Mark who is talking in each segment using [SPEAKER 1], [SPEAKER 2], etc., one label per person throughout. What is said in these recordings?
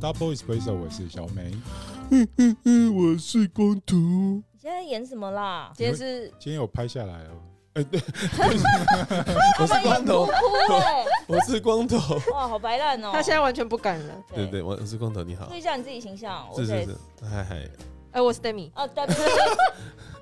[SPEAKER 1] Double Espresso，我是小梅。
[SPEAKER 2] 嗯，我是光头。
[SPEAKER 3] 你现在演什么啦？
[SPEAKER 1] 你
[SPEAKER 2] 今
[SPEAKER 1] 会
[SPEAKER 2] 天是
[SPEAKER 1] 今天有拍下来哦。
[SPEAKER 2] 我是光头，
[SPEAKER 3] 哭哎、
[SPEAKER 2] 我是光头。
[SPEAKER 3] 哇，好白烂哦、
[SPEAKER 4] 他现在完全不敢了。
[SPEAKER 2] 对对，我是光头，你好
[SPEAKER 3] 注意一。下你自己形象。我
[SPEAKER 2] 是是
[SPEAKER 3] 对
[SPEAKER 2] 是，嗨嗨，
[SPEAKER 4] 哎，我是 Demi，
[SPEAKER 3] 啊，对不起，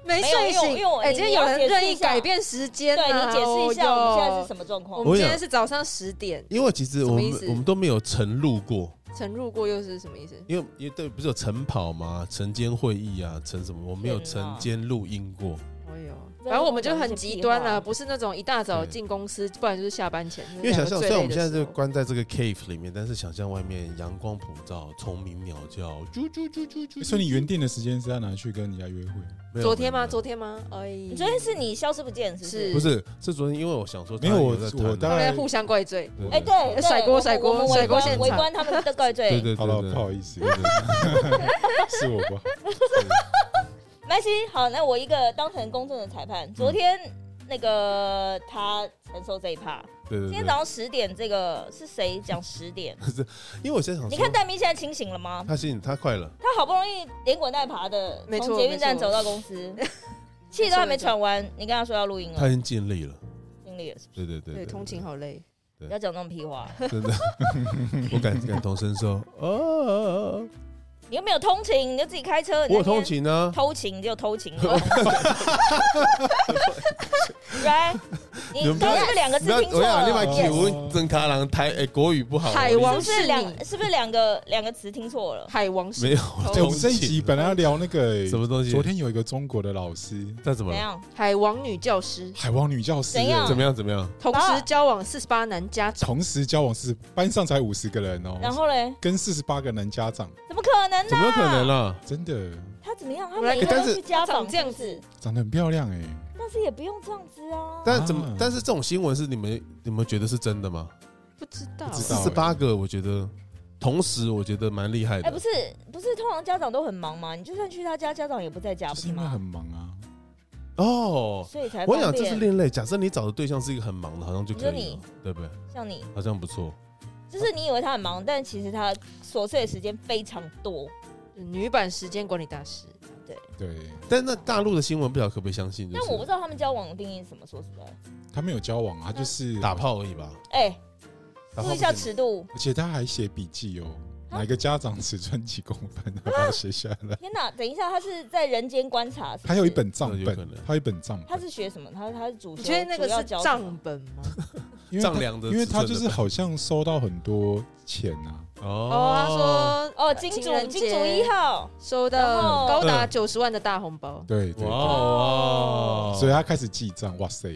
[SPEAKER 4] 没
[SPEAKER 3] 没有
[SPEAKER 4] 睡
[SPEAKER 3] 因为
[SPEAKER 4] 醒
[SPEAKER 3] 我。
[SPEAKER 4] 哎，
[SPEAKER 3] 你
[SPEAKER 4] 今天有
[SPEAKER 3] 你要解
[SPEAKER 4] 人
[SPEAKER 3] 释
[SPEAKER 4] 任
[SPEAKER 3] 一
[SPEAKER 4] 意
[SPEAKER 3] 下
[SPEAKER 4] 改变时间啊，
[SPEAKER 3] 对你解释一下我们现在是
[SPEAKER 4] 么？
[SPEAKER 3] 什么状
[SPEAKER 4] 我
[SPEAKER 3] 况？
[SPEAKER 4] 们今天是早上十点，
[SPEAKER 2] 因为其实我们
[SPEAKER 4] 什么意思
[SPEAKER 2] 我们都没有晨录过，
[SPEAKER 4] 晨入过又是什么意思？
[SPEAKER 2] 因为因为对不是有晨跑吗？晨间会议啊，晨什么？我没有
[SPEAKER 3] 天哪
[SPEAKER 2] 晨间录音过。
[SPEAKER 4] 哎呦，反正我们就很极端了，不是那种一大早进公司，不然就是下班前。
[SPEAKER 2] 因为想象，虽
[SPEAKER 4] 最
[SPEAKER 2] 然我们
[SPEAKER 4] 累的
[SPEAKER 2] 现在
[SPEAKER 4] 时
[SPEAKER 2] 就
[SPEAKER 4] 候
[SPEAKER 2] 关在这个 cave 里面，但是想象外面阳光普照，虫鸣鸟叫，啾啾啾啾啾。
[SPEAKER 1] 所以你原定的时间是要拿去跟人家约会，
[SPEAKER 2] 没有
[SPEAKER 4] 昨天吗？
[SPEAKER 2] 没有
[SPEAKER 4] 昨天吗？哎，
[SPEAKER 3] 你昨天是你消失不见，是不是？
[SPEAKER 4] 是
[SPEAKER 2] 不是是昨天，因为我想说
[SPEAKER 1] 没有
[SPEAKER 2] 他
[SPEAKER 1] 我
[SPEAKER 2] 在谈
[SPEAKER 1] 我大
[SPEAKER 4] 他
[SPEAKER 1] 概
[SPEAKER 4] 们在互相怪罪。
[SPEAKER 2] 对
[SPEAKER 3] 哎、对，对
[SPEAKER 4] 甩锅
[SPEAKER 3] 我们
[SPEAKER 4] 甩锅
[SPEAKER 3] 我们围
[SPEAKER 4] 甩锅
[SPEAKER 3] 观
[SPEAKER 4] 现场
[SPEAKER 3] 围观他们的怪罪。
[SPEAKER 2] 对对对，
[SPEAKER 1] 好了，
[SPEAKER 2] 对
[SPEAKER 1] 不好意思
[SPEAKER 2] 对，对对
[SPEAKER 1] 是我 不好。
[SPEAKER 3] 没关系，好，那我一个当成公正的裁
[SPEAKER 2] 嗯
[SPEAKER 3] 判。昨天那个他承受这一趴，
[SPEAKER 2] 对对
[SPEAKER 3] 今
[SPEAKER 2] 对
[SPEAKER 3] 天早上十点，这个是谁讲十点？
[SPEAKER 2] 嗯因为我现在想
[SPEAKER 3] 你
[SPEAKER 2] 说
[SPEAKER 3] 看，戴咪现在清醒了吗？
[SPEAKER 2] 他心里他快了，
[SPEAKER 3] 他好不容易连滚带爬的
[SPEAKER 4] 没错
[SPEAKER 3] 从捷运站
[SPEAKER 4] 没错
[SPEAKER 3] 走到公 司，气都还没喘完，你跟他说要录音
[SPEAKER 2] 他
[SPEAKER 3] 了
[SPEAKER 2] 已，经尽力了。
[SPEAKER 3] 经理也是
[SPEAKER 2] 对对对
[SPEAKER 4] 对，通勤好 累。
[SPEAKER 3] 不要讲那种屁话。
[SPEAKER 2] 真的，我感感同身受。哦，
[SPEAKER 3] 你又没有通勤，你就自己开车。
[SPEAKER 2] 我
[SPEAKER 3] 你
[SPEAKER 2] 有
[SPEAKER 3] 那边
[SPEAKER 2] 通勤啊呢，
[SPEAKER 3] 偷情就偷情， 来，
[SPEAKER 2] 你
[SPEAKER 3] 你刚
[SPEAKER 2] 们不要
[SPEAKER 3] 刚是不是两个字
[SPEAKER 2] 不要，
[SPEAKER 3] 听
[SPEAKER 2] 我
[SPEAKER 3] 错
[SPEAKER 2] 要另外
[SPEAKER 3] 了？
[SPEAKER 1] Yes
[SPEAKER 2] 起问曾卡郎台哎国语不好，
[SPEAKER 4] 海
[SPEAKER 2] 我
[SPEAKER 3] 是
[SPEAKER 4] 王
[SPEAKER 3] 不
[SPEAKER 4] 是
[SPEAKER 3] 是
[SPEAKER 4] 你，
[SPEAKER 3] 两是不是两个两个词听错了？
[SPEAKER 4] 海王
[SPEAKER 2] 没
[SPEAKER 4] 是
[SPEAKER 2] 有
[SPEAKER 3] 哦
[SPEAKER 1] 哎，我
[SPEAKER 2] 通
[SPEAKER 1] 们
[SPEAKER 2] 勤
[SPEAKER 1] 这一集本来要聊那个哎
[SPEAKER 2] 什么东西？
[SPEAKER 1] 昨天有一个中国的老师，
[SPEAKER 2] 他怎么
[SPEAKER 3] 怎
[SPEAKER 2] 了？
[SPEAKER 3] 样？
[SPEAKER 4] 海王女教师，
[SPEAKER 3] 啊
[SPEAKER 1] 海王女教师，
[SPEAKER 3] 怎样
[SPEAKER 1] 哎
[SPEAKER 2] 怎么样？怎么样？
[SPEAKER 4] 同时交往四十八男家长，
[SPEAKER 1] 同时交往是班上才五十个人
[SPEAKER 3] 然
[SPEAKER 1] 哦，
[SPEAKER 3] 后嘞，
[SPEAKER 1] 跟四十八个男家长，
[SPEAKER 3] 怎么可能呢？啊
[SPEAKER 2] 怎么可能？啊啦？
[SPEAKER 1] 真的
[SPEAKER 3] 他怎么样？他
[SPEAKER 4] 我来
[SPEAKER 3] 每一个
[SPEAKER 2] 但
[SPEAKER 3] 都
[SPEAKER 2] 是
[SPEAKER 3] 去家
[SPEAKER 4] 长
[SPEAKER 3] 访
[SPEAKER 4] 这样
[SPEAKER 3] 是不是
[SPEAKER 4] 子，
[SPEAKER 1] 长得很漂亮哎，
[SPEAKER 3] 但是也不用这样子啊。
[SPEAKER 2] 但怎么
[SPEAKER 1] 啊？
[SPEAKER 2] 但是这种新闻是你们你们觉得是真的吗？
[SPEAKER 4] 不知道
[SPEAKER 3] 哦
[SPEAKER 1] 不知
[SPEAKER 2] 四
[SPEAKER 1] 道
[SPEAKER 2] 十八个，我觉得同时我觉得蛮厉害
[SPEAKER 3] 哎，不
[SPEAKER 2] 的。
[SPEAKER 3] 是不是，通常家长都很忙嘛，你就算去他家，家长也不在家，
[SPEAKER 1] 就
[SPEAKER 3] 不
[SPEAKER 1] 是
[SPEAKER 3] 是
[SPEAKER 1] 因为很
[SPEAKER 3] 吗？
[SPEAKER 1] 忙啊，
[SPEAKER 2] 哦，
[SPEAKER 3] 所以才
[SPEAKER 2] 我
[SPEAKER 3] 方
[SPEAKER 2] 想这是
[SPEAKER 3] 便。
[SPEAKER 2] 另类。假设你找的对象是一个很忙的，好像就可以
[SPEAKER 3] 你
[SPEAKER 2] 了
[SPEAKER 3] 说，
[SPEAKER 2] 对不对？
[SPEAKER 3] 像你，
[SPEAKER 2] 好像不错。
[SPEAKER 3] 就是你以为他很忙，但其实他琐碎的时间非常多。
[SPEAKER 4] 女版时间管理大师，
[SPEAKER 1] 对
[SPEAKER 2] 但那大陆的新闻不晓得可不可以相信，就
[SPEAKER 3] 但我不
[SPEAKER 2] 是
[SPEAKER 3] 知道他们交往的定义是什么，说实在。
[SPEAKER 1] 他没有交往啊，他
[SPEAKER 3] 嗯
[SPEAKER 1] 就是
[SPEAKER 2] 打，炮而已吧。
[SPEAKER 3] 哎，
[SPEAKER 2] 打炮
[SPEAKER 3] 注意
[SPEAKER 2] 不
[SPEAKER 3] 一下
[SPEAKER 2] 行
[SPEAKER 3] 尺度。
[SPEAKER 1] 而且他还写笔记哦，
[SPEAKER 3] 啊
[SPEAKER 1] 哪个家长尺寸几公分，啊把它写下来。
[SPEAKER 3] 天哪，等一下，他是在人间观察是不是
[SPEAKER 1] 他有一，本账
[SPEAKER 2] 有
[SPEAKER 1] 本
[SPEAKER 2] 可能，
[SPEAKER 1] 他有一本账
[SPEAKER 3] 他
[SPEAKER 1] 本，
[SPEAKER 3] 是学什么？他他是主修，
[SPEAKER 4] 你觉得那个
[SPEAKER 3] 主要
[SPEAKER 4] 是
[SPEAKER 3] 教什么
[SPEAKER 4] 账本吗？
[SPEAKER 1] 因为
[SPEAKER 2] 丈
[SPEAKER 1] 他
[SPEAKER 2] 量的尺寸的本，
[SPEAKER 1] 因为他就是好像收到很多钱啊，
[SPEAKER 2] 哦，
[SPEAKER 4] 哦哦，他说
[SPEAKER 3] 哦，金主
[SPEAKER 4] 人
[SPEAKER 3] 金
[SPEAKER 4] 节
[SPEAKER 3] 主一号，
[SPEAKER 4] 收
[SPEAKER 3] 然
[SPEAKER 4] 到
[SPEAKER 3] 后
[SPEAKER 4] 高达
[SPEAKER 2] 嗯
[SPEAKER 4] 九十万的大红包，
[SPEAKER 1] 对对对，
[SPEAKER 2] 哇哦，
[SPEAKER 1] 所以他开始记账，哇塞，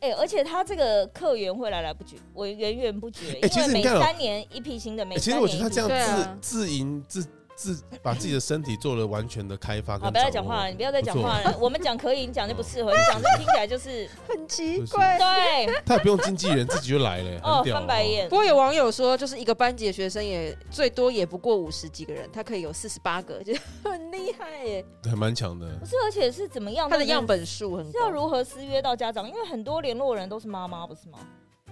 [SPEAKER 3] 哎，而且他这个客源会来来不绝，我源源不绝，
[SPEAKER 2] 哎其
[SPEAKER 3] 因
[SPEAKER 2] 实你
[SPEAKER 3] 为每
[SPEAKER 2] 看哦
[SPEAKER 3] 三年一批新的，每
[SPEAKER 2] 欸其实
[SPEAKER 3] 哎三
[SPEAKER 2] 我
[SPEAKER 3] 年
[SPEAKER 2] 觉
[SPEAKER 3] 一
[SPEAKER 2] 得他
[SPEAKER 3] 批
[SPEAKER 2] 这
[SPEAKER 3] 新
[SPEAKER 2] 样
[SPEAKER 3] 的。
[SPEAKER 4] 对
[SPEAKER 2] 自、
[SPEAKER 4] 啊
[SPEAKER 2] 自营自自把自己的身体做了完全的开发
[SPEAKER 3] 好，
[SPEAKER 2] 跟掌握。
[SPEAKER 3] 不要再讲话了，你不要再讲话了。我们讲可以，你讲就不适合，你讲这听起来就是
[SPEAKER 4] 很奇
[SPEAKER 2] 怪。
[SPEAKER 3] 对
[SPEAKER 2] 他也不用经纪人，自己就来了，
[SPEAKER 3] 哦
[SPEAKER 2] 很，屌。
[SPEAKER 3] 翻白。眼
[SPEAKER 4] 不。过有网友说，就是一个班级的学生也最多也不过五十几个人，他可以有四十八个，就 很厉害耶。
[SPEAKER 2] 还蛮强的
[SPEAKER 3] 不。是，而且是怎么样？
[SPEAKER 4] 他的样本数很
[SPEAKER 3] 是要
[SPEAKER 4] 高，
[SPEAKER 3] 如何私约到家长？因为很多联络人都是妈妈，不是吗？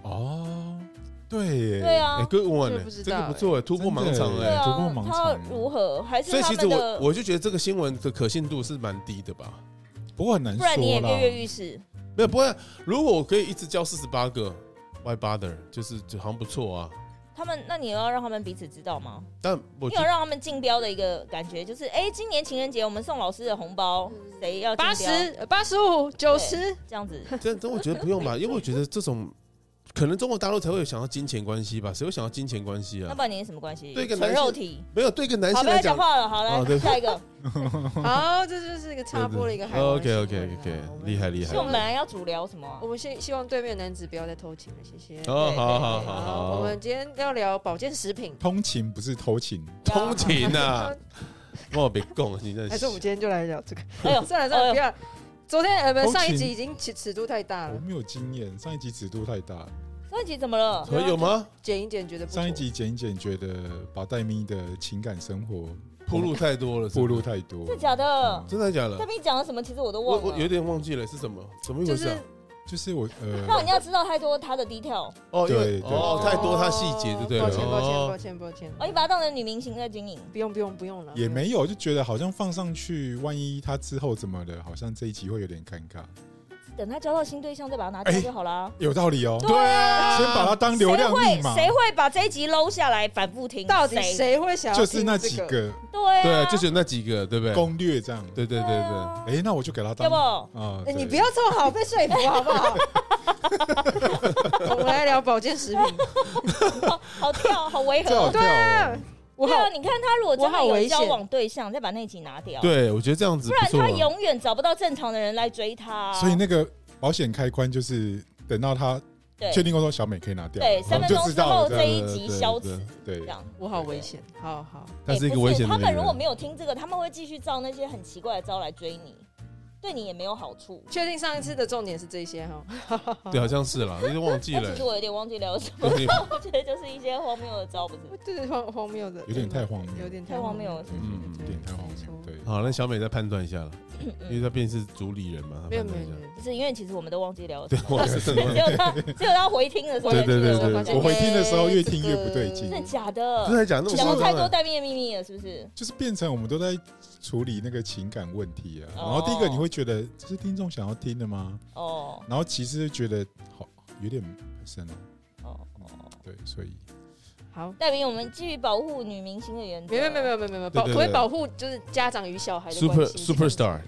[SPEAKER 1] 哦，对耶，
[SPEAKER 3] 对
[SPEAKER 2] 哎
[SPEAKER 3] 啊，
[SPEAKER 2] ，Good one，
[SPEAKER 4] 这
[SPEAKER 2] 欸
[SPEAKER 4] 不知
[SPEAKER 2] 这
[SPEAKER 4] 道
[SPEAKER 2] 个不错欸，突破盲
[SPEAKER 1] 真的
[SPEAKER 2] 肠
[SPEAKER 1] 欸
[SPEAKER 3] 对
[SPEAKER 2] 哎。
[SPEAKER 3] 啊，
[SPEAKER 1] 突破盲
[SPEAKER 3] 他
[SPEAKER 1] 场
[SPEAKER 3] 如何？还
[SPEAKER 2] 所
[SPEAKER 3] 啊是
[SPEAKER 2] 以
[SPEAKER 3] 他
[SPEAKER 2] 其实
[SPEAKER 3] 们
[SPEAKER 2] 我
[SPEAKER 3] 的？
[SPEAKER 2] 我就觉得这个新闻的可信度是蛮低的吧。
[SPEAKER 1] 不过很难
[SPEAKER 3] 不
[SPEAKER 1] 说啦
[SPEAKER 3] 然你也跃跃欲试。
[SPEAKER 2] 没有，不会。如果我可以一直交四十八个，Why bother？就是就好像不错啊。
[SPEAKER 3] 他们，那你要让他们彼此知道吗？
[SPEAKER 2] 但我
[SPEAKER 3] 你有让他们竞标的一个感觉，就是哎、今年情人节我们送老师的红包，谁要竞标
[SPEAKER 4] 八十、八十五、九十，
[SPEAKER 3] 这样子？
[SPEAKER 2] 这这我觉得不用吧，因为我觉得这种可能中国大陆才会有想到金钱关系吧，谁会想到金钱关系
[SPEAKER 3] 那
[SPEAKER 2] 啊？
[SPEAKER 3] 不然你是什么关系？
[SPEAKER 2] 对一个
[SPEAKER 3] 纯
[SPEAKER 2] 男
[SPEAKER 3] 肉体。
[SPEAKER 2] 没有，对一个男
[SPEAKER 3] 好，
[SPEAKER 2] 性
[SPEAKER 3] 不要
[SPEAKER 2] 来
[SPEAKER 3] 再讲
[SPEAKER 2] 讲，
[SPEAKER 3] 话了。好，
[SPEAKER 2] 哦
[SPEAKER 3] 来
[SPEAKER 2] 对
[SPEAKER 3] 下一个。
[SPEAKER 4] 好，这就是一个插播 了一个海王
[SPEAKER 2] OK
[SPEAKER 4] 新闻啊。
[SPEAKER 2] OK OK，
[SPEAKER 4] 我们
[SPEAKER 2] 厉害厉
[SPEAKER 3] 是
[SPEAKER 2] 害
[SPEAKER 3] 我。们本来要主聊什么啊
[SPEAKER 4] 我？们希希望对面的男子不要再偷情了，谢谢。
[SPEAKER 2] 哦，
[SPEAKER 3] 对
[SPEAKER 2] 好
[SPEAKER 3] 对
[SPEAKER 2] 好
[SPEAKER 3] 对
[SPEAKER 2] 好
[SPEAKER 4] 我
[SPEAKER 2] 好，
[SPEAKER 4] 们今天要聊保健食品，
[SPEAKER 1] 通勤不是偷情，
[SPEAKER 2] 通勤呐，我别供，你
[SPEAKER 4] 还
[SPEAKER 2] 真
[SPEAKER 4] 是我们
[SPEAKER 2] 是。
[SPEAKER 4] 今天就来聊这个？
[SPEAKER 3] 哎呦，
[SPEAKER 4] 算了算了，不要。昨天呃
[SPEAKER 1] 偷
[SPEAKER 4] 不，
[SPEAKER 1] 情
[SPEAKER 4] 上一集已经尺尺度太
[SPEAKER 3] 啊
[SPEAKER 4] 大
[SPEAKER 1] 我
[SPEAKER 4] 了，
[SPEAKER 1] 没有经验，上一集尺度太大了，
[SPEAKER 3] 上一集怎么了？
[SPEAKER 2] 可以有吗？
[SPEAKER 4] 剪一剪觉得不妥
[SPEAKER 1] 上一集剪一剪，觉得把戴咪的情感生活
[SPEAKER 2] 铺路太多了，是
[SPEAKER 1] 暴
[SPEAKER 2] 不是
[SPEAKER 1] 露太多嗯
[SPEAKER 3] 真的，假的？
[SPEAKER 2] 真的假
[SPEAKER 3] 他
[SPEAKER 2] 的？
[SPEAKER 3] 跟你讲了什么？其实我都
[SPEAKER 2] 我
[SPEAKER 3] 忘
[SPEAKER 2] 我
[SPEAKER 3] 了
[SPEAKER 2] 有。点忘记了是什么，怎么一
[SPEAKER 4] 就
[SPEAKER 2] 回事
[SPEAKER 4] 是
[SPEAKER 2] 啊？
[SPEAKER 1] 就是我
[SPEAKER 3] 让
[SPEAKER 1] 呃，
[SPEAKER 3] 人家知道太多他的 detail，
[SPEAKER 2] 哦，因为
[SPEAKER 1] 对对
[SPEAKER 2] 哦太多它细节，对不对了？
[SPEAKER 4] 抱歉，抱歉，
[SPEAKER 2] 哦
[SPEAKER 4] 抱歉，抱歉，
[SPEAKER 3] 哦，你把他当成女明星在经营，
[SPEAKER 4] 不用，不用，不用
[SPEAKER 3] 啊
[SPEAKER 4] 了，
[SPEAKER 1] 也
[SPEAKER 4] 不用
[SPEAKER 1] 没有，就觉得好像放上去，万一他之后怎么了，好像这一集会有点尴尬。
[SPEAKER 3] 等他交到新对象再把他拿掉
[SPEAKER 1] 哎
[SPEAKER 3] 就好啦。
[SPEAKER 1] 有道理哦，
[SPEAKER 3] 对啊
[SPEAKER 1] 先把它当流
[SPEAKER 3] 谁
[SPEAKER 1] 量
[SPEAKER 3] 会
[SPEAKER 1] 密码，
[SPEAKER 3] 谁会把这一集搂下来反复听？
[SPEAKER 4] 到底
[SPEAKER 3] 谁？
[SPEAKER 4] 谁会想要
[SPEAKER 1] 就是那
[SPEAKER 4] 听
[SPEAKER 1] 几
[SPEAKER 4] 这
[SPEAKER 1] 个
[SPEAKER 3] 对
[SPEAKER 2] 对
[SPEAKER 3] 啊，
[SPEAKER 2] 啊，就是有那几个，对不对？
[SPEAKER 1] 攻略这样。
[SPEAKER 2] 对对对
[SPEAKER 3] 对
[SPEAKER 2] 对。
[SPEAKER 3] 啊，
[SPEAKER 1] 哎，那我就给他
[SPEAKER 3] 要
[SPEAKER 1] 当
[SPEAKER 3] 不
[SPEAKER 1] 啊
[SPEAKER 3] 好
[SPEAKER 1] 对
[SPEAKER 4] 哎，你不要这么好被说服好不好？ 我们来聊保健食品。
[SPEAKER 3] 好跳，好违
[SPEAKER 1] 这好跳
[SPEAKER 3] 和。
[SPEAKER 4] 对啊
[SPEAKER 1] 哦，
[SPEAKER 4] 我
[SPEAKER 3] 对啊，
[SPEAKER 4] 好，
[SPEAKER 3] 你看他如果真
[SPEAKER 4] 我好
[SPEAKER 3] 的有
[SPEAKER 4] 危
[SPEAKER 3] 交
[SPEAKER 4] 险
[SPEAKER 3] 往对象，再把那一集拿掉，
[SPEAKER 2] 对，我觉得这样子
[SPEAKER 3] 不
[SPEAKER 2] 不
[SPEAKER 3] 然
[SPEAKER 2] 错啊
[SPEAKER 3] 他。永远找不到正常的人来追他。
[SPEAKER 1] 所以那个保险开关就是等到他
[SPEAKER 3] 对
[SPEAKER 1] 确定工作，小美可以拿掉，
[SPEAKER 3] 对
[SPEAKER 1] 我
[SPEAKER 3] 三
[SPEAKER 1] 们
[SPEAKER 3] 分
[SPEAKER 1] 就
[SPEAKER 3] 钟
[SPEAKER 1] 知
[SPEAKER 3] 之
[SPEAKER 1] 道
[SPEAKER 3] 后
[SPEAKER 1] 了
[SPEAKER 3] 这
[SPEAKER 1] 对
[SPEAKER 3] 一集消
[SPEAKER 2] 对
[SPEAKER 3] 磁
[SPEAKER 2] 对对，
[SPEAKER 1] 对
[SPEAKER 3] 这样。
[SPEAKER 4] 我好危险。好好，
[SPEAKER 2] 他是一个
[SPEAKER 3] 欸不
[SPEAKER 2] 危险的
[SPEAKER 3] 他
[SPEAKER 2] 女人。
[SPEAKER 3] 们如果没有听这个，他们会继续照那些很奇怪的招来追你，对你也没有好处。
[SPEAKER 4] 确定上一次的重点是这些哈。
[SPEAKER 2] 对，好像是啦，有点忘记
[SPEAKER 3] 但
[SPEAKER 2] 了
[SPEAKER 3] 其实。我有点忘记聊什么，
[SPEAKER 2] 对
[SPEAKER 3] 我觉得就是一些荒谬的招，不是？
[SPEAKER 4] 对对，荒荒谬的，
[SPEAKER 1] 有点太荒谬
[SPEAKER 4] 有点
[SPEAKER 3] 太荒谬了是不
[SPEAKER 2] 是
[SPEAKER 1] 嗯，有点太荒谬。对，
[SPEAKER 2] 好，那小美再判断一下了，
[SPEAKER 3] 嗯
[SPEAKER 2] 因为
[SPEAKER 3] 嗯，
[SPEAKER 2] 她毕竟是主理人嘛，她
[SPEAKER 4] 没有
[SPEAKER 2] 判
[SPEAKER 4] 没有
[SPEAKER 2] 断一下
[SPEAKER 4] 没有。没有
[SPEAKER 3] 不是因为其实 我们都忘记聊什
[SPEAKER 2] 对
[SPEAKER 3] 么，，
[SPEAKER 2] 我是真的忘记
[SPEAKER 3] 只
[SPEAKER 2] 了。
[SPEAKER 3] 有他只有他回听的时候才
[SPEAKER 1] 对
[SPEAKER 3] 记得
[SPEAKER 1] 对
[SPEAKER 3] 们
[SPEAKER 1] 对对
[SPEAKER 3] 在讲，
[SPEAKER 1] 对，我回听的时候越听越不对劲
[SPEAKER 3] 真，的假的
[SPEAKER 2] 不？是还讲那么
[SPEAKER 3] 讲了
[SPEAKER 2] 夸
[SPEAKER 3] 太
[SPEAKER 2] 张
[SPEAKER 3] 多
[SPEAKER 2] 啊？
[SPEAKER 3] 待命的秘密了，是不是？
[SPEAKER 1] 就是变成我们都在处理那个情感问题啊。
[SPEAKER 3] 哦
[SPEAKER 1] 然后第一个你会觉得这是听众想要听的吗？
[SPEAKER 3] 哦
[SPEAKER 1] 然后其实觉得好有点深哦，
[SPEAKER 3] 哦哦，
[SPEAKER 1] 对，所以
[SPEAKER 4] 好。
[SPEAKER 3] 代明，我们基于保护女明星的原则，
[SPEAKER 4] 没有没有没有没有没有，保
[SPEAKER 2] 对对对
[SPEAKER 4] 可不可以保护就是家长与小孩的
[SPEAKER 2] Super
[SPEAKER 4] 关系
[SPEAKER 2] Superstar，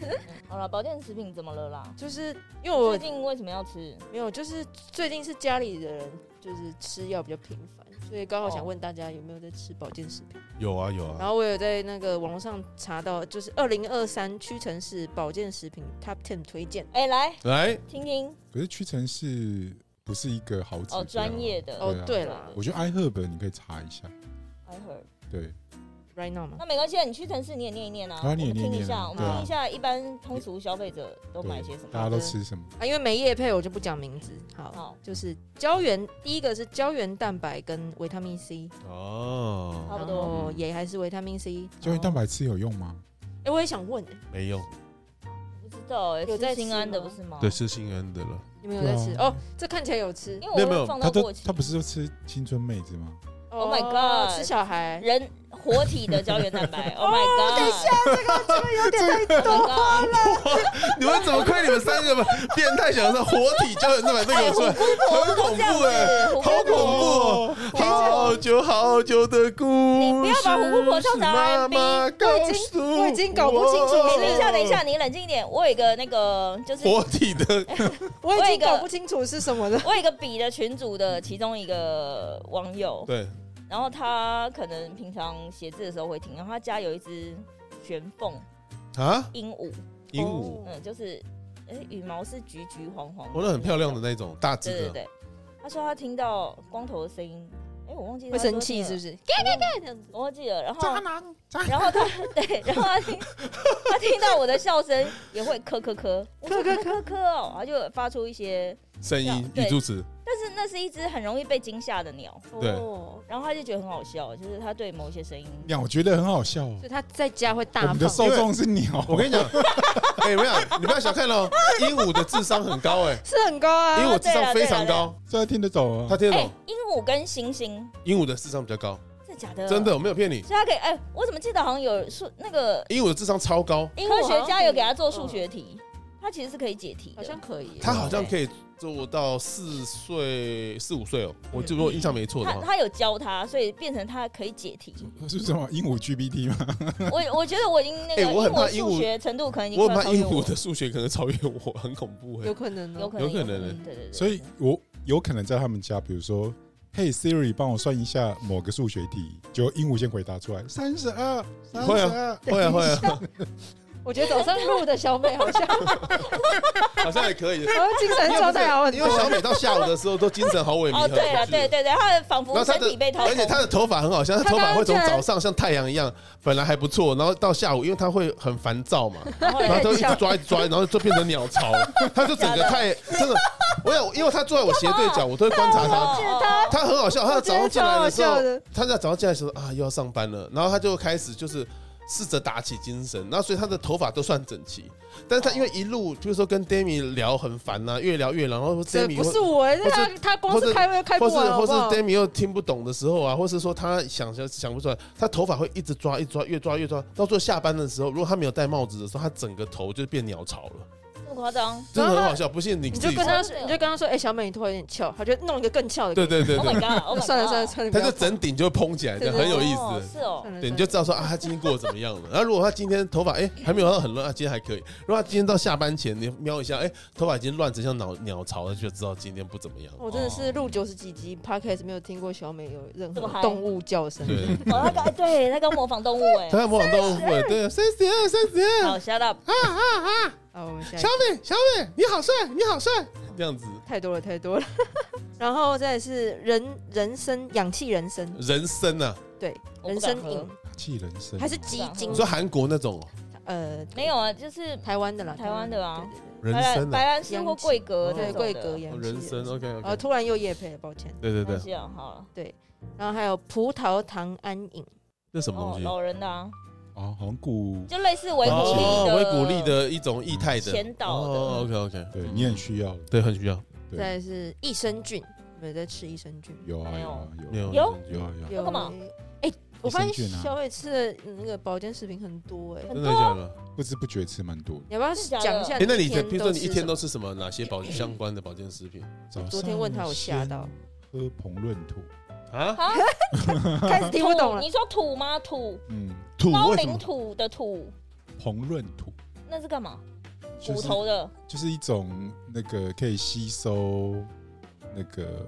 [SPEAKER 3] 好了，保健食品怎么了啦？
[SPEAKER 4] 就是因为我
[SPEAKER 3] 最近为什么要吃？
[SPEAKER 4] 没有，就是最近是家里的人就是吃药比较频繁，所以刚好想问大家有没有在吃保健食品。
[SPEAKER 2] 有啊有
[SPEAKER 4] 然
[SPEAKER 2] 啊，
[SPEAKER 4] 后我有在那个网络上查到，就是二零二三屈臣氏保健食品 Top Ten 推荐。
[SPEAKER 3] 哎，来
[SPEAKER 2] 来，
[SPEAKER 3] 听听
[SPEAKER 1] 可是屈臣氏不是一个好指标
[SPEAKER 3] 哦，专业。的
[SPEAKER 4] 哦
[SPEAKER 1] 对啊，
[SPEAKER 4] 对啦
[SPEAKER 1] 我觉得 iHerb 你可以查一下，
[SPEAKER 3] I heard。
[SPEAKER 1] 对，
[SPEAKER 4] r i g h t now 嘛
[SPEAKER 3] 那，没关系，啊你屈臣氏你也念一念啊，
[SPEAKER 1] 啊你也
[SPEAKER 3] 我们听
[SPEAKER 1] 念
[SPEAKER 3] 一
[SPEAKER 1] 一念
[SPEAKER 3] 下，
[SPEAKER 1] 啊
[SPEAKER 3] 我们
[SPEAKER 1] 对啊
[SPEAKER 3] 听一下一般通俗消费者都买些什
[SPEAKER 1] 大家
[SPEAKER 3] 么。哦
[SPEAKER 1] 都吃什么？
[SPEAKER 4] 啊，因为没叶配我就不讲名字。好，
[SPEAKER 3] 好
[SPEAKER 4] 就是胶原，第一个是胶原蛋白跟维他命 C，
[SPEAKER 2] 哦，
[SPEAKER 3] 差不
[SPEAKER 4] 然
[SPEAKER 3] 多
[SPEAKER 4] 后也还是维他命 C。
[SPEAKER 1] 胶原蛋
[SPEAKER 4] 白，
[SPEAKER 1] 白吃有用吗？
[SPEAKER 4] 哎、我也想问、
[SPEAKER 2] 没用，
[SPEAKER 3] 不知道哎，
[SPEAKER 4] 有在
[SPEAKER 3] 吃
[SPEAKER 4] 吃
[SPEAKER 3] 心安的
[SPEAKER 4] 吗
[SPEAKER 3] 不是吗？
[SPEAKER 2] 对，是心安的了。
[SPEAKER 4] 你们有在吃？
[SPEAKER 1] 对啊
[SPEAKER 4] 哦，这看起来有吃。
[SPEAKER 3] 因
[SPEAKER 2] 没有
[SPEAKER 3] 为我
[SPEAKER 2] 没有
[SPEAKER 3] 会放到
[SPEAKER 1] 他
[SPEAKER 3] 过
[SPEAKER 1] 都
[SPEAKER 3] 期
[SPEAKER 1] 他。不是都吃青春妹子吗？
[SPEAKER 4] 哦
[SPEAKER 3] my god
[SPEAKER 4] 吃小孩。
[SPEAKER 3] 人活体的胶原蛋 白，Oh my god！等一下， 这个这个有点太多了。
[SPEAKER 2] 你们怎么亏你们三个吧？变态想上活体胶原蛋白那个出来，很恐怖哎，
[SPEAKER 3] 是
[SPEAKER 2] 好恐怖！哦！好久好久的故事，
[SPEAKER 3] 你不要把虎姑婆唱成
[SPEAKER 2] 妈
[SPEAKER 3] R&B
[SPEAKER 2] 妈告诉
[SPEAKER 4] 我已经我已经搞不清楚了
[SPEAKER 2] 我
[SPEAKER 3] 等一下，等一下，，你冷静一点。我有一个那个，就是
[SPEAKER 2] 活体的
[SPEAKER 4] 我
[SPEAKER 3] 我
[SPEAKER 4] 已
[SPEAKER 3] 有
[SPEAKER 4] 经
[SPEAKER 3] 一个
[SPEAKER 4] 搞不清楚是什么了。
[SPEAKER 3] 我有一个比的群组的其中一个网友，
[SPEAKER 2] 对，
[SPEAKER 3] 然后他可能平常写字的时候会听，然后他家有一只玄凤
[SPEAKER 2] 啊，
[SPEAKER 3] 鹦鹉，
[SPEAKER 2] 鹦鹉，
[SPEAKER 3] 嗯，就是哎、羽毛是橘橘黄黄，
[SPEAKER 2] 我那很漂亮的，那种大只
[SPEAKER 3] 对对
[SPEAKER 2] 的，
[SPEAKER 3] 对。他说他听到光头的声音，哎、我忘记
[SPEAKER 4] 会生气是不
[SPEAKER 3] 是？
[SPEAKER 4] 是？
[SPEAKER 3] 我忘记了，然后
[SPEAKER 1] 渣男，渣
[SPEAKER 3] 然后他对，然后他听他听到我的笑声也会咳咳咳，我说咳咳咳哦，他就发出一些，
[SPEAKER 2] 声音
[SPEAKER 3] 对
[SPEAKER 2] 语助词，
[SPEAKER 3] 但是那是一只很容易被惊吓的鸟，
[SPEAKER 2] 对
[SPEAKER 4] 哦，
[SPEAKER 3] 然后他就觉得很好笑，就是他对某一些声音，
[SPEAKER 1] 鸟，我觉得很好笑哦
[SPEAKER 4] 所以。他在家会
[SPEAKER 1] 我
[SPEAKER 4] 大
[SPEAKER 1] 们的
[SPEAKER 4] 放。
[SPEAKER 1] 受众是鸟，
[SPEAKER 2] 我 跟你讲，哎，不要，你不要小看 哦，鹦鹉的智商很高哎，
[SPEAKER 4] 是很高啊，
[SPEAKER 2] 鹦鹉智
[SPEAKER 3] 对
[SPEAKER 2] 商
[SPEAKER 3] 啦
[SPEAKER 2] 非常
[SPEAKER 3] 对啦
[SPEAKER 2] 高，
[SPEAKER 1] 这听得懂
[SPEAKER 2] 他
[SPEAKER 1] 啊。
[SPEAKER 2] 听得
[SPEAKER 3] 哎、
[SPEAKER 2] 懂，
[SPEAKER 3] 鹦鹉跟猩猩，
[SPEAKER 2] 鹦鹉的智商比较高，
[SPEAKER 3] 这假的？
[SPEAKER 2] 真的，我没有骗你，
[SPEAKER 3] 所以他给哎、我怎么记得好像有数那个
[SPEAKER 2] 鹦鹉的智商超高，
[SPEAKER 3] 科学家有给他做数学题，他其实是可以解题的，
[SPEAKER 4] 好像可以。
[SPEAKER 2] 它好像可以做到四岁、四五岁哦，我就如果印象没错的
[SPEAKER 3] 嗯他
[SPEAKER 2] 话，
[SPEAKER 3] 他有教他，所以变成他可以解题。
[SPEAKER 1] 是什么鹦鹉 GPT 吗？
[SPEAKER 3] 我我觉得我已经那个，
[SPEAKER 2] 哎我很怕
[SPEAKER 3] 因为我
[SPEAKER 2] 鹦鹉
[SPEAKER 3] 数学程度可能已经
[SPEAKER 2] 我
[SPEAKER 3] 快
[SPEAKER 2] 很怕
[SPEAKER 3] 超越
[SPEAKER 2] 鹦
[SPEAKER 3] 我
[SPEAKER 2] 鹉的数学可能超越我，很恐怖哎
[SPEAKER 4] 有。可能哦，
[SPEAKER 3] 嗯有可能
[SPEAKER 2] 有可能
[SPEAKER 3] 对对对，
[SPEAKER 1] 所以我有可能在他们家，比如说。嘿 Siri，帮我算一下某个数学题。结果鹦鹉先回答出来三十二，三十
[SPEAKER 2] 会
[SPEAKER 1] 二，
[SPEAKER 2] 会啊会啊，
[SPEAKER 4] 我觉得早上录的小美好 像，
[SPEAKER 2] 好像也可以。
[SPEAKER 4] 好像精神状态好很
[SPEAKER 2] 因为
[SPEAKER 4] 多。
[SPEAKER 2] 小美到下午的时候都精神好萎靡，
[SPEAKER 3] 哦对了
[SPEAKER 2] 很
[SPEAKER 3] 对
[SPEAKER 2] 不
[SPEAKER 3] 对对，他仿
[SPEAKER 2] 然后
[SPEAKER 3] 佛
[SPEAKER 2] 她
[SPEAKER 3] 身
[SPEAKER 2] 的
[SPEAKER 3] 体被掏
[SPEAKER 2] 而且
[SPEAKER 3] 空
[SPEAKER 2] 她的头发很好笑，她
[SPEAKER 4] 她
[SPEAKER 2] 头发
[SPEAKER 4] 刚
[SPEAKER 2] 会从
[SPEAKER 4] 刚居然
[SPEAKER 2] 早上像太阳一样，本来还不错，然后到下午，因为她会很烦躁嘛，
[SPEAKER 3] 然后
[SPEAKER 2] 然后
[SPEAKER 3] 来
[SPEAKER 2] 都一直抓一直抓，然后就变成鸟巢了，她就整个太真的，我想，因为她坐在我斜对角，我都会观察她，
[SPEAKER 3] 他
[SPEAKER 2] 他很好笑，他早上进来的时候
[SPEAKER 4] 我觉得超好笑的，
[SPEAKER 2] 他在早上进来的时候啊，又要上班了，然后他就开始就是试着打起精神。那所以他的头发都算整齐，但是他因为一路就是说跟 Demi 聊很烦呐、越聊越聊，然后
[SPEAKER 4] 这
[SPEAKER 2] Demi
[SPEAKER 4] 不
[SPEAKER 2] 会
[SPEAKER 4] 是我，
[SPEAKER 2] 或
[SPEAKER 4] 那
[SPEAKER 2] 是
[SPEAKER 4] 他光是开会就开不
[SPEAKER 2] 或是
[SPEAKER 4] 完，好
[SPEAKER 2] 或
[SPEAKER 4] 不
[SPEAKER 2] 是
[SPEAKER 4] 好？
[SPEAKER 2] Demi 又听不懂的时候啊，或是说他想想想不出来，他头发会一直抓，一直抓，越抓越抓，到最后下班的时候，如果他没有戴帽子的时候，他整个头就变鸟巢了，
[SPEAKER 3] 哦这么夸张
[SPEAKER 2] 真的
[SPEAKER 4] 然后
[SPEAKER 2] 很
[SPEAKER 4] 他
[SPEAKER 2] 好笑。不信你
[SPEAKER 4] 你
[SPEAKER 2] 自
[SPEAKER 4] 就
[SPEAKER 2] 己
[SPEAKER 4] 跟
[SPEAKER 2] 看，
[SPEAKER 4] 他说，你就跟他说，哎，小美，你头发有点翘，他就弄一个更翘的。
[SPEAKER 2] 对对对
[SPEAKER 3] ？Oh
[SPEAKER 2] 对
[SPEAKER 3] my，god！Oh my god！
[SPEAKER 4] 算了算了算了，
[SPEAKER 2] 他
[SPEAKER 4] 不
[SPEAKER 2] 就
[SPEAKER 4] 要
[SPEAKER 2] 整顶就会蓬起来，这样
[SPEAKER 4] 对
[SPEAKER 2] 很有意
[SPEAKER 3] 哦
[SPEAKER 2] 思。
[SPEAKER 3] 是哦
[SPEAKER 4] 算，了
[SPEAKER 2] 对，你
[SPEAKER 4] 算
[SPEAKER 2] 就
[SPEAKER 4] 了
[SPEAKER 2] 知道说啊，他今天过得怎么样了。然后如果他今天头发哎、还没有到很乱，他今天还可以。如果他今天到下班前你瞄一下，哎、头发已经乱成像鸟鸟巢了，就知道今天不怎么样。
[SPEAKER 4] 我真的是录九十几集 podcast 没有听过小美有任
[SPEAKER 3] 这么
[SPEAKER 4] 何
[SPEAKER 3] 嗨
[SPEAKER 4] 动物叫声。
[SPEAKER 2] 对，
[SPEAKER 3] 哦，他刚对他刚模仿动物哎
[SPEAKER 2] 他，在模仿动物，对，三十二，三十二，
[SPEAKER 3] 好，shut up，
[SPEAKER 4] 好，啊我们下一
[SPEAKER 2] 小
[SPEAKER 4] 个
[SPEAKER 2] 美，小美，你好帅，你好帅，这样子，
[SPEAKER 4] 太多了太多了。 然后再来是人人生氧气人生，
[SPEAKER 2] 人生啊，
[SPEAKER 4] 对，
[SPEAKER 3] 我
[SPEAKER 4] 人
[SPEAKER 3] 不敢
[SPEAKER 4] 生
[SPEAKER 3] 喝
[SPEAKER 4] 饮
[SPEAKER 1] 气人生
[SPEAKER 4] 还是基金
[SPEAKER 2] 你说韩国那种哦
[SPEAKER 4] 呃
[SPEAKER 3] 没有啊，就是
[SPEAKER 4] 台湾的啦，
[SPEAKER 3] 台湾的啊
[SPEAKER 2] 人
[SPEAKER 4] 对对对
[SPEAKER 3] 白兰
[SPEAKER 2] 生
[SPEAKER 3] 白
[SPEAKER 2] 啊，
[SPEAKER 3] 兰氏或桂格
[SPEAKER 4] 对，
[SPEAKER 3] 那
[SPEAKER 4] 贵
[SPEAKER 3] 种
[SPEAKER 4] 格
[SPEAKER 3] 的，
[SPEAKER 4] 氧
[SPEAKER 2] 哦
[SPEAKER 4] 气
[SPEAKER 2] 人生，OK
[SPEAKER 4] 呃，
[SPEAKER 2] OK，
[SPEAKER 4] 突然又夜配了，抱歉。
[SPEAKER 2] 对对
[SPEAKER 3] 没
[SPEAKER 2] 对
[SPEAKER 3] 关，系啊，好了，
[SPEAKER 4] 然后还有葡萄糖胺饮，
[SPEAKER 2] 那什么
[SPEAKER 3] 哦
[SPEAKER 2] 东，西？
[SPEAKER 3] 老人的啊，
[SPEAKER 1] 哦，好像古
[SPEAKER 3] 就类似维骨力
[SPEAKER 2] 哦
[SPEAKER 3] 的
[SPEAKER 2] 维骨力的一种液态的，
[SPEAKER 3] 前导
[SPEAKER 2] 哦
[SPEAKER 3] 的，
[SPEAKER 2] ，OK OK，
[SPEAKER 1] 对你很需要，
[SPEAKER 2] 对，很需要，
[SPEAKER 1] 对
[SPEAKER 4] 再来是益生菌，有没有在吃益生菌？
[SPEAKER 1] 有啊
[SPEAKER 3] 没
[SPEAKER 1] 有
[SPEAKER 3] 有
[SPEAKER 1] 啊
[SPEAKER 2] 没
[SPEAKER 1] 有
[SPEAKER 2] 有
[SPEAKER 3] 有
[SPEAKER 1] 有啊有啊，
[SPEAKER 4] 有
[SPEAKER 3] 干嘛？
[SPEAKER 4] 哎，我发
[SPEAKER 1] 益生
[SPEAKER 4] 现
[SPEAKER 1] 菌啊
[SPEAKER 4] 小伟吃的那个保健食品很多哎，
[SPEAKER 2] 真的
[SPEAKER 3] 啊
[SPEAKER 2] 假的？
[SPEAKER 1] 不知不觉吃蛮多的。
[SPEAKER 4] 你要不要
[SPEAKER 3] 真的假的
[SPEAKER 4] 讲一下？
[SPEAKER 2] 哎，那你的，比如说你一天都
[SPEAKER 4] 吃
[SPEAKER 2] 吃什么？哪些保相关的保健食品
[SPEAKER 1] 早上
[SPEAKER 4] 昨天问他我吓到
[SPEAKER 1] 先喝膨润土，
[SPEAKER 2] 啊？
[SPEAKER 3] 啊，
[SPEAKER 4] 什么开始听不懂了
[SPEAKER 3] 土。你说土吗？土
[SPEAKER 1] 嗯，
[SPEAKER 2] 土
[SPEAKER 3] 高
[SPEAKER 2] 为什
[SPEAKER 3] 岭
[SPEAKER 2] 么？
[SPEAKER 3] 土的土，
[SPEAKER 1] 膨润土
[SPEAKER 3] 那是干嘛？
[SPEAKER 1] 就
[SPEAKER 3] 骨
[SPEAKER 1] 是
[SPEAKER 3] 头的
[SPEAKER 1] 就是一种那个可以吸收那个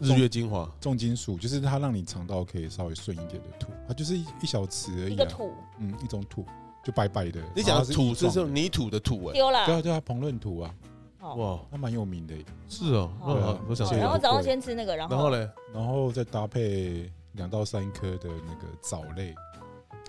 [SPEAKER 2] 日月精华，
[SPEAKER 1] 重金属，就是它让你肠道可以稍微顺一点的土，它就是一一小匙而
[SPEAKER 3] 一
[SPEAKER 1] 已
[SPEAKER 3] 个
[SPEAKER 1] 啊，
[SPEAKER 3] 土
[SPEAKER 1] 嗯，一种土就白白的。
[SPEAKER 2] 你讲
[SPEAKER 1] 然后
[SPEAKER 2] 的
[SPEAKER 1] 它
[SPEAKER 2] 土
[SPEAKER 1] 是
[SPEAKER 2] 这
[SPEAKER 1] 一
[SPEAKER 2] 是
[SPEAKER 1] 种的
[SPEAKER 2] 泥土的土哎，
[SPEAKER 3] 丢啦
[SPEAKER 1] 对，啊对啊，膨润土啊，
[SPEAKER 3] 哦
[SPEAKER 2] 哇，
[SPEAKER 1] 它蛮有名的耶。
[SPEAKER 2] 是哦，那
[SPEAKER 1] 对
[SPEAKER 2] 我
[SPEAKER 1] 啊
[SPEAKER 2] 我想
[SPEAKER 3] 哦
[SPEAKER 1] 这
[SPEAKER 2] 说
[SPEAKER 1] 个
[SPEAKER 3] 然后
[SPEAKER 1] 很
[SPEAKER 3] 早上
[SPEAKER 1] 贵
[SPEAKER 3] 先吃那个，然
[SPEAKER 2] 然后
[SPEAKER 3] 后
[SPEAKER 2] 嘞
[SPEAKER 1] 然后再搭配两到三颗的那个藻类，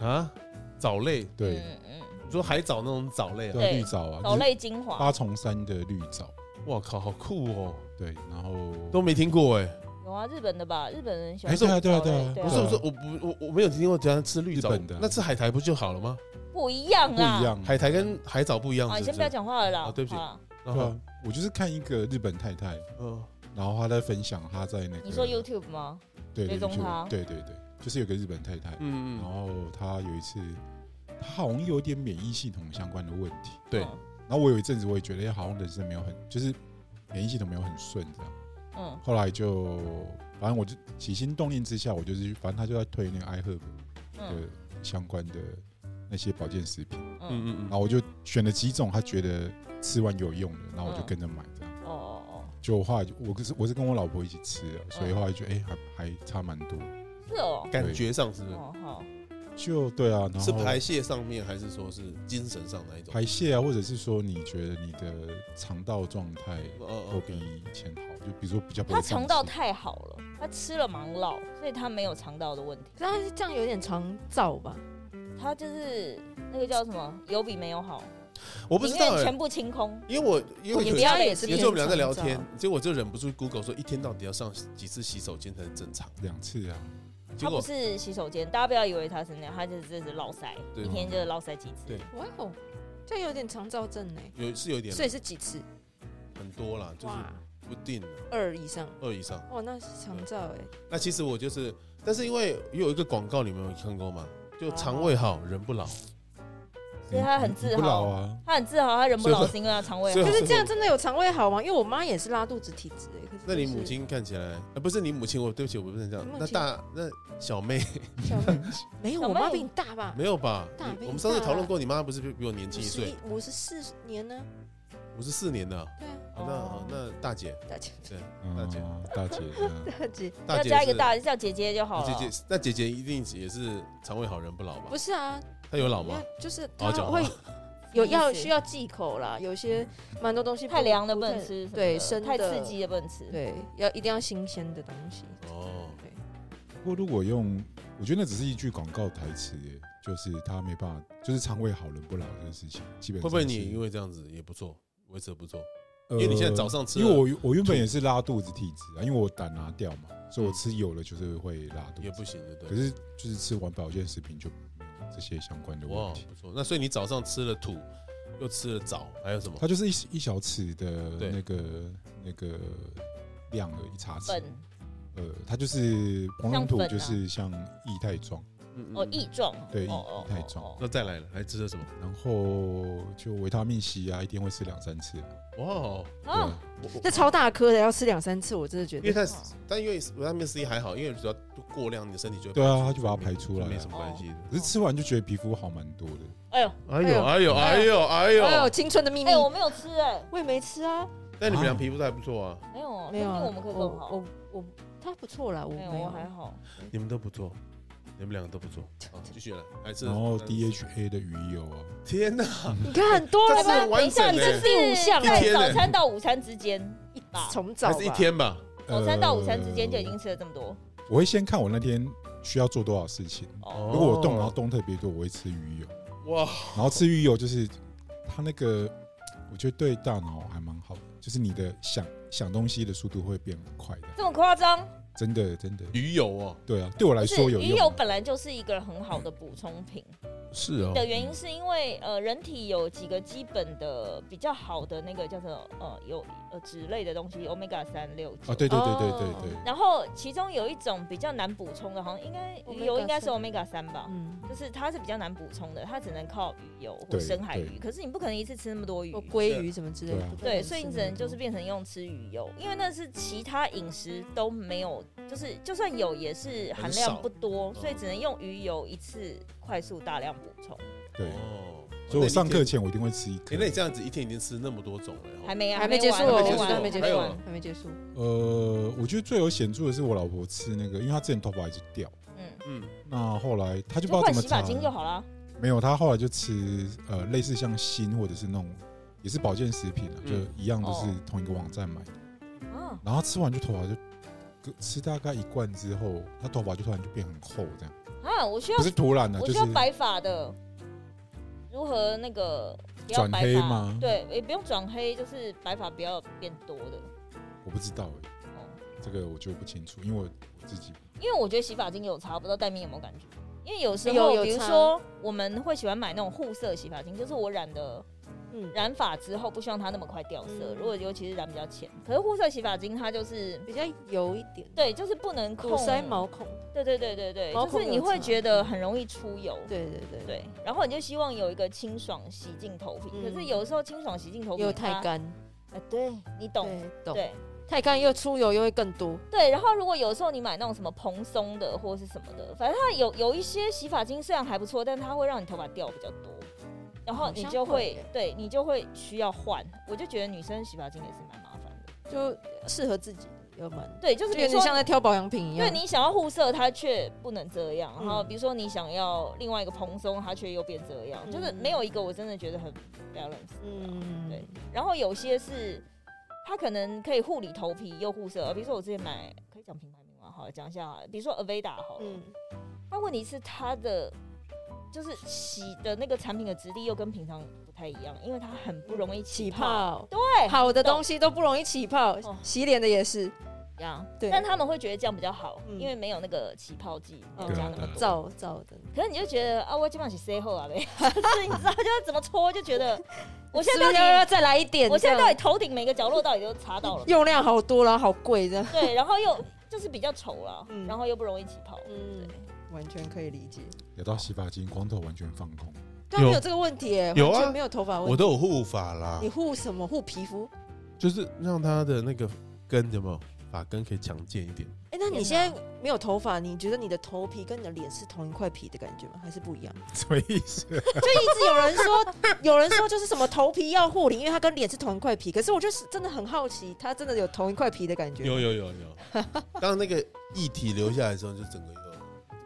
[SPEAKER 2] 啊，藻类，
[SPEAKER 1] 对，
[SPEAKER 3] 嗯嗯，
[SPEAKER 2] 你说海藻那种藻类啊，
[SPEAKER 1] 对啊
[SPEAKER 3] 对
[SPEAKER 1] 绿藻啊，
[SPEAKER 3] 藻
[SPEAKER 1] 就是
[SPEAKER 3] 类精华
[SPEAKER 1] 八重山的绿藻，
[SPEAKER 2] 哇靠，好酷哦，
[SPEAKER 1] 对，然后
[SPEAKER 2] 都没听过哎。
[SPEAKER 3] 有啊，日本的吧，日本人喜
[SPEAKER 1] 哎
[SPEAKER 3] 欢
[SPEAKER 1] 对
[SPEAKER 3] 吃藻
[SPEAKER 1] 啊
[SPEAKER 3] 类。
[SPEAKER 1] 对啊对啊啊
[SPEAKER 2] 不是不是，我不我我没有听过讲吃绿藻
[SPEAKER 1] 日本的啊嗯
[SPEAKER 2] 那吃海苔不就好了吗？
[SPEAKER 3] 不一样啊
[SPEAKER 1] 不
[SPEAKER 3] 啦，
[SPEAKER 1] 一样，
[SPEAKER 2] 海苔跟海藻不一样
[SPEAKER 3] 啊！
[SPEAKER 2] 是
[SPEAKER 3] 你
[SPEAKER 2] 是
[SPEAKER 3] 先不要，讲话了
[SPEAKER 2] 啊
[SPEAKER 3] 啦，
[SPEAKER 2] 对不起
[SPEAKER 3] 好啦
[SPEAKER 2] 然
[SPEAKER 1] 对
[SPEAKER 2] 后
[SPEAKER 1] 啊，我就是看一个日本太太，
[SPEAKER 2] 嗯，
[SPEAKER 1] 然后她在分享她在那个
[SPEAKER 3] 你说 YouTube 吗？
[SPEAKER 1] 对
[SPEAKER 3] 追踪
[SPEAKER 1] YouTube，
[SPEAKER 3] 她
[SPEAKER 1] 对对对，就是有个日本太太，
[SPEAKER 2] 嗯
[SPEAKER 1] 然
[SPEAKER 2] 嗯，
[SPEAKER 1] 后她有一次，她好像有点免疫系统相关的问题，
[SPEAKER 2] 对
[SPEAKER 3] 嗯
[SPEAKER 1] 然后我有一阵子我也觉得哎好像人生没有很，就是免疫系统没有很顺这样，
[SPEAKER 3] 嗯，
[SPEAKER 1] 后来就反正我就起心动念之下，我就是反正她就在推那个 iHerb
[SPEAKER 3] 嗯
[SPEAKER 1] 的相关的那些保健食品，
[SPEAKER 2] 嗯
[SPEAKER 3] 嗯
[SPEAKER 2] 嗯
[SPEAKER 1] 然
[SPEAKER 2] 嗯，
[SPEAKER 1] 后我就选了几种她觉得吃完有用的，然后我就
[SPEAKER 3] 嗯
[SPEAKER 1] 跟着买这样。
[SPEAKER 3] 哦哦
[SPEAKER 1] 就后来就我是我是跟我老婆一起吃的，所以后来就哎、还还差蛮多，
[SPEAKER 3] 哦，是哦，
[SPEAKER 2] 感觉上是不是？
[SPEAKER 3] 哦好，
[SPEAKER 1] 就对啊，然后
[SPEAKER 2] 是排泄上面，还是说是精神上那一种？
[SPEAKER 1] 排泄啊，或者是说你觉得你的肠道状态
[SPEAKER 2] 哦
[SPEAKER 1] 都
[SPEAKER 2] 哦
[SPEAKER 1] 比以前好，就比如说比较不会
[SPEAKER 3] 他
[SPEAKER 1] 胀气
[SPEAKER 3] 肠道太好了，他吃了蛮老，所以他没有肠道的问题，
[SPEAKER 4] 可是他这样有点长照吧？
[SPEAKER 3] 他就是那个叫什么，有比没有好，
[SPEAKER 2] 我不知道
[SPEAKER 3] 宁愿
[SPEAKER 2] 哎
[SPEAKER 3] 全，部清空，
[SPEAKER 2] 因为我因为
[SPEAKER 3] 你
[SPEAKER 2] 有
[SPEAKER 3] 不
[SPEAKER 2] 一
[SPEAKER 3] 要累
[SPEAKER 2] 有时
[SPEAKER 4] 变
[SPEAKER 2] 候我们俩在聊
[SPEAKER 4] 长
[SPEAKER 2] 天
[SPEAKER 4] 照，
[SPEAKER 2] 结果我就忍不住 Google 说一天到底要上几次洗手间才是正常？
[SPEAKER 1] 两次啊，
[SPEAKER 2] 结
[SPEAKER 3] 他不
[SPEAKER 2] 果
[SPEAKER 3] 是洗手间，大家不要以为他是那样，他就是这是落塞，
[SPEAKER 2] 对哦
[SPEAKER 3] 一天就是落塞几次
[SPEAKER 2] 对，
[SPEAKER 4] 哇哦，这样有点长照症呢。
[SPEAKER 2] 有是有点
[SPEAKER 4] 所以是几次？
[SPEAKER 2] 很多啦，就是
[SPEAKER 4] 哇，
[SPEAKER 2] 不定的
[SPEAKER 4] 二以上。
[SPEAKER 2] 二以上。
[SPEAKER 4] 哇，那是长照哎。
[SPEAKER 2] 那其实我就是，但是因为有一个广告，你们有看过吗？就肠胃好人不老，
[SPEAKER 3] 所以他很自
[SPEAKER 1] 你不老
[SPEAKER 3] 豪，
[SPEAKER 1] 啊，
[SPEAKER 3] 他很自豪，他人不
[SPEAKER 2] 所
[SPEAKER 3] 老
[SPEAKER 2] 以
[SPEAKER 3] 是因为他肠胃
[SPEAKER 2] 所以
[SPEAKER 3] 好
[SPEAKER 4] 可是这样真的有肠胃好吗？因为我妈也是拉肚子体质哎。可是
[SPEAKER 2] 那你
[SPEAKER 4] 就是
[SPEAKER 2] 母亲看起来，呃，不是你母亲，我对不起，我不能这样
[SPEAKER 4] 你。母
[SPEAKER 2] 那
[SPEAKER 4] 亲
[SPEAKER 2] 大那小妹
[SPEAKER 4] 小妹没有，我妈比你大吧？
[SPEAKER 2] 没有吧
[SPEAKER 4] 大？
[SPEAKER 2] 你
[SPEAKER 4] 比
[SPEAKER 2] 我们
[SPEAKER 4] 你
[SPEAKER 2] 上次
[SPEAKER 4] 大
[SPEAKER 2] 讨论
[SPEAKER 4] 啦
[SPEAKER 2] 过，你妈不是比比我年轻一
[SPEAKER 4] 五十
[SPEAKER 2] 岁
[SPEAKER 4] 一，，五十四年呢？
[SPEAKER 2] 五十四年的啊。
[SPEAKER 4] 对啊，
[SPEAKER 2] 啊那
[SPEAKER 3] 哦
[SPEAKER 2] 那大姐，
[SPEAKER 4] 大姐，
[SPEAKER 1] 嗯
[SPEAKER 2] 大姐
[SPEAKER 1] 大姐嗯
[SPEAKER 4] 大姐，
[SPEAKER 2] 大
[SPEAKER 3] 要
[SPEAKER 2] 姐
[SPEAKER 3] 加一个
[SPEAKER 2] 是
[SPEAKER 3] 大，啊叫姐姐就好了。
[SPEAKER 2] 姐姐，那姐姐一定也是肠胃好人不老吧
[SPEAKER 4] 不？是啊，
[SPEAKER 2] 她有老
[SPEAKER 4] 因
[SPEAKER 2] 吗
[SPEAKER 4] 为？就是
[SPEAKER 2] 好
[SPEAKER 4] 她
[SPEAKER 2] 讲话
[SPEAKER 4] 会有要
[SPEAKER 3] 意思
[SPEAKER 4] 需要忌口啦，有些
[SPEAKER 2] 嗯
[SPEAKER 4] 蛮多东西不
[SPEAKER 3] 太凉的不能
[SPEAKER 4] 太
[SPEAKER 3] 吃什么的，
[SPEAKER 4] 对生
[SPEAKER 3] 太
[SPEAKER 4] 的
[SPEAKER 3] 刺激的不能吃。，
[SPEAKER 4] 对，要一定要新鲜的东西。
[SPEAKER 1] 嗯
[SPEAKER 2] 哦，
[SPEAKER 1] 不过如果用，我觉得那只是一句广告台词耶，就是他没办法，就是肠胃好人不老这件事情，基本
[SPEAKER 2] 会
[SPEAKER 1] 上
[SPEAKER 2] 不会
[SPEAKER 1] 是
[SPEAKER 2] 你因为这样子也不错，维持得不错？
[SPEAKER 1] 因
[SPEAKER 2] 因为你现在早上吃
[SPEAKER 1] 呃因
[SPEAKER 2] 了
[SPEAKER 1] 为我我原本也是拉肚子体质啊，因为我胆拿掉嘛，所以我吃有了就是会拉肚子，
[SPEAKER 2] 也不行，对不
[SPEAKER 1] 可
[SPEAKER 2] 对？
[SPEAKER 1] 是就是吃完保健食品就没有这些相关的
[SPEAKER 2] 哇
[SPEAKER 1] 问题。
[SPEAKER 2] 不错。那所以你早上吃了土，又吃了枣，还有什么？
[SPEAKER 1] 它就是一一小匙的
[SPEAKER 2] 对
[SPEAKER 1] 那个那个量而已，一茶匙
[SPEAKER 3] 粉。
[SPEAKER 1] 呃，它就是黄龙土，
[SPEAKER 3] 像粉啊
[SPEAKER 1] 就是像液态状，
[SPEAKER 2] 嗯
[SPEAKER 3] 哦，异状，
[SPEAKER 1] 对，液
[SPEAKER 3] 哦哦
[SPEAKER 1] 态状。
[SPEAKER 2] 那再来了，还吃了什么？
[SPEAKER 1] 然后就维他命 C 啊，一天会吃两三次。啊
[SPEAKER 2] 哇，我
[SPEAKER 3] 哦，
[SPEAKER 2] 我
[SPEAKER 4] 这超大颗的，要吃两三次，我真的觉
[SPEAKER 2] 因为
[SPEAKER 4] 得。
[SPEAKER 2] 它，但因为维他命 C 还好，因为只要过量，你的身体就会
[SPEAKER 1] 对啊，它就
[SPEAKER 2] 出
[SPEAKER 1] 把它排出来
[SPEAKER 2] 就没什
[SPEAKER 1] 啊。
[SPEAKER 2] 么关系的。
[SPEAKER 1] 可是吃完就觉得皮肤好蛮多的。
[SPEAKER 3] 哎呦，
[SPEAKER 2] 哎呦哦哎呦哎呦哎
[SPEAKER 4] 哎呦，
[SPEAKER 2] 呦！
[SPEAKER 4] 青春的秘密
[SPEAKER 3] 哎，，我没有吃哎，
[SPEAKER 4] 我也没吃啊，
[SPEAKER 2] 但你们俩皮肤都还不错啊，
[SPEAKER 3] 没有啊，
[SPEAKER 4] 没有
[SPEAKER 3] 说
[SPEAKER 4] 啊。
[SPEAKER 3] 不定我们可以更好。
[SPEAKER 4] 我我我他不错啦，我
[SPEAKER 3] 没有，
[SPEAKER 4] 没
[SPEAKER 3] 我
[SPEAKER 4] 有。
[SPEAKER 3] 还好。
[SPEAKER 2] 你们都不错，你们两个都不错。好，继续来，还吃了
[SPEAKER 1] 然
[SPEAKER 2] 什么。
[SPEAKER 1] 后 DHA 的鱼油啊，
[SPEAKER 2] 天哪，
[SPEAKER 4] 你看很多啊
[SPEAKER 2] 这
[SPEAKER 4] 了
[SPEAKER 2] 是
[SPEAKER 4] 吧
[SPEAKER 2] 很？
[SPEAKER 3] 等
[SPEAKER 2] 完
[SPEAKER 3] 一下，
[SPEAKER 2] 整
[SPEAKER 3] 你
[SPEAKER 2] 的
[SPEAKER 3] 这
[SPEAKER 2] 欸，
[SPEAKER 4] 四
[SPEAKER 3] 是
[SPEAKER 4] 五项
[SPEAKER 3] 在
[SPEAKER 2] 一天欸
[SPEAKER 3] 早餐到午餐之间一把，
[SPEAKER 4] 从早
[SPEAKER 2] 还
[SPEAKER 4] 吧
[SPEAKER 2] 是一，天吧？
[SPEAKER 3] 早餐哦到午餐
[SPEAKER 1] 呃
[SPEAKER 3] 之间就已经吃了这么多。
[SPEAKER 1] 我会先看我那天需要做多少事情。
[SPEAKER 2] 哦
[SPEAKER 1] 如果我动，然后动特别多，我会吃鱼油。
[SPEAKER 2] 哇，
[SPEAKER 1] 然后吃鱼油就是它那个，我觉得对大脑还蛮好的，就是你的想想东西的速度会变快的。
[SPEAKER 3] 这么夸张？
[SPEAKER 1] 真的，真的，
[SPEAKER 2] 鱼油哦，
[SPEAKER 1] 对啊，对我来
[SPEAKER 3] 不是
[SPEAKER 1] 说有
[SPEAKER 3] 鱼油
[SPEAKER 1] 用啊。
[SPEAKER 3] 本来就是一个很好的补充品
[SPEAKER 2] 是哦
[SPEAKER 3] 的原因，是因为呃，人体有几个基本的比较好的那个叫做呃有呃脂类的东西，omega 三六
[SPEAKER 1] 哦，对对对对对对，
[SPEAKER 3] 然后其中有一种比较难补充的，好像应该鱼油
[SPEAKER 4] Omega
[SPEAKER 3] 应该是
[SPEAKER 4] 三
[SPEAKER 3] omega 三吧，
[SPEAKER 4] 嗯，
[SPEAKER 3] 就是它是比较难补充的，它只能靠鱼油或
[SPEAKER 1] 对
[SPEAKER 3] 深海
[SPEAKER 1] 对
[SPEAKER 3] 鱼。可是你不可能一次吃那么多鱼
[SPEAKER 4] 或，鲑鱼什么之类
[SPEAKER 1] 对啊
[SPEAKER 4] 的。不
[SPEAKER 3] 嗯对，
[SPEAKER 4] 能
[SPEAKER 3] 所以
[SPEAKER 4] 吃
[SPEAKER 3] 你只
[SPEAKER 4] 那
[SPEAKER 3] 能
[SPEAKER 4] 么
[SPEAKER 3] 就是
[SPEAKER 4] 多
[SPEAKER 3] 变成用吃鱼油，因为那是其他饮食都没有，就是就算有也是含
[SPEAKER 2] 很
[SPEAKER 3] 量
[SPEAKER 2] 少
[SPEAKER 3] 不多，所以
[SPEAKER 2] 嗯
[SPEAKER 3] 只能用鱼油一次快速大量补充。
[SPEAKER 1] 对。
[SPEAKER 2] 哦，
[SPEAKER 1] 所以我上课
[SPEAKER 2] 哎，
[SPEAKER 1] 前我一定会吃一颗
[SPEAKER 2] 那。你这样子一天已经吃那么多种了，
[SPEAKER 3] 还没啊，
[SPEAKER 4] 还没结束
[SPEAKER 3] 完
[SPEAKER 4] 哦，
[SPEAKER 2] 还
[SPEAKER 4] 我
[SPEAKER 2] 没
[SPEAKER 4] 觉
[SPEAKER 3] 完
[SPEAKER 4] 得还
[SPEAKER 2] 还
[SPEAKER 4] 没
[SPEAKER 2] 没
[SPEAKER 4] 结
[SPEAKER 2] 结
[SPEAKER 4] 束
[SPEAKER 2] 束
[SPEAKER 4] 完，还没结束。
[SPEAKER 1] 呃，我觉得最有显著的是我老婆吃那个，因为她之前头发一直掉，
[SPEAKER 3] 嗯，
[SPEAKER 2] 嗯，
[SPEAKER 1] 那后来她就不知
[SPEAKER 3] 就
[SPEAKER 1] 道
[SPEAKER 3] 换
[SPEAKER 1] 怎么
[SPEAKER 3] 洗发
[SPEAKER 1] 擦，
[SPEAKER 3] 精就好啦。
[SPEAKER 1] 没有，她后来就吃呃类似像锌或者是那种也是保健食品啊，就
[SPEAKER 2] 嗯
[SPEAKER 1] 一样都
[SPEAKER 3] 哦
[SPEAKER 1] 是同一个网站买的，
[SPEAKER 3] 啊，
[SPEAKER 1] 然后她吃完就头发就。吃大概一罐之后，她头发就突然就变很厚，这样
[SPEAKER 3] 啊，我需要
[SPEAKER 1] 不是突然的、
[SPEAKER 3] 我
[SPEAKER 1] 就
[SPEAKER 3] 需
[SPEAKER 1] 是
[SPEAKER 3] 要白发的，如何那个不要
[SPEAKER 1] 转
[SPEAKER 3] 白
[SPEAKER 1] 黑
[SPEAKER 3] 发
[SPEAKER 1] 吗
[SPEAKER 3] 对，也不用转黑，就是白发不要变多的。
[SPEAKER 1] 我不知道哎、
[SPEAKER 3] 哦，
[SPEAKER 1] 这个我就不清楚，因为我我自己
[SPEAKER 3] 因为我觉得洗发精有差，不知道戴明有没有感觉？因为有时
[SPEAKER 4] 有
[SPEAKER 3] 候，
[SPEAKER 4] 有
[SPEAKER 3] 比如
[SPEAKER 4] 差
[SPEAKER 3] 说我们会喜欢买那种护色洗发精，就是我染的
[SPEAKER 4] 嗯，
[SPEAKER 3] 染发之后不希望它那么快掉色，
[SPEAKER 4] 嗯
[SPEAKER 3] 如果尤其是染比较浅。可是护色洗发精它就是
[SPEAKER 4] 比较油一点，
[SPEAKER 3] 对，就是不能控
[SPEAKER 4] 堵塞毛孔。
[SPEAKER 3] 对对对对对，
[SPEAKER 4] 毛
[SPEAKER 3] 就是
[SPEAKER 4] 孔
[SPEAKER 3] 你
[SPEAKER 4] 有
[SPEAKER 3] 会
[SPEAKER 4] 差
[SPEAKER 3] 觉得很容易出油。
[SPEAKER 4] 对对对，
[SPEAKER 3] 对，然后你就希望有一个清爽洗净头皮，
[SPEAKER 4] 嗯
[SPEAKER 3] 可是有时候清爽洗净头皮
[SPEAKER 4] 又
[SPEAKER 3] 它
[SPEAKER 4] 太，干，
[SPEAKER 3] 哎，对你懂，
[SPEAKER 4] 对懂，
[SPEAKER 3] 对
[SPEAKER 4] 太干又出油又会更多。
[SPEAKER 3] 对。然后如果有时候你买那种什么蓬松的或是什么的，反正它有有一些洗发精虽然还不错，但它会让你头发掉比较多，然后
[SPEAKER 4] 好
[SPEAKER 3] 你
[SPEAKER 4] 像
[SPEAKER 3] 就
[SPEAKER 4] 会
[SPEAKER 3] 会
[SPEAKER 4] 耶
[SPEAKER 3] 对你就会需要换。我就觉得女生洗发精也是蛮麻烦的，
[SPEAKER 4] 就适合自己，要蛮
[SPEAKER 3] 对，就是
[SPEAKER 4] 就
[SPEAKER 3] 比
[SPEAKER 4] 有
[SPEAKER 3] 如
[SPEAKER 4] 点像
[SPEAKER 3] 说。
[SPEAKER 4] 在挑保养品一
[SPEAKER 3] 因为
[SPEAKER 4] 样。
[SPEAKER 3] 你想要护色，它却不能这样；然后
[SPEAKER 4] 嗯
[SPEAKER 3] 比如说你想要另外一个蓬松，它却又变这样，就是
[SPEAKER 4] 嗯
[SPEAKER 3] 没有一个我真的觉得很 balance。
[SPEAKER 4] 嗯，
[SPEAKER 3] 对然后有些是它可能可以护理头皮又护色，比如说我之前买可以讲品牌名吗？好，讲一下好了，比如说 Aveda 好了，
[SPEAKER 4] 嗯，
[SPEAKER 3] 那、问题是它的就是洗的那个产品的质地又跟平常不太一样，因为它很不容易
[SPEAKER 4] 起
[SPEAKER 3] 起泡。
[SPEAKER 4] 泡，
[SPEAKER 3] 对，
[SPEAKER 4] 好的东西都不容易起泡
[SPEAKER 3] 哦，
[SPEAKER 4] 洗脸的也是，
[SPEAKER 3] 一样，
[SPEAKER 4] 对
[SPEAKER 3] 但他们会觉得这样比较好，
[SPEAKER 4] 嗯
[SPEAKER 3] 因为没有那个起泡剂，没有
[SPEAKER 4] 对啊
[SPEAKER 3] 加那么
[SPEAKER 1] 对啊
[SPEAKER 3] 多。
[SPEAKER 4] 燥燥的。
[SPEAKER 3] 可是你就觉得啊，我基本上是 C 后啊 呗，就是你知道，就是怎么搓就觉得，我现在到
[SPEAKER 4] 是不啊是要
[SPEAKER 3] 底，
[SPEAKER 4] 再来一点，
[SPEAKER 3] 我现在
[SPEAKER 4] 这
[SPEAKER 3] 到
[SPEAKER 4] 样
[SPEAKER 3] 底头顶每个角落到底都擦到了。
[SPEAKER 4] 用量好多，然后好贵，这样，
[SPEAKER 3] 对，然后又就是比较丑啦，
[SPEAKER 4] 嗯
[SPEAKER 3] 然后又不容易起泡。
[SPEAKER 4] 嗯，完全可以理解。
[SPEAKER 1] 聊到洗发精，光头完全放空。
[SPEAKER 4] 对啊，没有这个问题耶，
[SPEAKER 2] 有啊
[SPEAKER 4] 完全没有头
[SPEAKER 3] 哦
[SPEAKER 4] 发问
[SPEAKER 2] 我
[SPEAKER 4] 题。
[SPEAKER 2] 都有护发啦
[SPEAKER 4] 你，护什么？护皮肤？
[SPEAKER 2] 就是让它的那个根有没有发根可以强健一点。
[SPEAKER 4] 哎，那你
[SPEAKER 3] 天
[SPEAKER 4] 现
[SPEAKER 3] 哪
[SPEAKER 4] 在没有头发，你觉得你的头皮跟你的脸是同一块皮的感觉吗？还是不一样？
[SPEAKER 1] 什么意思？
[SPEAKER 4] 就一直有人说，有人说就是什么头皮要护理，因为它跟脸是同一块皮。可是我就是真的很好奇，它真的有同一块皮的感觉吗？
[SPEAKER 2] 有有有 有，当那个液体流下来之后，就整个有。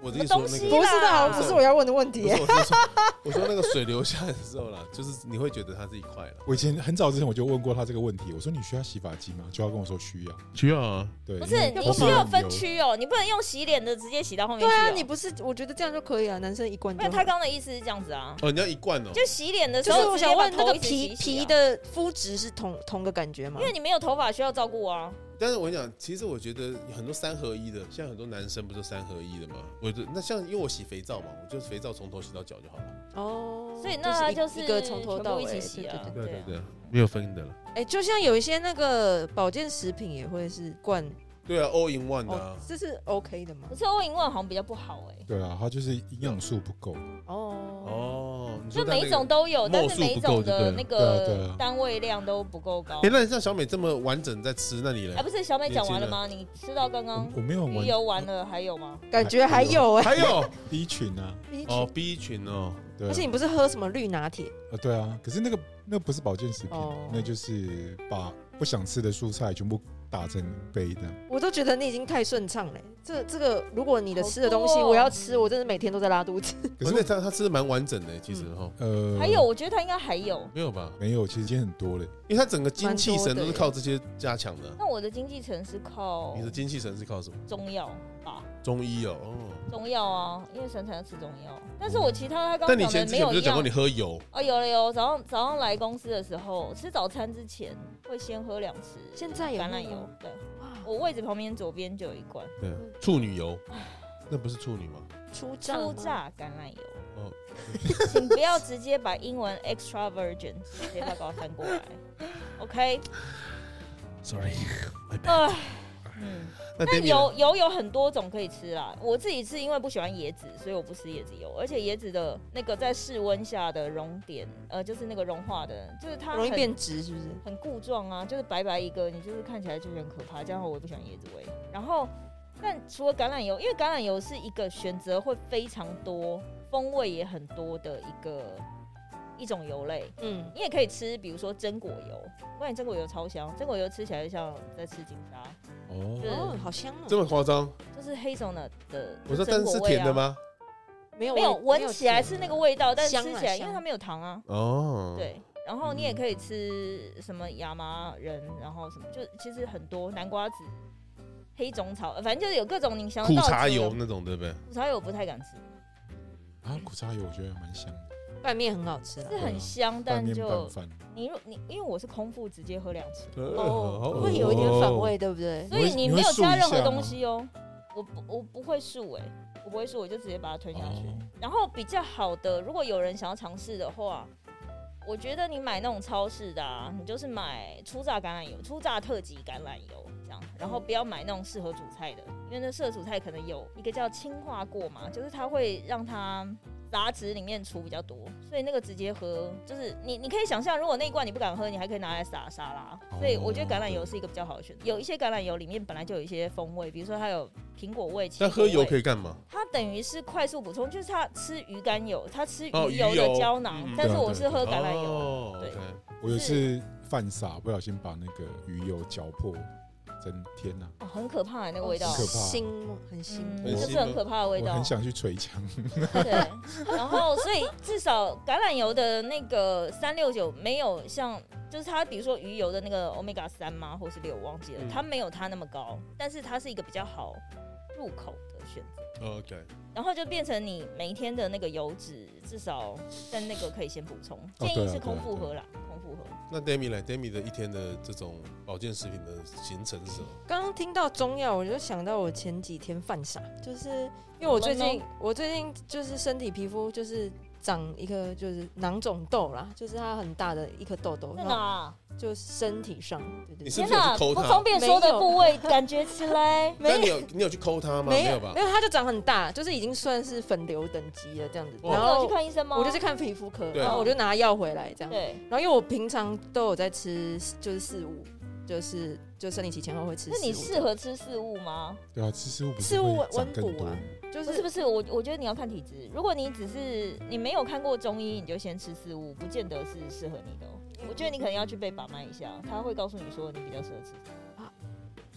[SPEAKER 2] 我自己说那
[SPEAKER 3] 什么东西
[SPEAKER 2] 个
[SPEAKER 3] 啊
[SPEAKER 4] 不是的好，
[SPEAKER 3] 啦
[SPEAKER 4] 不是我要问的问题
[SPEAKER 2] 不
[SPEAKER 4] 耶
[SPEAKER 2] 是，。我是说，我说那个水流下来的时候啦， 就是你会觉得它是一块了。
[SPEAKER 1] 我以前很早之前我就问过他这个问题，我说你需要洗发精吗？就他跟我说需要。
[SPEAKER 2] 需要啊，
[SPEAKER 1] 对，
[SPEAKER 3] 不是，
[SPEAKER 1] 因为
[SPEAKER 3] 你
[SPEAKER 1] 头
[SPEAKER 3] 需
[SPEAKER 1] 发
[SPEAKER 3] 要
[SPEAKER 1] 很
[SPEAKER 3] 分
[SPEAKER 1] 油。
[SPEAKER 3] 区哦，你不能用洗脸的直接洗到后面
[SPEAKER 4] 对
[SPEAKER 3] 去、
[SPEAKER 4] 啊，你不是，我觉得这样就可以了，男生一罐
[SPEAKER 3] 没
[SPEAKER 4] 就
[SPEAKER 3] 有
[SPEAKER 4] 好
[SPEAKER 3] 他。刚刚的意思是这样子啊，
[SPEAKER 2] 哦，你要一罐哦，
[SPEAKER 3] 就洗脸的时
[SPEAKER 4] 就是
[SPEAKER 3] 候，
[SPEAKER 4] 我想问，那个
[SPEAKER 3] 直接把头
[SPEAKER 4] 皮
[SPEAKER 3] 一直洗一洗啊
[SPEAKER 4] 皮，的肤质是同同个感觉吗
[SPEAKER 3] 因？为你没有头发需要照顾啊，
[SPEAKER 2] 但是我跟你讲，其实我觉得很多三合一的，像很多男生不就三合一的吗？我就那像因为我洗肥皂嘛，我就肥皂从头洗到脚就好了。
[SPEAKER 4] 哦，
[SPEAKER 3] 所以那
[SPEAKER 4] 就
[SPEAKER 3] 就是
[SPEAKER 4] 一一个从
[SPEAKER 3] 全
[SPEAKER 4] 头
[SPEAKER 3] 部
[SPEAKER 4] 到尾
[SPEAKER 3] 一起洗啊
[SPEAKER 4] 对对对
[SPEAKER 3] 对对
[SPEAKER 2] 对，没有分的了。
[SPEAKER 4] 哎，就像有一些那个保健食品也会是灌，
[SPEAKER 2] 对啊，all in one 的
[SPEAKER 4] 哦
[SPEAKER 2] 啊，，
[SPEAKER 4] 这是 OK 的吗
[SPEAKER 3] 可？是欧银万好像比较不好哎、
[SPEAKER 1] 对啊，它就是营养素不够，
[SPEAKER 4] 哦，
[SPEAKER 2] 哦，你
[SPEAKER 3] 就
[SPEAKER 2] 说在
[SPEAKER 3] 每
[SPEAKER 2] 那
[SPEAKER 3] 一
[SPEAKER 2] 个
[SPEAKER 3] 种。都有，但
[SPEAKER 2] 墨
[SPEAKER 3] 是
[SPEAKER 2] 数
[SPEAKER 3] 每一
[SPEAKER 2] 不够
[SPEAKER 3] 种
[SPEAKER 2] 就对
[SPEAKER 3] 的
[SPEAKER 2] 了
[SPEAKER 3] 那
[SPEAKER 1] 对啊对
[SPEAKER 3] 个
[SPEAKER 1] 啊
[SPEAKER 3] 单位量都不够高
[SPEAKER 2] 哎，。那你像小美这么完整在吃，那你呢
[SPEAKER 3] 哎，？不是小美讲完了吗？你吃到刚刚
[SPEAKER 1] 我我没有
[SPEAKER 3] 鱼
[SPEAKER 1] 玩
[SPEAKER 3] 油完了，还嗯有吗？
[SPEAKER 4] 感觉还有
[SPEAKER 1] 哦
[SPEAKER 2] 还
[SPEAKER 4] 哎，
[SPEAKER 2] 有
[SPEAKER 1] B 群啊，
[SPEAKER 2] 哦，B 群哦，
[SPEAKER 1] 对
[SPEAKER 4] 而
[SPEAKER 1] 啊
[SPEAKER 4] 且，你不是喝什么绿拿铁？
[SPEAKER 1] 呃对啊，可是那个那不是保健食品
[SPEAKER 4] 哦，
[SPEAKER 1] 那就是把不想吃的蔬菜全部打成杯的。
[SPEAKER 4] 我都觉得你已经太顺畅了。欸这这个，如果你的吃的东西
[SPEAKER 3] 好多哦
[SPEAKER 4] 我要吃，我真的每天都在拉肚子。
[SPEAKER 1] 可是
[SPEAKER 2] 可是
[SPEAKER 1] 我
[SPEAKER 2] 哦他他吃的蛮完整的，其实
[SPEAKER 4] 嗯
[SPEAKER 2] 哈，
[SPEAKER 1] 呃，
[SPEAKER 3] 还有，我觉得他应该还有。
[SPEAKER 2] 没有吧？
[SPEAKER 1] 没有？其实已经很多了。
[SPEAKER 2] 因为他整个精气神都是
[SPEAKER 4] 蛮多的耶
[SPEAKER 2] 靠这些加强的。
[SPEAKER 3] 那我的经济层是靠
[SPEAKER 2] 你的精气神是靠什么？
[SPEAKER 3] 中药吧，
[SPEAKER 2] 中医哦，哦。
[SPEAKER 3] 中药啊，因为沈晨要吃中药。但是我其他他
[SPEAKER 2] 但
[SPEAKER 3] 刚刚
[SPEAKER 2] 你以
[SPEAKER 3] 讲
[SPEAKER 2] 前
[SPEAKER 3] 的
[SPEAKER 2] 之
[SPEAKER 3] 没
[SPEAKER 2] 前
[SPEAKER 3] 有
[SPEAKER 2] 不是
[SPEAKER 3] 一
[SPEAKER 2] 讲过
[SPEAKER 3] 样
[SPEAKER 2] 你。喝油？
[SPEAKER 3] 哦，有了有，早上早上来公司的时候，吃早餐之前会先喝两匙
[SPEAKER 4] 现在也
[SPEAKER 3] 橄榄
[SPEAKER 4] 会吗
[SPEAKER 3] 油。对，
[SPEAKER 4] 哇，
[SPEAKER 3] 我位置旁边左边就有一罐
[SPEAKER 2] 对，处女油，那不是处女吗？
[SPEAKER 4] 出炸
[SPEAKER 3] 初
[SPEAKER 4] 吗
[SPEAKER 3] 榨橄榄油。
[SPEAKER 2] 哦，
[SPEAKER 3] 请不要直接把英文 extra virgin 直接把它翻过来。OK，
[SPEAKER 2] Sorry，
[SPEAKER 3] 呃，嗯，
[SPEAKER 2] 那
[SPEAKER 3] 但
[SPEAKER 2] Demi 呢
[SPEAKER 3] 油油有很多种可以吃啦。我自己是因为不喜欢椰子，所以我不吃椰子油，而且椰子的那个在室温下的熔点，呃，就是那个融化的，就是它
[SPEAKER 4] 容易
[SPEAKER 3] 很
[SPEAKER 4] 变直是不是？
[SPEAKER 3] 很固状啊，就是白白一个，你就是看起来就很可怕。这样的话我也不喜欢椰子味。然后，但除了橄榄油，因为橄榄油是一个选择会非常多、风味也很多的一个一种油类。
[SPEAKER 4] 嗯，
[SPEAKER 3] 你也可以吃，比如说榛果油，我感觉榛果油超香，榛果油吃起来就像在吃金沙，
[SPEAKER 2] 哦，
[SPEAKER 4] 哦
[SPEAKER 3] 嗯，
[SPEAKER 4] 好香哦。
[SPEAKER 2] 这么夸张？
[SPEAKER 3] 就是黑松的的
[SPEAKER 2] 我说，
[SPEAKER 3] 榛
[SPEAKER 2] 但
[SPEAKER 3] 果
[SPEAKER 2] 是
[SPEAKER 3] 味
[SPEAKER 2] 甜
[SPEAKER 3] 啊
[SPEAKER 2] 的？吗？
[SPEAKER 4] 没有
[SPEAKER 3] 没有，
[SPEAKER 4] 味
[SPEAKER 3] 闻起来是那个味道，但吃
[SPEAKER 4] 香啊
[SPEAKER 3] 起来因为
[SPEAKER 4] 香嗯
[SPEAKER 3] 它没有糖啊，
[SPEAKER 2] 哦，，
[SPEAKER 3] 对。然后你也可以吃什么亚麻仁，然后什么，就其实很多南瓜子、黑种草，呃反正就是有各种你想得
[SPEAKER 2] 苦
[SPEAKER 3] 到的
[SPEAKER 2] 茶
[SPEAKER 3] 这种
[SPEAKER 2] 油，那种对不对？
[SPEAKER 3] 苦茶油我不太敢吃，
[SPEAKER 1] 啊，苦茶油我觉得蛮香的，
[SPEAKER 4] 拌面很好吃啊
[SPEAKER 3] 是很香，
[SPEAKER 1] 拌
[SPEAKER 3] 但
[SPEAKER 1] 面
[SPEAKER 3] 就
[SPEAKER 1] 拌饭。
[SPEAKER 3] 你如你因为我是空腹直接喝两匙，
[SPEAKER 4] 哦，
[SPEAKER 1] 好
[SPEAKER 4] 会有一点反胃，对不对？
[SPEAKER 3] 所以
[SPEAKER 1] 你
[SPEAKER 3] 你
[SPEAKER 1] 会
[SPEAKER 3] 没有
[SPEAKER 1] 你会
[SPEAKER 3] 加
[SPEAKER 1] 漱一
[SPEAKER 3] 任何
[SPEAKER 1] 下吗
[SPEAKER 3] 东西哦。我不我不会漱哎、我不会漱，我就直接把它吞下去。
[SPEAKER 1] 哦
[SPEAKER 3] 然后比较好的，如果有人想要尝试的话，我觉得你买那种超市的啊，你就是买初榨橄榄油、初榨特级橄榄油这样，然后不要买那种适合煮菜的，因为那适合煮菜可能有一个叫氢化过嘛，就是它会让它杂质里面除比较多，所以那个直接喝，就是你你可以想象，如果那一罐你不敢喝，你还可以拿来撒沙拉。
[SPEAKER 1] 哦
[SPEAKER 3] 所以我觉得橄榄油是一个比较好的选择。有一些橄榄油里面本来就有一些风味，比如说它有苹果味。
[SPEAKER 2] 但喝油可
[SPEAKER 3] 以，
[SPEAKER 2] 以干嘛？
[SPEAKER 3] 它等于是快速补充，就是它吃鱼肝油，它吃
[SPEAKER 2] 哦
[SPEAKER 3] 鱼油
[SPEAKER 2] 鱼油
[SPEAKER 3] 的胶囊，
[SPEAKER 2] 嗯
[SPEAKER 3] 但是
[SPEAKER 1] 对啊
[SPEAKER 3] 我是喝橄榄油。
[SPEAKER 2] 哦
[SPEAKER 3] 对
[SPEAKER 2] OK
[SPEAKER 1] 我有一次犯傻，不小心把那个鱼油搅破，真天啊哪！
[SPEAKER 3] 哦，很可怕、那个味道，
[SPEAKER 1] 很可怕
[SPEAKER 4] 腥吗？很腥。
[SPEAKER 2] 很
[SPEAKER 3] 嗯，就
[SPEAKER 2] 腥
[SPEAKER 3] 是很可怕的味
[SPEAKER 1] 我
[SPEAKER 3] 道
[SPEAKER 1] 很。想去捶墙。
[SPEAKER 3] 对，然后所以至少橄榄油的那个三六九没有像，就是它比如说鱼油的那个 omega 三吗，或是六，忘记了
[SPEAKER 2] 嗯，
[SPEAKER 3] 它没有它那么高，但是它是一个比较好入口的选择。
[SPEAKER 2] OK，
[SPEAKER 3] 然后就变成你每一天的那个油脂，至少在那个可以先补充，
[SPEAKER 1] 哦
[SPEAKER 3] 建
[SPEAKER 1] 对
[SPEAKER 3] 议
[SPEAKER 1] 啊
[SPEAKER 3] 是空
[SPEAKER 1] 对
[SPEAKER 3] 腹
[SPEAKER 1] 啊
[SPEAKER 3] 喝啦，空腹喝。
[SPEAKER 2] 那 Demi 呢？Demi 的一天的这种保健食品的行程是什么？
[SPEAKER 4] 刚刚听到中药，我就想到我前几天犯傻，就是因为我最
[SPEAKER 3] 怎么
[SPEAKER 4] 近
[SPEAKER 3] 了
[SPEAKER 4] 我最近就是身体皮肤就是长一个就是囊肿痘啦，就是它很大的一颗痘痘，
[SPEAKER 3] 在
[SPEAKER 4] 然后
[SPEAKER 3] 哪？
[SPEAKER 4] 就是身体上，对
[SPEAKER 2] 你
[SPEAKER 4] 对对，
[SPEAKER 2] 是不
[SPEAKER 3] 啊天
[SPEAKER 2] 是有去抠
[SPEAKER 3] 不
[SPEAKER 2] 它
[SPEAKER 3] 方便说
[SPEAKER 4] 没
[SPEAKER 3] 的
[SPEAKER 4] 有
[SPEAKER 3] 部位，感觉起来
[SPEAKER 4] 没
[SPEAKER 2] 但你有你有去抠它吗？没有吧
[SPEAKER 4] 没？有，它就长很大，就是已经算是粉瘤等级了这样子。
[SPEAKER 2] 哇
[SPEAKER 4] 然
[SPEAKER 3] 你有
[SPEAKER 4] 后
[SPEAKER 3] 去看医生吗？
[SPEAKER 4] 我就去看皮肤科，
[SPEAKER 2] 对啊
[SPEAKER 4] 然后我就拿药回来这样。
[SPEAKER 3] 对，
[SPEAKER 4] 然后因为我平常都有在吃，就是四物，就是就生理期前后会吃
[SPEAKER 3] 那
[SPEAKER 4] 四物。
[SPEAKER 3] 你适合吃四物吗？
[SPEAKER 1] 对啊，吃食物不
[SPEAKER 4] 吃
[SPEAKER 1] 是
[SPEAKER 4] 物
[SPEAKER 1] 会长
[SPEAKER 4] 温
[SPEAKER 1] 更
[SPEAKER 4] 补
[SPEAKER 1] 多
[SPEAKER 4] 啊？就
[SPEAKER 3] 不是
[SPEAKER 4] 是
[SPEAKER 3] 不是，我我觉得你要看体质。如果你只是你没有看过中医，你就先吃四物，不见得是适合你的、哦。我觉得你可能要去被把脉一下，他会告诉你说你比较适合吃。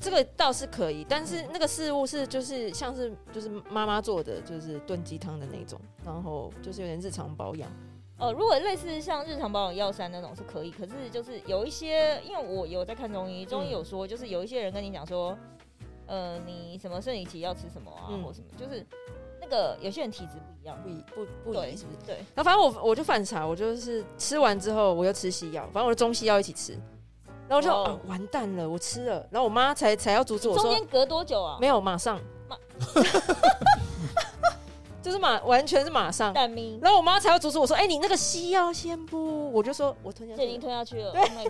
[SPEAKER 4] 这个倒是可以，但是那个四物是就是像是就是妈妈做的，就是炖鸡汤的那种，然后就是有点日常保养。
[SPEAKER 3] 呃，如果类似像日常保养药膳那种是可以，可是就是有一些，因为我有在看中医，中医有
[SPEAKER 4] 嗯
[SPEAKER 3] 说就是有一些人跟你讲说，呃，你什么生理期要吃什么啊，
[SPEAKER 4] 嗯
[SPEAKER 3] 或什么，就是那个有些人体质不一样，
[SPEAKER 4] 不一不不
[SPEAKER 3] 对
[SPEAKER 4] 一，是不是？
[SPEAKER 3] 对，
[SPEAKER 4] 然后反正我我就反查，我就是吃完之后我又吃西药，反正我的中西药一起吃，然后我就、
[SPEAKER 3] 哦
[SPEAKER 4] 啊完蛋了，我吃了，然后我妈才才要阻止我
[SPEAKER 3] 中
[SPEAKER 4] 说
[SPEAKER 3] 间隔多久啊？
[SPEAKER 4] 没有，马上
[SPEAKER 3] 马，
[SPEAKER 4] 就是马完全是马上，
[SPEAKER 3] 蛋咪，
[SPEAKER 4] 然后我妈才要阻止我说，哎、你那个西药先不，我就说我吞下
[SPEAKER 3] 这已经
[SPEAKER 4] 去，
[SPEAKER 3] 吞下去了。Oh my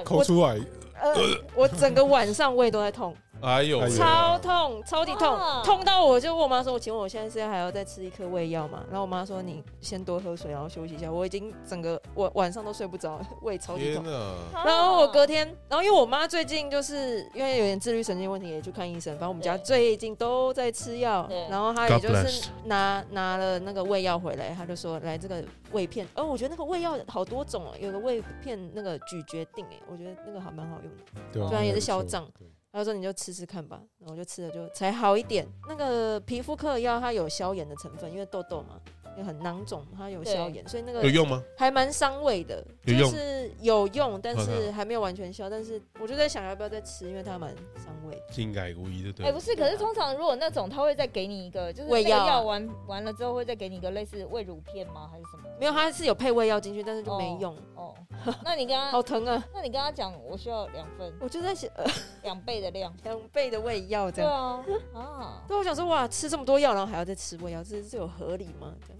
[SPEAKER 3] god！
[SPEAKER 1] 抠出来，
[SPEAKER 4] 呃，我整个晚上胃都在痛，
[SPEAKER 2] 哎呦
[SPEAKER 1] 哎呦
[SPEAKER 4] 超痛，超级痛
[SPEAKER 3] 哇，
[SPEAKER 4] 痛到我就问我妈说：“请问我现在是还要再吃一颗胃药吗？”然后我妈说：“你先多喝水，然后休息一下。”我已经整个晚晚上都睡不着，胃超级
[SPEAKER 2] 天
[SPEAKER 4] 痛。
[SPEAKER 2] 哪！
[SPEAKER 4] 然后我隔天，然后因为我妈最近就是因为有点自律神经问题，也去看医生。反正我们家
[SPEAKER 3] 对
[SPEAKER 4] 最近都在吃药
[SPEAKER 3] 对，
[SPEAKER 4] 然后她也
[SPEAKER 2] God
[SPEAKER 4] 就是
[SPEAKER 2] bless
[SPEAKER 4] 拿拿了那个胃药回来，她就说：“来这个胃片。”哦，我觉得那个胃药好多种哦，有个胃片那个咀嚼定，哎，我觉得那个还蛮好用的。
[SPEAKER 1] 对啊
[SPEAKER 4] 虽然也是消
[SPEAKER 1] 不错
[SPEAKER 4] 胀
[SPEAKER 1] 对
[SPEAKER 4] 他说你就吃吃看吧，然后我就吃了就才好一点。那个皮肤科的药它有消炎的成分，因为痘痘嘛，也很囊肿，它有消炎，所以那
[SPEAKER 2] 有
[SPEAKER 4] 个
[SPEAKER 2] 用吗？
[SPEAKER 4] 还蛮伤胃的，
[SPEAKER 2] 有
[SPEAKER 4] 就
[SPEAKER 2] 用
[SPEAKER 4] 是有用，但
[SPEAKER 2] 好
[SPEAKER 4] 是
[SPEAKER 2] 的
[SPEAKER 4] 还没有完全消。但是我就在想要不要再吃，因为它蛮伤胃。
[SPEAKER 2] 应该无疑的，
[SPEAKER 3] 哎、
[SPEAKER 2] 对
[SPEAKER 3] 不。是，可是通常如果那种，他会再给你一个，就是那
[SPEAKER 4] 胃
[SPEAKER 3] 个
[SPEAKER 4] 啊药啊
[SPEAKER 3] 药完完了之后，会再给你一个类似胃乳片吗？还是什么？
[SPEAKER 4] 没有，它是有配胃药进去，但是就没用，
[SPEAKER 3] 哦， 那你跟他，
[SPEAKER 4] 好疼 啊！
[SPEAKER 3] 那你跟他讲，我需要两份，
[SPEAKER 4] 我就在想，呃，
[SPEAKER 3] 两倍的量。
[SPEAKER 4] 两倍的胃药这
[SPEAKER 3] 对
[SPEAKER 4] 样。
[SPEAKER 3] 啊， 啊，
[SPEAKER 4] 对，我想说哇，吃这么多药，然后还要再吃胃药，这这有合理吗？这样，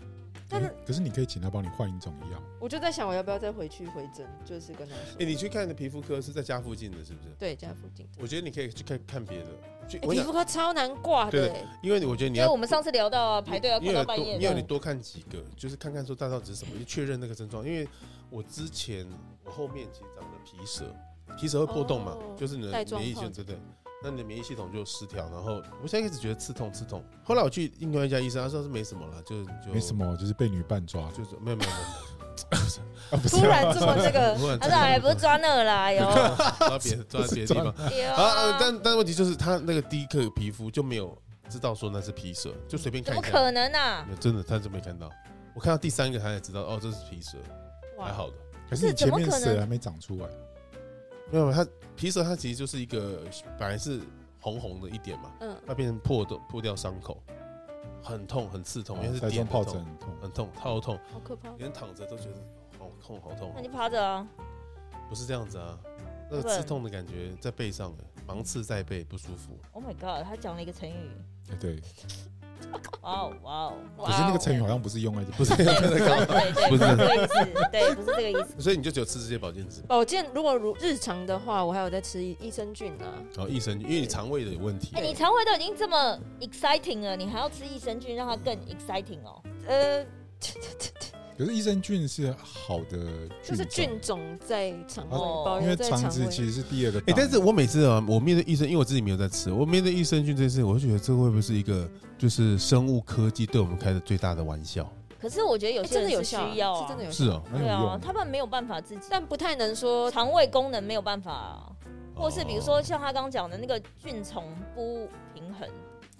[SPEAKER 1] 可
[SPEAKER 2] 嗯
[SPEAKER 4] 但是
[SPEAKER 1] 是可是你可以请他帮你换一种药，
[SPEAKER 4] 我就在想，我要不要再回去回诊，就是跟他说，
[SPEAKER 2] 哎，你去看的皮肤科是在家附近的，是不是？
[SPEAKER 4] 对，家附近。
[SPEAKER 2] 我觉得你可以去看看别的。去
[SPEAKER 4] 欸
[SPEAKER 2] 我
[SPEAKER 4] 皮
[SPEAKER 2] 想
[SPEAKER 4] 肤，科超难挂
[SPEAKER 2] 对
[SPEAKER 4] 的、
[SPEAKER 2] 的
[SPEAKER 4] 欸，
[SPEAKER 2] 因为你我觉得你
[SPEAKER 3] 因为
[SPEAKER 2] 要
[SPEAKER 3] 我们上次聊到啊，排队要
[SPEAKER 2] 你
[SPEAKER 3] 看
[SPEAKER 2] 有
[SPEAKER 3] 到
[SPEAKER 2] 多
[SPEAKER 3] 半夜
[SPEAKER 2] 你有
[SPEAKER 3] 的
[SPEAKER 2] 你。多看几个，就是看看说大到底是什么，你确认那个症状。因为我之前我后面其实长了皮蛇，皮蛇会破洞嘛，
[SPEAKER 4] 哦
[SPEAKER 2] 就是你的
[SPEAKER 4] 带状
[SPEAKER 2] 免疫系
[SPEAKER 4] 疱
[SPEAKER 2] 统
[SPEAKER 4] 疹
[SPEAKER 2] 对对，那你的免疫系统就失调。然后我现在一直觉得刺痛刺痛，后来我去另外一家医生，他说是没什么了，就就
[SPEAKER 1] 没什，么，就是被女伴抓
[SPEAKER 2] 就是没有没有没有。
[SPEAKER 1] 啊，不是
[SPEAKER 4] 突然这么那个，
[SPEAKER 2] 突然
[SPEAKER 3] 他说：“哎，不是抓那 啦，有，
[SPEAKER 2] 抓别的抓别的地 方。
[SPEAKER 3] 有
[SPEAKER 2] 啊啊！但但问题就是他那个第一颗皮肤就没有知道说那是皮蛇，就随便
[SPEAKER 3] 怎
[SPEAKER 2] 看
[SPEAKER 3] 么
[SPEAKER 2] 一下，
[SPEAKER 3] 可能啊？
[SPEAKER 2] 没有真的他就没看到。我看到第三个他才知道哦，这是皮蛇，还好的。
[SPEAKER 1] 可是你
[SPEAKER 3] 不是
[SPEAKER 1] 前面
[SPEAKER 3] 怎么可能
[SPEAKER 1] 蛇还没长出来，
[SPEAKER 2] 没有，它皮蛇它其实就是一个本来是红红的一点嘛，
[SPEAKER 4] 嗯，
[SPEAKER 2] 它变成破的破掉伤口，很痛很刺痛，因为是
[SPEAKER 1] 带
[SPEAKER 2] 点
[SPEAKER 1] 状
[SPEAKER 2] 的
[SPEAKER 1] 疱疹
[SPEAKER 2] 痛，
[SPEAKER 1] 很痛，
[SPEAKER 2] 很痛超痛，
[SPEAKER 4] 好可怕。
[SPEAKER 2] 连躺着都觉得好痛好痛
[SPEAKER 3] 那。你趴着啊，
[SPEAKER 2] 不是这样子啊，那个
[SPEAKER 3] 对
[SPEAKER 2] 刺痛的感觉在背上，哎芒刺在背不舒服。
[SPEAKER 3] Oh my god！他讲了一个成语，
[SPEAKER 1] 哎对。
[SPEAKER 3] 哇哦哇哦，
[SPEAKER 4] 可
[SPEAKER 1] 可是那个成语好像不是用来，不是
[SPEAKER 3] 对对对，
[SPEAKER 2] 不是
[SPEAKER 3] 这个意思，对，不是这个意思。
[SPEAKER 2] 所以你就只有吃这些保健食，
[SPEAKER 4] 保健如果如日常的话，我还有在吃益生菌啊。
[SPEAKER 2] 然后哦益生菌，因为你肠胃的有问题啊
[SPEAKER 3] 哎，，你肠胃都已经这么 exciting 了，你还要吃益生菌让它更 exciting 哦？
[SPEAKER 4] 呃，
[SPEAKER 1] 可是益生菌是好的菌种，
[SPEAKER 4] 就是菌种在肠胃，
[SPEAKER 3] 哦
[SPEAKER 4] 保
[SPEAKER 1] 因
[SPEAKER 4] 留
[SPEAKER 1] 为
[SPEAKER 4] 在肠
[SPEAKER 1] 肠子其
[SPEAKER 4] 胃。
[SPEAKER 1] 实是第二个大
[SPEAKER 2] 哎、
[SPEAKER 1] 脑。
[SPEAKER 2] 但是我每次啊，我面对益生，因为我自己没有在吃，我面对益生菌这件事，我就觉得这会不会是一个就是生物科技对我们开的最大的玩笑？
[SPEAKER 3] 可是我觉得有
[SPEAKER 4] 哎
[SPEAKER 3] 些
[SPEAKER 4] 真的
[SPEAKER 3] 人
[SPEAKER 4] 有
[SPEAKER 3] 是
[SPEAKER 4] 效啊，
[SPEAKER 3] 需要
[SPEAKER 4] 是真
[SPEAKER 3] 啊
[SPEAKER 4] 的，有效，
[SPEAKER 2] 是哦，
[SPEAKER 1] 蛮有
[SPEAKER 3] 对啊
[SPEAKER 1] 用，的
[SPEAKER 3] 他们没有办法自己，
[SPEAKER 4] 但不太能说
[SPEAKER 3] 肠胃功能没有办法啊，或是比如
[SPEAKER 2] 哦
[SPEAKER 3] 说像他刚讲的那个菌虫不平衡。”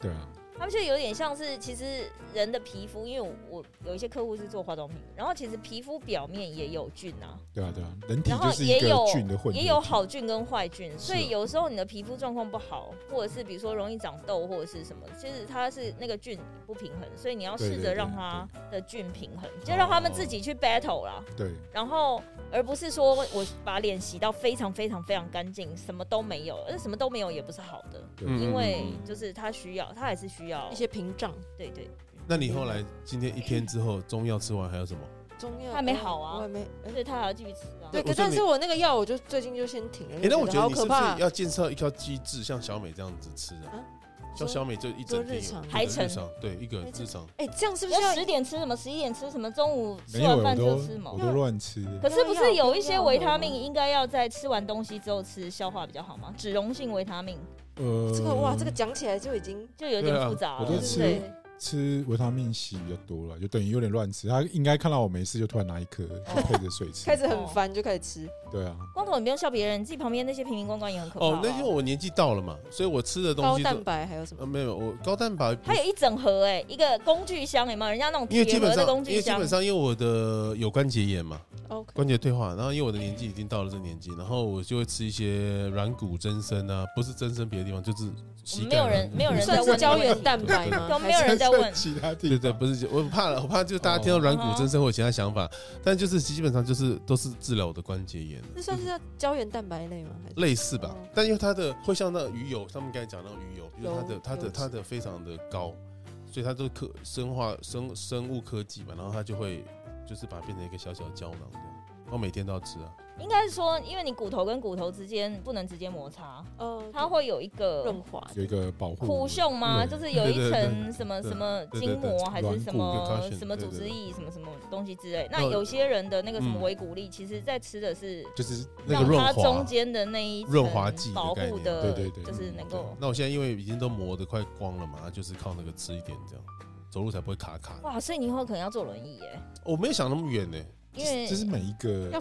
[SPEAKER 1] 对啊，
[SPEAKER 3] 他们就有点像是，其实人的皮肤，因为我我有一些客户是做化妆品的，然后其实皮肤表面也有菌啊，
[SPEAKER 1] 对啊，对啊，人体
[SPEAKER 3] 然
[SPEAKER 1] 就
[SPEAKER 3] 后
[SPEAKER 1] 是一
[SPEAKER 3] 也有
[SPEAKER 1] 个菌的混合体
[SPEAKER 3] 也有好菌跟坏菌，所
[SPEAKER 2] 是
[SPEAKER 3] 以有时候你的皮肤状况不好，或者是比如说容易长痘或者是什么，其实它是那个菌不平衡，所以你要
[SPEAKER 1] 对对
[SPEAKER 3] 试
[SPEAKER 1] 对哦
[SPEAKER 3] 着让它的菌平衡，就让他们自己去 battle 啦，
[SPEAKER 1] 对，
[SPEAKER 3] 然后而不是说我把脸洗到非常非常非常干净，什么都没有，而什么都没有也不是好的，
[SPEAKER 2] 嗯
[SPEAKER 3] 因为就是它需要，它还是需要
[SPEAKER 4] 一，些屏障，
[SPEAKER 3] 对对。
[SPEAKER 2] 那你后来今天一天之后，中药吃完还有什么？
[SPEAKER 4] 中药
[SPEAKER 3] 还没好啊
[SPEAKER 4] 我还没。哎
[SPEAKER 3] 所以他还要继续吃啊。
[SPEAKER 4] 对，
[SPEAKER 2] 我说
[SPEAKER 4] 可
[SPEAKER 2] 你
[SPEAKER 4] 但是我那个药，我就最近就先停了。
[SPEAKER 2] 哎、
[SPEAKER 4] 因为
[SPEAKER 2] 那我觉得
[SPEAKER 4] 好
[SPEAKER 2] 你是
[SPEAKER 4] 可
[SPEAKER 2] 不是
[SPEAKER 4] 怕。
[SPEAKER 2] 要建设一条机制，像小美这样子吃啊？
[SPEAKER 4] 啊
[SPEAKER 2] 像
[SPEAKER 4] 说
[SPEAKER 2] 小美就一整天有
[SPEAKER 4] 做日常
[SPEAKER 2] 对
[SPEAKER 3] 排
[SPEAKER 2] 日
[SPEAKER 3] 程
[SPEAKER 2] 常对一个
[SPEAKER 4] 排程
[SPEAKER 2] 日常，
[SPEAKER 4] 哎，这样是不是
[SPEAKER 3] 要
[SPEAKER 4] 要
[SPEAKER 3] 十点吃什么，十一点吃什么，中午吃
[SPEAKER 1] 没有
[SPEAKER 3] 完
[SPEAKER 1] 我
[SPEAKER 3] 饭之
[SPEAKER 1] 都
[SPEAKER 3] 后吃什么
[SPEAKER 1] 我？都乱吃，
[SPEAKER 3] 可是不是有一些维他命
[SPEAKER 4] 要
[SPEAKER 3] 应该要在吃完东西之后吃，消化比较好吗？脂溶性维他命
[SPEAKER 1] 呃，
[SPEAKER 4] 这个
[SPEAKER 2] 嗯
[SPEAKER 4] 哇？这个讲起来就已经
[SPEAKER 3] 就有点
[SPEAKER 2] 对啊
[SPEAKER 3] 复杂
[SPEAKER 1] 我
[SPEAKER 3] 了。
[SPEAKER 1] 都
[SPEAKER 3] 对
[SPEAKER 1] 吃
[SPEAKER 3] 不对
[SPEAKER 1] 吃维他命 C 比较多了，就等于有点乱吃。他应该看到我没事，就突然拿一颗就
[SPEAKER 3] 哦
[SPEAKER 1] 配着水吃
[SPEAKER 4] 开，始很烦，就开始吃。
[SPEAKER 1] 对啊，
[SPEAKER 3] 光头，你不用笑别人，你自己旁边那些瓶瓶罐罐也很可怕啊。
[SPEAKER 2] 哦，那因为我年纪到了嘛，所以我吃的东
[SPEAKER 4] 高
[SPEAKER 2] 西
[SPEAKER 4] 蛋
[SPEAKER 2] 都
[SPEAKER 4] 白还有什么？
[SPEAKER 2] 呃没有，我高蛋白不
[SPEAKER 3] 它有一整盒哎，一个工具箱有没有？人家那种
[SPEAKER 2] 因为基
[SPEAKER 3] 铁
[SPEAKER 2] 本
[SPEAKER 3] 盒的
[SPEAKER 2] 上，
[SPEAKER 3] 工
[SPEAKER 2] 因
[SPEAKER 3] 具
[SPEAKER 2] 为基
[SPEAKER 3] 箱
[SPEAKER 2] 本，上，因为我的有关节炎嘛，
[SPEAKER 4] OK，
[SPEAKER 2] 关节退化，然后因为我的年纪已经到了这年纪，然后我就会吃一些软骨增生啊，不是增生别的地方，就是膝盖。啊
[SPEAKER 3] 没有人没有人在
[SPEAKER 4] 算
[SPEAKER 3] 问
[SPEAKER 4] 是胶原蛋白 吗？
[SPEAKER 3] 都没有人在 问
[SPEAKER 1] 其他地
[SPEAKER 2] 对
[SPEAKER 1] 方
[SPEAKER 2] 对，不是，我怕了，我怕就是大
[SPEAKER 3] 哦
[SPEAKER 2] 家听到软骨增生或有其他想法，但就是基本上就是都是治疗我的关节炎，
[SPEAKER 4] 那算是叫胶原蛋白类吗？还是
[SPEAKER 2] 嗯类似吧
[SPEAKER 4] 哦。
[SPEAKER 2] 但因为它的会像那鱼油，他们刚才讲那个鱼油，比如它的
[SPEAKER 4] 油
[SPEAKER 2] 它的
[SPEAKER 4] 油脂
[SPEAKER 2] 它的非常的高，所以它都科生化生生物科技嘛，然后它就会就是把它变成一个小小的胶囊这样，我每天都要吃啊。
[SPEAKER 3] 应该是说，因为你骨头跟骨头之间不能直接摩擦，
[SPEAKER 4] 哦，
[SPEAKER 3] 它会有一个
[SPEAKER 4] 润滑
[SPEAKER 1] 有一个保护
[SPEAKER 3] 啊苦胸吗？
[SPEAKER 2] 对
[SPEAKER 3] 就是有一
[SPEAKER 2] 对对
[SPEAKER 3] 层什么
[SPEAKER 2] 对
[SPEAKER 3] 什么
[SPEAKER 2] 对对
[SPEAKER 3] 筋膜啊
[SPEAKER 2] 对
[SPEAKER 3] 还是什
[SPEAKER 2] 软
[SPEAKER 3] 么
[SPEAKER 2] 骨 concussion，
[SPEAKER 3] 什么组织
[SPEAKER 2] 对对对
[SPEAKER 3] 液什么什么东西之类。那
[SPEAKER 2] 那
[SPEAKER 3] 有些人的那个什么
[SPEAKER 2] 嗯
[SPEAKER 3] 维骨力，其实在吃的是
[SPEAKER 1] 就是
[SPEAKER 2] 那个
[SPEAKER 3] 让
[SPEAKER 2] 润
[SPEAKER 3] 它
[SPEAKER 2] 滑
[SPEAKER 3] 中间的那一层
[SPEAKER 2] 润滑剂的
[SPEAKER 3] 保
[SPEAKER 2] 概
[SPEAKER 3] 护
[SPEAKER 2] 念
[SPEAKER 3] 的，
[SPEAKER 1] 对对对
[SPEAKER 3] 就是能够
[SPEAKER 2] 那我现在因为已经都磨得快光了嘛，就是靠那个吃一点这样，走路才不会卡卡。
[SPEAKER 3] 哇，所以你以后可能要坐轮椅耶，
[SPEAKER 2] 我没有想那么远呢、
[SPEAKER 3] 因为
[SPEAKER 1] 这是每一
[SPEAKER 4] 要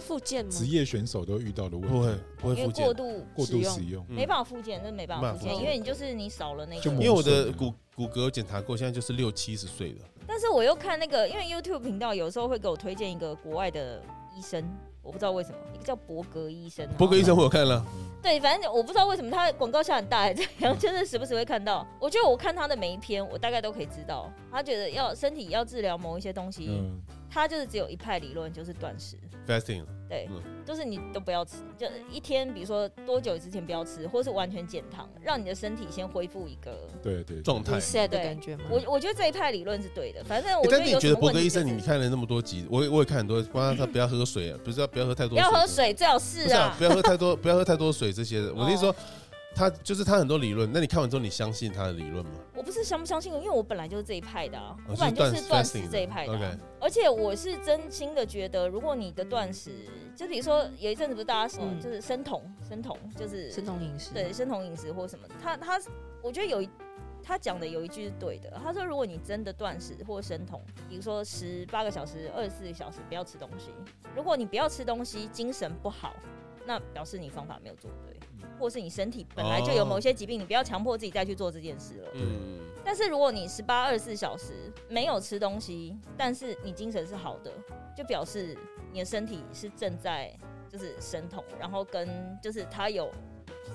[SPEAKER 1] 个
[SPEAKER 4] 复健吗
[SPEAKER 1] 职？业选手都遇到的问
[SPEAKER 2] 不会
[SPEAKER 1] 题，
[SPEAKER 2] 不会
[SPEAKER 3] 因为
[SPEAKER 2] 复健啊
[SPEAKER 3] 过，度
[SPEAKER 1] 过度
[SPEAKER 4] 使
[SPEAKER 1] 使用。
[SPEAKER 2] 嗯
[SPEAKER 3] 没办法复健，真的没办法
[SPEAKER 2] 没办法
[SPEAKER 3] 复
[SPEAKER 2] 复
[SPEAKER 3] 健，
[SPEAKER 2] 健
[SPEAKER 3] 因为你就是你少了那
[SPEAKER 1] 就
[SPEAKER 3] 个
[SPEAKER 1] 磨
[SPEAKER 2] 因为我的骨骨骼检查过，现在就是六七十岁了。
[SPEAKER 3] 但是我又看那个，因为 YouTube 频道有时候会给我推荐一个国外的医生，我不知道为什么，一个叫伯格医生。
[SPEAKER 2] 波哥医
[SPEAKER 1] 哦
[SPEAKER 2] 生我有看了，
[SPEAKER 3] 对，反正我不知道为什么他的广告下很大，还这
[SPEAKER 2] 嗯
[SPEAKER 3] 样，就是时不时会看到。我觉得我看他的每一篇，我大概都可以知道，他觉得要身体要治疗某一些东西，
[SPEAKER 1] 嗯，
[SPEAKER 3] 他就是只有一派理论，就是断食。
[SPEAKER 2] fasting
[SPEAKER 3] 对，
[SPEAKER 2] 嗯
[SPEAKER 3] 就是你都不要吃，就一天，比如说多久之前不要吃，或是完全减糖，让你的身体先恢复一个。
[SPEAKER 1] 对对，
[SPEAKER 2] 状态。
[SPEAKER 4] reset 的
[SPEAKER 3] 对
[SPEAKER 4] 感觉吗？
[SPEAKER 3] 我我觉得这一派理论是对的，反正我
[SPEAKER 2] 欸
[SPEAKER 3] 觉得
[SPEAKER 2] 但是
[SPEAKER 3] 有
[SPEAKER 2] 你
[SPEAKER 3] 什
[SPEAKER 2] 觉
[SPEAKER 3] 么
[SPEAKER 2] 得伯
[SPEAKER 3] 问
[SPEAKER 2] 格
[SPEAKER 3] 题
[SPEAKER 2] 医
[SPEAKER 3] 就
[SPEAKER 2] 生，
[SPEAKER 3] 是
[SPEAKER 2] 你看了那么多集，我也我也看很多，光他不要喝水，啊不是要不要喝太多，
[SPEAKER 3] 不要喝，水，最好是
[SPEAKER 2] 不是啊
[SPEAKER 3] 啊，哦
[SPEAKER 2] 不。要喝太多，不要喝太多水这些的。我的意思说，他就是他很多理论，那你看完之后你相信他的理论吗？
[SPEAKER 3] 我不是相不相信，因为我本来就是这一派的啊，我
[SPEAKER 2] 哦
[SPEAKER 3] 本来就
[SPEAKER 2] 就是是断
[SPEAKER 3] 断
[SPEAKER 2] 食
[SPEAKER 3] 食这一派的啊、
[SPEAKER 2] OK
[SPEAKER 3] 而且我是真心的觉得，如果你的断食，就比如说有一阵子不是大家说、
[SPEAKER 4] 嗯
[SPEAKER 3] 就是生酮，生酮就是
[SPEAKER 4] 生酮饮食，
[SPEAKER 3] 对，生酮饮食或什么，他他我觉得有一他讲的有一句是对的，他说如果你真的断食或生酮，比如说十八个小时、二十四个小时不要吃东西，如果你不要吃东西，精神不好，那表示你方法没有做对
[SPEAKER 1] 嗯，
[SPEAKER 3] 或是你身体本来就有某些疾病，你不要强迫自己再去做这件事了。
[SPEAKER 2] 嗯，
[SPEAKER 3] 但是如果你十八、二十四小时没有吃东西，但是你精神是好的，就表示你的身体是正在就是神童，然后跟就是它有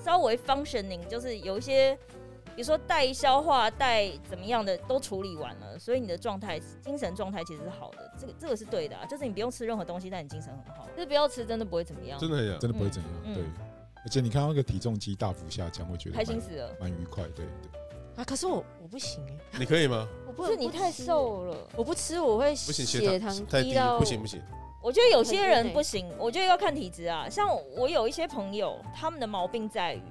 [SPEAKER 3] 稍微 functioning，就是有一些，比如说代消化、代怎么样的都处理完了，所以你的状态、精神状态其实是好的，这个这个是对的、啊，就是你不用吃任何东西，但你精神很好，就是不要吃真的不会怎么样，
[SPEAKER 2] 真的呀，
[SPEAKER 1] 真的不会怎样。
[SPEAKER 3] 嗯嗯
[SPEAKER 1] 对，而且你看到那个体重机大幅下降，会觉得
[SPEAKER 3] 开心
[SPEAKER 1] 蛮
[SPEAKER 3] 死了，
[SPEAKER 1] 蛮愉快。对对，
[SPEAKER 4] 啊，可是我我不行哎，
[SPEAKER 2] 你可以吗？
[SPEAKER 4] 我不欸
[SPEAKER 3] 是你太，瘦了。
[SPEAKER 4] 我不吃我会
[SPEAKER 2] 不行，
[SPEAKER 4] 血
[SPEAKER 2] 糖
[SPEAKER 4] 糖
[SPEAKER 2] 太低
[SPEAKER 4] 低到，
[SPEAKER 2] 不行不行。
[SPEAKER 3] 我觉得有些
[SPEAKER 4] 很
[SPEAKER 3] 人
[SPEAKER 4] 晕欸
[SPEAKER 3] 不行，我觉得要看体质啊。像我有一些朋友，他们的毛病在于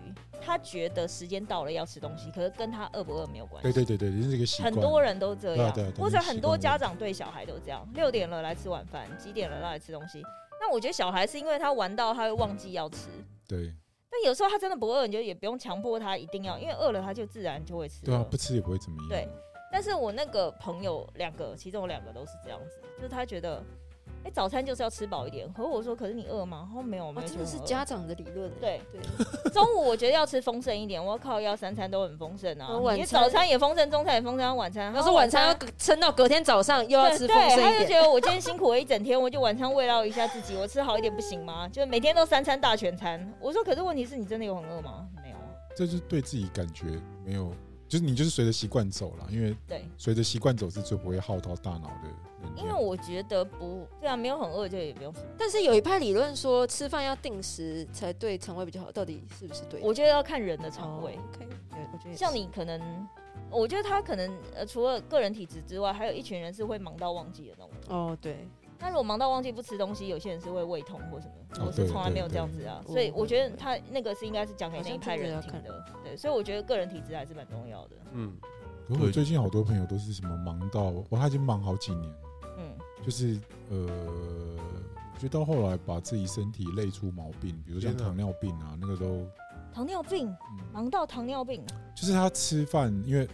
[SPEAKER 3] 他觉得时间到了要吃东西，可是跟他饿不饿没有关
[SPEAKER 1] 对
[SPEAKER 3] 系。
[SPEAKER 1] 对对对，这是一个习惯。
[SPEAKER 3] 很多人都这样
[SPEAKER 1] 对啊对啊，对啊
[SPEAKER 3] 或者很多家长对小孩都这样，六点了来吃晚饭，几点了来吃东西。那我觉得小孩是因为他玩到他会忘记要吃，
[SPEAKER 1] 对
[SPEAKER 3] 但有时候他真的不饿，你就也不用强迫他一定要，因为饿了他就自然就会吃了。
[SPEAKER 1] 对啊，不吃也不会怎么样。
[SPEAKER 3] 对但是我那个朋友两个，其中有两个都是这样子，就是他觉得，哎、早餐就是要吃饱一点。可是我说，可是你饿吗？他说没有，没
[SPEAKER 4] 哇，
[SPEAKER 3] 有觉得
[SPEAKER 4] 哦真的
[SPEAKER 3] 很
[SPEAKER 4] 是
[SPEAKER 3] 饿
[SPEAKER 4] 家长的理论欸，
[SPEAKER 3] 对
[SPEAKER 4] 对，
[SPEAKER 3] 中午我觉得要吃丰盛一点，我靠，要三餐都很丰盛啊
[SPEAKER 4] 然后，晚
[SPEAKER 3] 你
[SPEAKER 4] 餐
[SPEAKER 3] 早餐也丰盛，中餐也丰盛，晚餐，
[SPEAKER 4] 要是晚餐要隔撑到隔天早上又要
[SPEAKER 3] 对
[SPEAKER 4] 吃丰
[SPEAKER 3] 对，
[SPEAKER 4] 盛
[SPEAKER 3] 他
[SPEAKER 4] 一
[SPEAKER 3] 就
[SPEAKER 4] 点，
[SPEAKER 3] 觉得我今天辛苦了一整天，我就晚餐慰劳一下自己，我吃好一点不行吗？就是每天都三餐大全餐。我说，可是问题是你真的有很饿吗？没有啊，
[SPEAKER 1] 这就是对自己感觉没有，就是你就是随着习惯走了，因为
[SPEAKER 3] 对。
[SPEAKER 1] 随着习惯走是最不会耗到大脑的能
[SPEAKER 3] 因为
[SPEAKER 1] 量。
[SPEAKER 3] 我觉得不对啊，没有很饿就也不用吃。
[SPEAKER 4] 但是有一派理论说吃饭要定时才对肠胃比较好，到底是不是对的？
[SPEAKER 3] 我觉得要看人的肠胃，
[SPEAKER 4] o k 我觉得也是
[SPEAKER 3] 像你可能，我觉得他可能呃，除了个人体质之外，还有一群人是会忙到忘记的那种。
[SPEAKER 4] 哦，对，
[SPEAKER 3] 那如果忙到忘记不吃东西，有些人是会胃痛或什
[SPEAKER 1] 哦
[SPEAKER 3] 么，我是从来没有这样子啊。
[SPEAKER 4] 对对对
[SPEAKER 3] 所以我觉得他那个是应该是讲给那一派人
[SPEAKER 4] 好像
[SPEAKER 3] 听
[SPEAKER 4] 真的
[SPEAKER 3] 的，对。所以我觉得个人体质还是蛮重要的，
[SPEAKER 2] 嗯，
[SPEAKER 1] 可是我最近好多朋友都是什么忙到，哇，他已经忙好几年了，
[SPEAKER 3] 嗯，
[SPEAKER 1] 就是呃，我觉得到后来把自己身体累出毛病，比如像
[SPEAKER 2] 天哪
[SPEAKER 1] 糖尿病啊，那个都，
[SPEAKER 3] 糖尿病
[SPEAKER 1] 嗯，
[SPEAKER 3] 忙到糖尿病，
[SPEAKER 1] 就是他吃饭，因为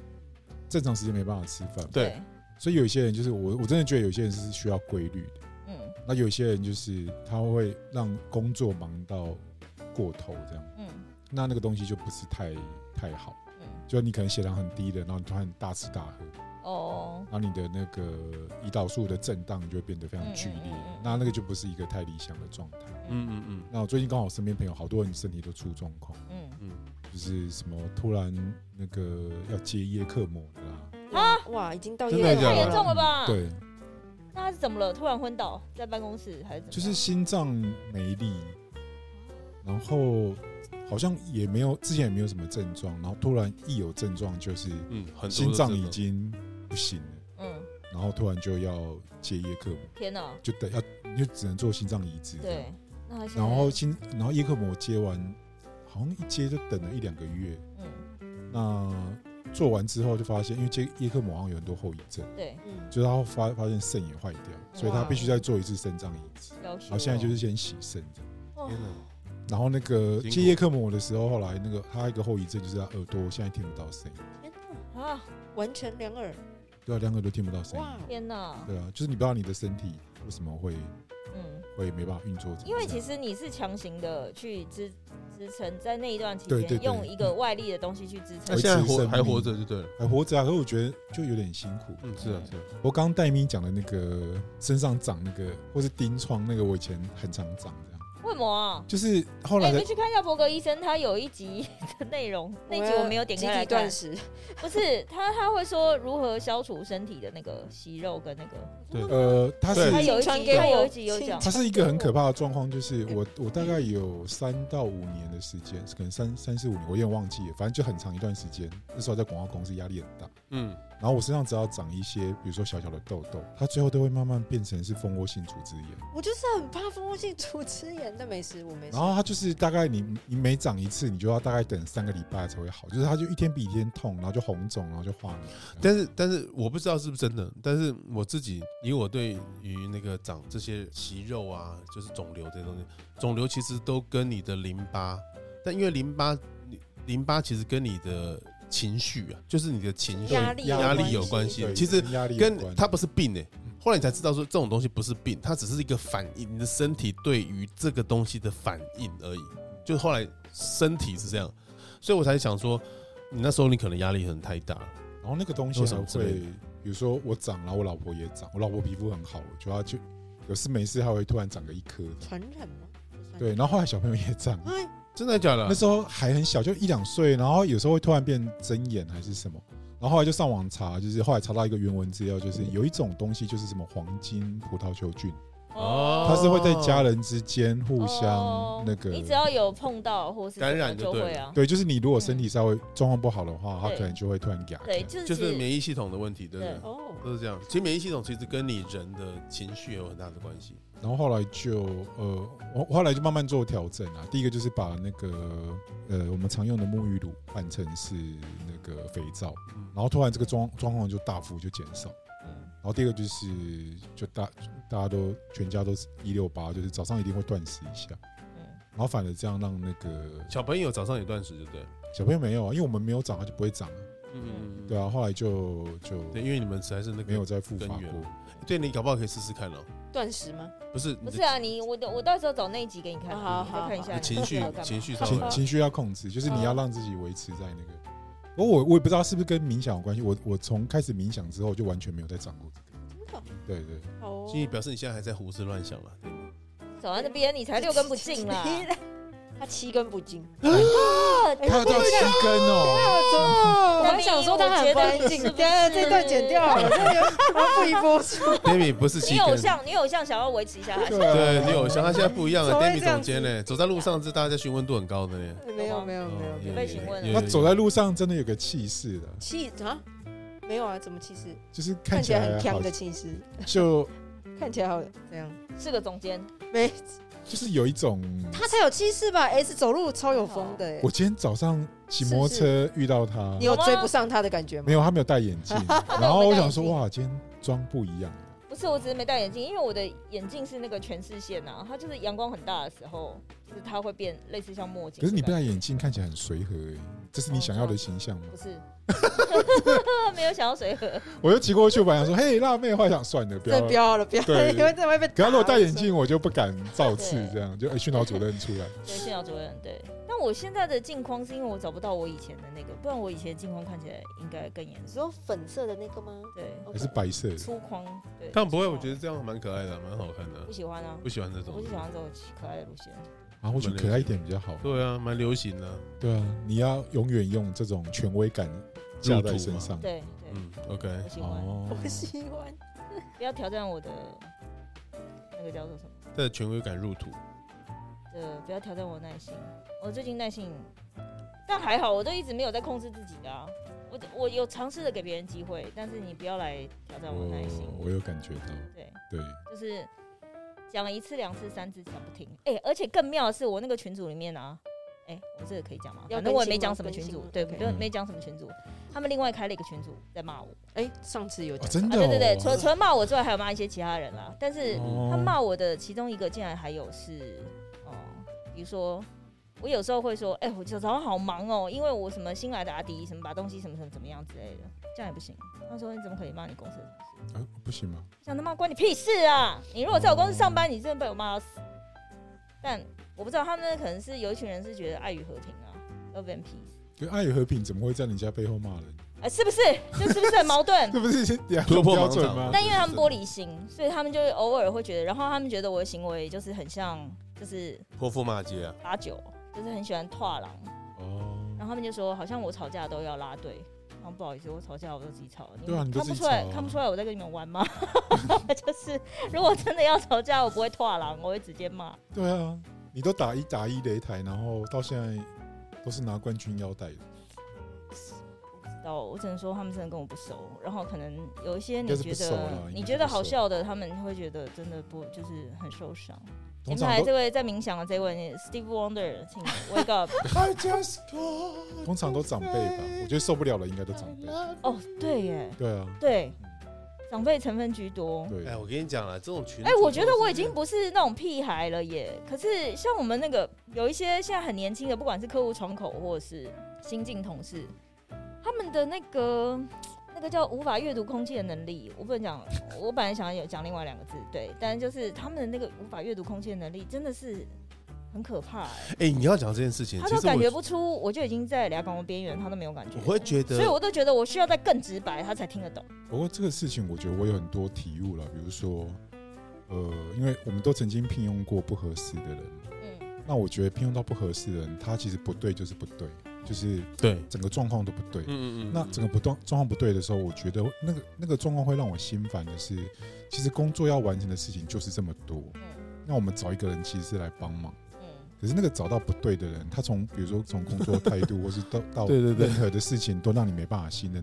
[SPEAKER 1] 正常时间没办法吃饭，
[SPEAKER 2] 对，
[SPEAKER 1] 所以有一些人就是我，我真的觉得有些人是需要规律的。
[SPEAKER 3] 嗯
[SPEAKER 1] 那有些人就是他会让工作忙到过头，这样，
[SPEAKER 3] 嗯
[SPEAKER 1] 那那个东西就不是太太好。
[SPEAKER 3] 嗯，
[SPEAKER 1] 就你可能血糖很低的，然后你突然大吃大喝，
[SPEAKER 3] 哦，
[SPEAKER 1] 然后你的那个呃胰岛素的震荡就会变得非常剧烈，
[SPEAKER 3] 嗯嗯嗯嗯
[SPEAKER 1] 那那个就不是一个太理想的状态。
[SPEAKER 2] 嗯嗯嗯，
[SPEAKER 1] 那我最近刚好身边朋友好多人身体都出状况，
[SPEAKER 3] 嗯，
[SPEAKER 1] 就是什么突然那个要接叶克膜的啦，
[SPEAKER 4] 啊，哇，已经到
[SPEAKER 2] 真
[SPEAKER 4] 夜
[SPEAKER 2] 的
[SPEAKER 4] 晚
[SPEAKER 2] 假
[SPEAKER 3] 太
[SPEAKER 2] 的
[SPEAKER 3] 严重了吧？，
[SPEAKER 1] 对，
[SPEAKER 3] 那他是怎么了？突然昏倒在办公室还是怎么样？
[SPEAKER 1] 就是心脏没力，然后好像也没有之前也没有什么症状，然后突然一有症状就是
[SPEAKER 2] 嗯，很多
[SPEAKER 1] 心
[SPEAKER 2] 都
[SPEAKER 1] 脏
[SPEAKER 2] 是这
[SPEAKER 1] 已
[SPEAKER 2] 种
[SPEAKER 1] 经不行了，
[SPEAKER 3] 嗯，
[SPEAKER 1] 然后突然就要接叶克膜，
[SPEAKER 3] 天哪，
[SPEAKER 1] 就得要你就只能做心脏移植这样。
[SPEAKER 3] 对，那他现在
[SPEAKER 1] 然后心，然后叶克膜接完，好像一接就等了一两个月。
[SPEAKER 3] 嗯，
[SPEAKER 1] 那做完之后就发现，因为接叶克膜好像有很多后遗症，
[SPEAKER 3] 对，
[SPEAKER 4] 嗯，
[SPEAKER 1] 就是他发发现肾也坏掉，所以他
[SPEAKER 4] 哇
[SPEAKER 1] 必须再做一次肾脏移植。
[SPEAKER 3] 要
[SPEAKER 1] 然
[SPEAKER 3] 求
[SPEAKER 1] 后现在就是先洗肾这样。
[SPEAKER 3] 哇
[SPEAKER 2] 天哪
[SPEAKER 1] 然后那个
[SPEAKER 2] 辛苦
[SPEAKER 1] 接叶克膜的时候，后来那个他一个后遗症就是他耳朵现在听不到声音，
[SPEAKER 3] 啊，
[SPEAKER 4] 完全两耳，
[SPEAKER 1] 对啊，两个都听不到声音。
[SPEAKER 4] 哇，
[SPEAKER 3] 天哪，
[SPEAKER 1] 对啊，就是你不知道你的身体为什么会
[SPEAKER 3] 嗯，
[SPEAKER 1] 会没办法运作成这样。
[SPEAKER 3] 因为其实你是强行的去支支撑，在那一段期
[SPEAKER 1] 对对
[SPEAKER 3] 间
[SPEAKER 1] 对
[SPEAKER 3] 用一个外力的东西去支
[SPEAKER 1] 维
[SPEAKER 2] 那
[SPEAKER 3] 撑
[SPEAKER 1] 持
[SPEAKER 2] 现在活
[SPEAKER 1] 生
[SPEAKER 2] 还活
[SPEAKER 1] 命
[SPEAKER 2] 着就对了，
[SPEAKER 1] 还活着啊，可是我觉得就有点辛苦。
[SPEAKER 2] 嗯，是啊是啊，
[SPEAKER 1] 我刚刚戴咪讲的那个身上长那个，或是钉疮那个，我以前很常长，这样
[SPEAKER 3] 为什么啊？
[SPEAKER 1] 就是后
[SPEAKER 3] 哎，
[SPEAKER 1] 来
[SPEAKER 3] 你
[SPEAKER 1] 的、
[SPEAKER 3] 们去看一下伯格医生，他有一集的内容，那集我没有点
[SPEAKER 4] 集
[SPEAKER 3] 开来
[SPEAKER 4] 体
[SPEAKER 3] 看
[SPEAKER 4] 断，食，
[SPEAKER 3] 不是他他会说如何消除身体的那个息肉跟那个，
[SPEAKER 1] 呃，它
[SPEAKER 2] 对
[SPEAKER 3] 他
[SPEAKER 1] 是
[SPEAKER 3] 有一
[SPEAKER 4] 传
[SPEAKER 3] 集
[SPEAKER 4] 给
[SPEAKER 3] 他
[SPEAKER 4] 我
[SPEAKER 3] 有一集有讲，
[SPEAKER 1] 它是一个很可怕的状况，就是我我大概有三到五年的时间，可能三三四五年，我有点忘记了，反正就很长一段时间。那时候在广告公司压力很大，
[SPEAKER 2] 嗯，
[SPEAKER 1] 然后我身上只要长一些，比如说小小的痘痘，它最后都会慢慢变成是蜂窝性组织炎。
[SPEAKER 4] 我就是很怕蜂窝性组织炎，但没事，我没事
[SPEAKER 1] 然。后它就是大概你你每长一次，你就要大概等三个礼拜才会好，就是它就一天比一天痛，然后就红肿，然后就化脓。
[SPEAKER 2] 但是但是我不知道是不是真的，但是我自己以我对于那个长这些息肉啊，就是肿瘤这些东西，肿瘤其实都跟你的淋巴，但因为淋巴你淋巴其实跟你的情绪啊，就是你的情绪
[SPEAKER 4] 压力有
[SPEAKER 2] 压
[SPEAKER 4] 关
[SPEAKER 2] 力有
[SPEAKER 4] 系
[SPEAKER 2] 关系的，
[SPEAKER 1] 对
[SPEAKER 2] 其实
[SPEAKER 1] 跟压力有
[SPEAKER 2] 跟
[SPEAKER 1] 关
[SPEAKER 2] 它不是病诶、欸后来你才知道说这种东西不是病，它只是一个反应，你的身体对于这个东西的反应而已。就后来身体是这样，所以我才想说，你那时候你可能压力很太大了，
[SPEAKER 1] 然后那个东西
[SPEAKER 2] 或什
[SPEAKER 1] 还
[SPEAKER 2] 么之
[SPEAKER 1] 会
[SPEAKER 2] 类的，
[SPEAKER 1] 比如说我长，然后我老婆也长，我老婆皮肤很好，我就要去有事没事还会突然长个一颗这样。
[SPEAKER 4] 传染吗？不
[SPEAKER 3] 嗯
[SPEAKER 4] 算
[SPEAKER 1] 对，，然后后来小朋友也长，
[SPEAKER 4] 哎，
[SPEAKER 2] 真的假的
[SPEAKER 1] 那？时候还很小，就一两岁，然后有时候会突然变针眼还是什么，然后后来就上网查，就是后来查到一个原文资料，就是有一种东西就是什么黄金葡萄球菌，
[SPEAKER 2] 哦
[SPEAKER 1] 它是会在家人之间互
[SPEAKER 3] 哦
[SPEAKER 1] 相那个。
[SPEAKER 3] 你只要有碰到或是
[SPEAKER 2] 感染
[SPEAKER 3] 什
[SPEAKER 2] 就
[SPEAKER 3] 么
[SPEAKER 2] 对
[SPEAKER 3] 会
[SPEAKER 2] 了
[SPEAKER 3] 啊，
[SPEAKER 1] 对，就是你如果身体稍微状况不好的话，它
[SPEAKER 3] 对
[SPEAKER 1] 可能就会突然给它
[SPEAKER 3] 对，
[SPEAKER 1] 看
[SPEAKER 3] 就是
[SPEAKER 2] 就是免疫系统的问题，对不对？
[SPEAKER 3] 对
[SPEAKER 4] 哦，
[SPEAKER 1] 呃
[SPEAKER 2] 都是这样。其实免疫系统其实跟你人的情绪有很大的关系。
[SPEAKER 1] 然后后来就呃，我我后来就慢慢做调整啊。第一个就是把那个呃我们常用的沐浴乳换成是那个肥皂，
[SPEAKER 2] 嗯，
[SPEAKER 1] 然后突然这个状状况就大幅就减少。
[SPEAKER 3] 嗯
[SPEAKER 1] 然后第二个就是就大大家都全家都是一六八，就是早上一定会断食一下。
[SPEAKER 3] 嗯
[SPEAKER 1] 然后反而这样让那个
[SPEAKER 2] 小朋友早上也断食，对不对？
[SPEAKER 1] 小朋友没有啊，因为我们没有长，他就不会长啊。
[SPEAKER 2] 嗯，
[SPEAKER 1] 对啊，后来就就
[SPEAKER 2] 对，因为你们实在是那个
[SPEAKER 1] 没有再复发
[SPEAKER 2] 根
[SPEAKER 1] 过
[SPEAKER 2] 源。对你搞不好可以试试看哦。
[SPEAKER 4] 断食吗？
[SPEAKER 2] 不是，你
[SPEAKER 3] 不
[SPEAKER 2] 的
[SPEAKER 3] 是啊，你我的我到时候找那一集给你看，
[SPEAKER 4] 好好
[SPEAKER 3] 你再看一下
[SPEAKER 4] 好
[SPEAKER 3] 你
[SPEAKER 2] 情绪
[SPEAKER 3] 要干嘛
[SPEAKER 2] 情绪稍微
[SPEAKER 1] 情情绪要控制，就是你要让自己维持在那个。我我我也不知道是不是跟冥想有关系，我我从开始冥想之后就完全没有再长过这个。
[SPEAKER 4] 真的
[SPEAKER 1] 对对，
[SPEAKER 4] 好哦
[SPEAKER 2] 所以表示你现在还在胡思乱想了。对 吗
[SPEAKER 3] 走在那边，你才六根不净 啦。，
[SPEAKER 4] 他七根不进。哎
[SPEAKER 1] 它要到七根哦，
[SPEAKER 4] 我
[SPEAKER 3] 那
[SPEAKER 4] 还想说他
[SPEAKER 3] 我觉
[SPEAKER 4] 很
[SPEAKER 3] 得
[SPEAKER 4] 干净
[SPEAKER 3] 是，不
[SPEAKER 4] 等下
[SPEAKER 3] 是
[SPEAKER 4] 这段剪掉好了，这个我不宜播出。
[SPEAKER 2] Demi 不是七
[SPEAKER 3] 你偶
[SPEAKER 2] 根，
[SPEAKER 3] 像，你偶像想要维持一下他，
[SPEAKER 1] 对啊
[SPEAKER 2] 对，你偶像他现在不一样了。
[SPEAKER 4] 怎么会
[SPEAKER 2] Demi
[SPEAKER 4] 这样
[SPEAKER 2] 总监呢，走在路上是大家询问度很高的呢。
[SPEAKER 4] 没有没有没有
[SPEAKER 2] 哦
[SPEAKER 4] 没有
[SPEAKER 3] 嗯被询问了
[SPEAKER 1] 他走在路上真的有个气势的，
[SPEAKER 4] 气啊？没有啊，怎么气势？
[SPEAKER 1] 就是看
[SPEAKER 4] 看
[SPEAKER 1] 起
[SPEAKER 4] 起来
[SPEAKER 1] 来
[SPEAKER 4] 很
[SPEAKER 1] 好
[SPEAKER 4] 强的气势，
[SPEAKER 1] 就
[SPEAKER 4] 看起来好怎样？
[SPEAKER 3] 是个总监，
[SPEAKER 4] 没，
[SPEAKER 1] 就是有一种。
[SPEAKER 4] 他才有气势吧？S 走路超有风的欸，
[SPEAKER 1] 哦我今天早上骑摩托车遇到他
[SPEAKER 4] 你，有追不上他的感觉吗
[SPEAKER 1] 没？有，他没有戴眼镜，然后我想说哇，今天妆不一样。
[SPEAKER 3] 不是，我只是没戴眼镜，因为我的眼镜是那个全视线呐、啊，它就是阳光很大的时候，就是它会变类似像墨镜。
[SPEAKER 1] 可是你不戴眼镜看起来很随和哎，这是你想要的形象吗
[SPEAKER 3] 不？
[SPEAKER 4] 哦
[SPEAKER 3] 是，没有想要随和，
[SPEAKER 1] 我就骑过去，我本来想说 嘿辣妹，后来想算
[SPEAKER 2] 啊
[SPEAKER 1] 了，不要
[SPEAKER 4] 这
[SPEAKER 1] 了
[SPEAKER 4] 不。要了，不要了，
[SPEAKER 1] 对
[SPEAKER 4] 因为这会被打。
[SPEAKER 1] 可他如果戴眼镜，我就不敢造次，这样就哎训导主任出来。
[SPEAKER 3] 对，训导主任对。但我现在的镜框是因为我找不到我以前的那个，不然我以前的镜框看起来应该更严
[SPEAKER 4] 你
[SPEAKER 3] 肃。
[SPEAKER 4] 说粉色的那个吗？
[SPEAKER 3] 对，
[SPEAKER 1] 还是白色的？
[SPEAKER 3] 粗框。对，
[SPEAKER 2] 但不会，我
[SPEAKER 3] 粗框
[SPEAKER 2] 觉得这样蛮可爱的，蛮好看的
[SPEAKER 3] 不。喜欢啊，
[SPEAKER 2] 不喜欢这
[SPEAKER 3] 我
[SPEAKER 2] 种
[SPEAKER 3] 不，喜欢这种可爱的路线。
[SPEAKER 1] 啊，我觉得可爱一点比较好。
[SPEAKER 2] 对啊，蛮流行的。
[SPEAKER 1] 对啊，你要永远用这种权威感加在身上。
[SPEAKER 3] 对对，
[SPEAKER 2] 嗯，OK，
[SPEAKER 3] 不喜欢，
[SPEAKER 1] 哦，
[SPEAKER 4] 我喜欢。
[SPEAKER 3] 不要挑战我的那个叫做什么？
[SPEAKER 2] 带着权威感入土。
[SPEAKER 3] 呃，不要挑战我耐心。我最近耐心，但还好，我都一直没有在控制自己的啊。我我有尝试着给别人机会，但是你不要来挑战我的耐心。
[SPEAKER 1] 哦嗯我我有感觉到，
[SPEAKER 3] 对，
[SPEAKER 1] 对，
[SPEAKER 3] 就是讲一次、两次、三次讲不停。哎、而且更妙的是，我那个群组里面啊，哎、我这个可以讲吗？
[SPEAKER 4] 要
[SPEAKER 3] 反正我也
[SPEAKER 4] 更新
[SPEAKER 3] 没
[SPEAKER 4] 吗
[SPEAKER 3] 讲什么
[SPEAKER 4] 更
[SPEAKER 3] 群
[SPEAKER 4] 新
[SPEAKER 3] 组
[SPEAKER 4] 吗，
[SPEAKER 3] 对，
[SPEAKER 4] OK
[SPEAKER 3] 没有
[SPEAKER 1] 嗯
[SPEAKER 3] 没讲什么群组。他们另外开了一个群组在骂我，
[SPEAKER 4] 哎，上次有
[SPEAKER 1] 哦
[SPEAKER 4] 讲到
[SPEAKER 1] 真的
[SPEAKER 3] 啊，对
[SPEAKER 1] 哦，
[SPEAKER 3] 对对，除了除了骂我之外，还有骂一些其他人啦。但是
[SPEAKER 1] 哦
[SPEAKER 3] 他骂我的其中一个，竟然还有是，哦、比如说我有时候会说，哎、我早上好忙哦，因为我什么新来的阿迪，什么把东西什么什么怎么样之类的，这样也不行。他说你怎么可以骂你公司的同事？
[SPEAKER 1] 啊，不行吗？
[SPEAKER 3] 我想他妈关你屁事啊！你如果在我公司上班，你真的被我骂到死。但我不知道他们可能是有一群人是觉得爱与和平啊，love and peace，
[SPEAKER 1] 可爱与和平怎么会在你家背后骂人？
[SPEAKER 3] 哎、是不是？这是不是很矛盾？
[SPEAKER 1] 这不是两种标准吗？
[SPEAKER 3] 但因为他们玻璃心，所以他们就偶尔会觉得，然后他们觉得我的行为就是很像，就是
[SPEAKER 2] 泼妇骂街啊，
[SPEAKER 3] 八九，就是很喜欢跨狼，
[SPEAKER 1] 哦，
[SPEAKER 3] 然后他们就说好像我吵架都要拉队，然后不好意思，我吵架我都自己吵，你
[SPEAKER 1] 对啊
[SPEAKER 3] 们
[SPEAKER 1] 你都
[SPEAKER 3] 看
[SPEAKER 1] 自
[SPEAKER 3] 不
[SPEAKER 1] 己
[SPEAKER 3] 出来
[SPEAKER 1] 吵啊
[SPEAKER 3] 看不出来我在跟你们玩吗？ 就是如果真的要吵架，我不会跨狼，我会直接骂。
[SPEAKER 1] 对啊，你都打一打一擂台，然后到现在都是拿冠军腰带的，
[SPEAKER 3] 到我只能说他们真的跟我不熟，然后可能有一些
[SPEAKER 1] 应
[SPEAKER 3] 你
[SPEAKER 1] 该是
[SPEAKER 3] 觉
[SPEAKER 1] 不熟啦
[SPEAKER 3] 得
[SPEAKER 1] 应该
[SPEAKER 3] 你
[SPEAKER 1] 是
[SPEAKER 3] 觉得
[SPEAKER 1] 不熟
[SPEAKER 3] 好笑的，他们会觉得真的不就是很受伤。
[SPEAKER 1] 通
[SPEAKER 3] 前
[SPEAKER 1] 常
[SPEAKER 3] 排
[SPEAKER 1] 都
[SPEAKER 3] 这位在冥想的这位 Steve Wonder，请 wake up。
[SPEAKER 2] I just call
[SPEAKER 1] 通常都长辈吧，我觉得受不了了应该都长辈。
[SPEAKER 3] 哦，对耶，
[SPEAKER 1] 对啊，
[SPEAKER 3] 对，长辈成分居多。
[SPEAKER 1] 对，
[SPEAKER 2] 哎，我跟你讲啊，这种群，
[SPEAKER 3] 哎、我觉得我已经不是那种屁孩了耶。可是像我们那个有一些现在很年轻的，不管是客户窗口或是新进同事，他们的那个那个叫无法阅读空气的能力，我不能讲，我本来想有讲另外两个字，对，但就是他们的那个无法阅读空气的能力真的是很可怕哎，
[SPEAKER 2] 哎，你要讲这件事情，
[SPEAKER 3] 他
[SPEAKER 2] 其
[SPEAKER 3] 都
[SPEAKER 2] 实我
[SPEAKER 3] 感觉不出，我就已经在俩港的边缘，他都没有感觉
[SPEAKER 2] 我，会觉
[SPEAKER 3] 所以
[SPEAKER 2] 得，
[SPEAKER 3] 我都觉得我需要再更直白，他才听得懂。
[SPEAKER 1] 不过这个事情，我觉得我有很多体悟了。比如说，呃，因为我们都曾经聘用过不合适的人，
[SPEAKER 3] 嗯，
[SPEAKER 1] 那我觉得聘用到不合适的人，他其实不对就是不对，就是
[SPEAKER 2] 对，
[SPEAKER 1] 整个状况都不对。
[SPEAKER 2] 嗯嗯
[SPEAKER 1] 那整个不状状况不对的时候，我觉得那个那个状况会让我心烦的是，其实工作要完成的事情就是这么多。那我们找一个人其实是来帮忙，
[SPEAKER 3] 嗯
[SPEAKER 1] 可是那个找到不对的人，他从比如说从工作态度，或是 到到
[SPEAKER 2] 对对对
[SPEAKER 1] 任何的事情都让你没办法信任。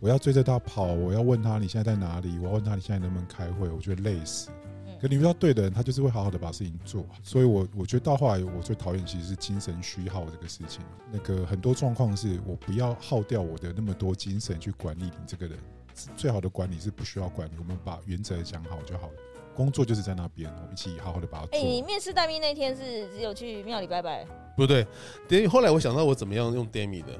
[SPEAKER 1] 我要追着他跑，我要问他你现在在哪里，我要问他你现在能不能开会，我觉得累死。
[SPEAKER 3] 嗯
[SPEAKER 1] 可你遇到对的人，他就是会好好的把事情做好。所以我我觉得到后来，我最讨厌其实是精神虚耗这个事情。那个很多状况是我不要耗掉我的那么多精神去管理你这个人。最好的管理是不需要管理，我们把原则讲好就好了。工作就是在那边，我们一起好好的把它
[SPEAKER 3] 哎、
[SPEAKER 1] 做。
[SPEAKER 3] 你面试待命那天是只有去庙里拜拜
[SPEAKER 2] 不对。等于后来我想到我怎么样用 Demi 的，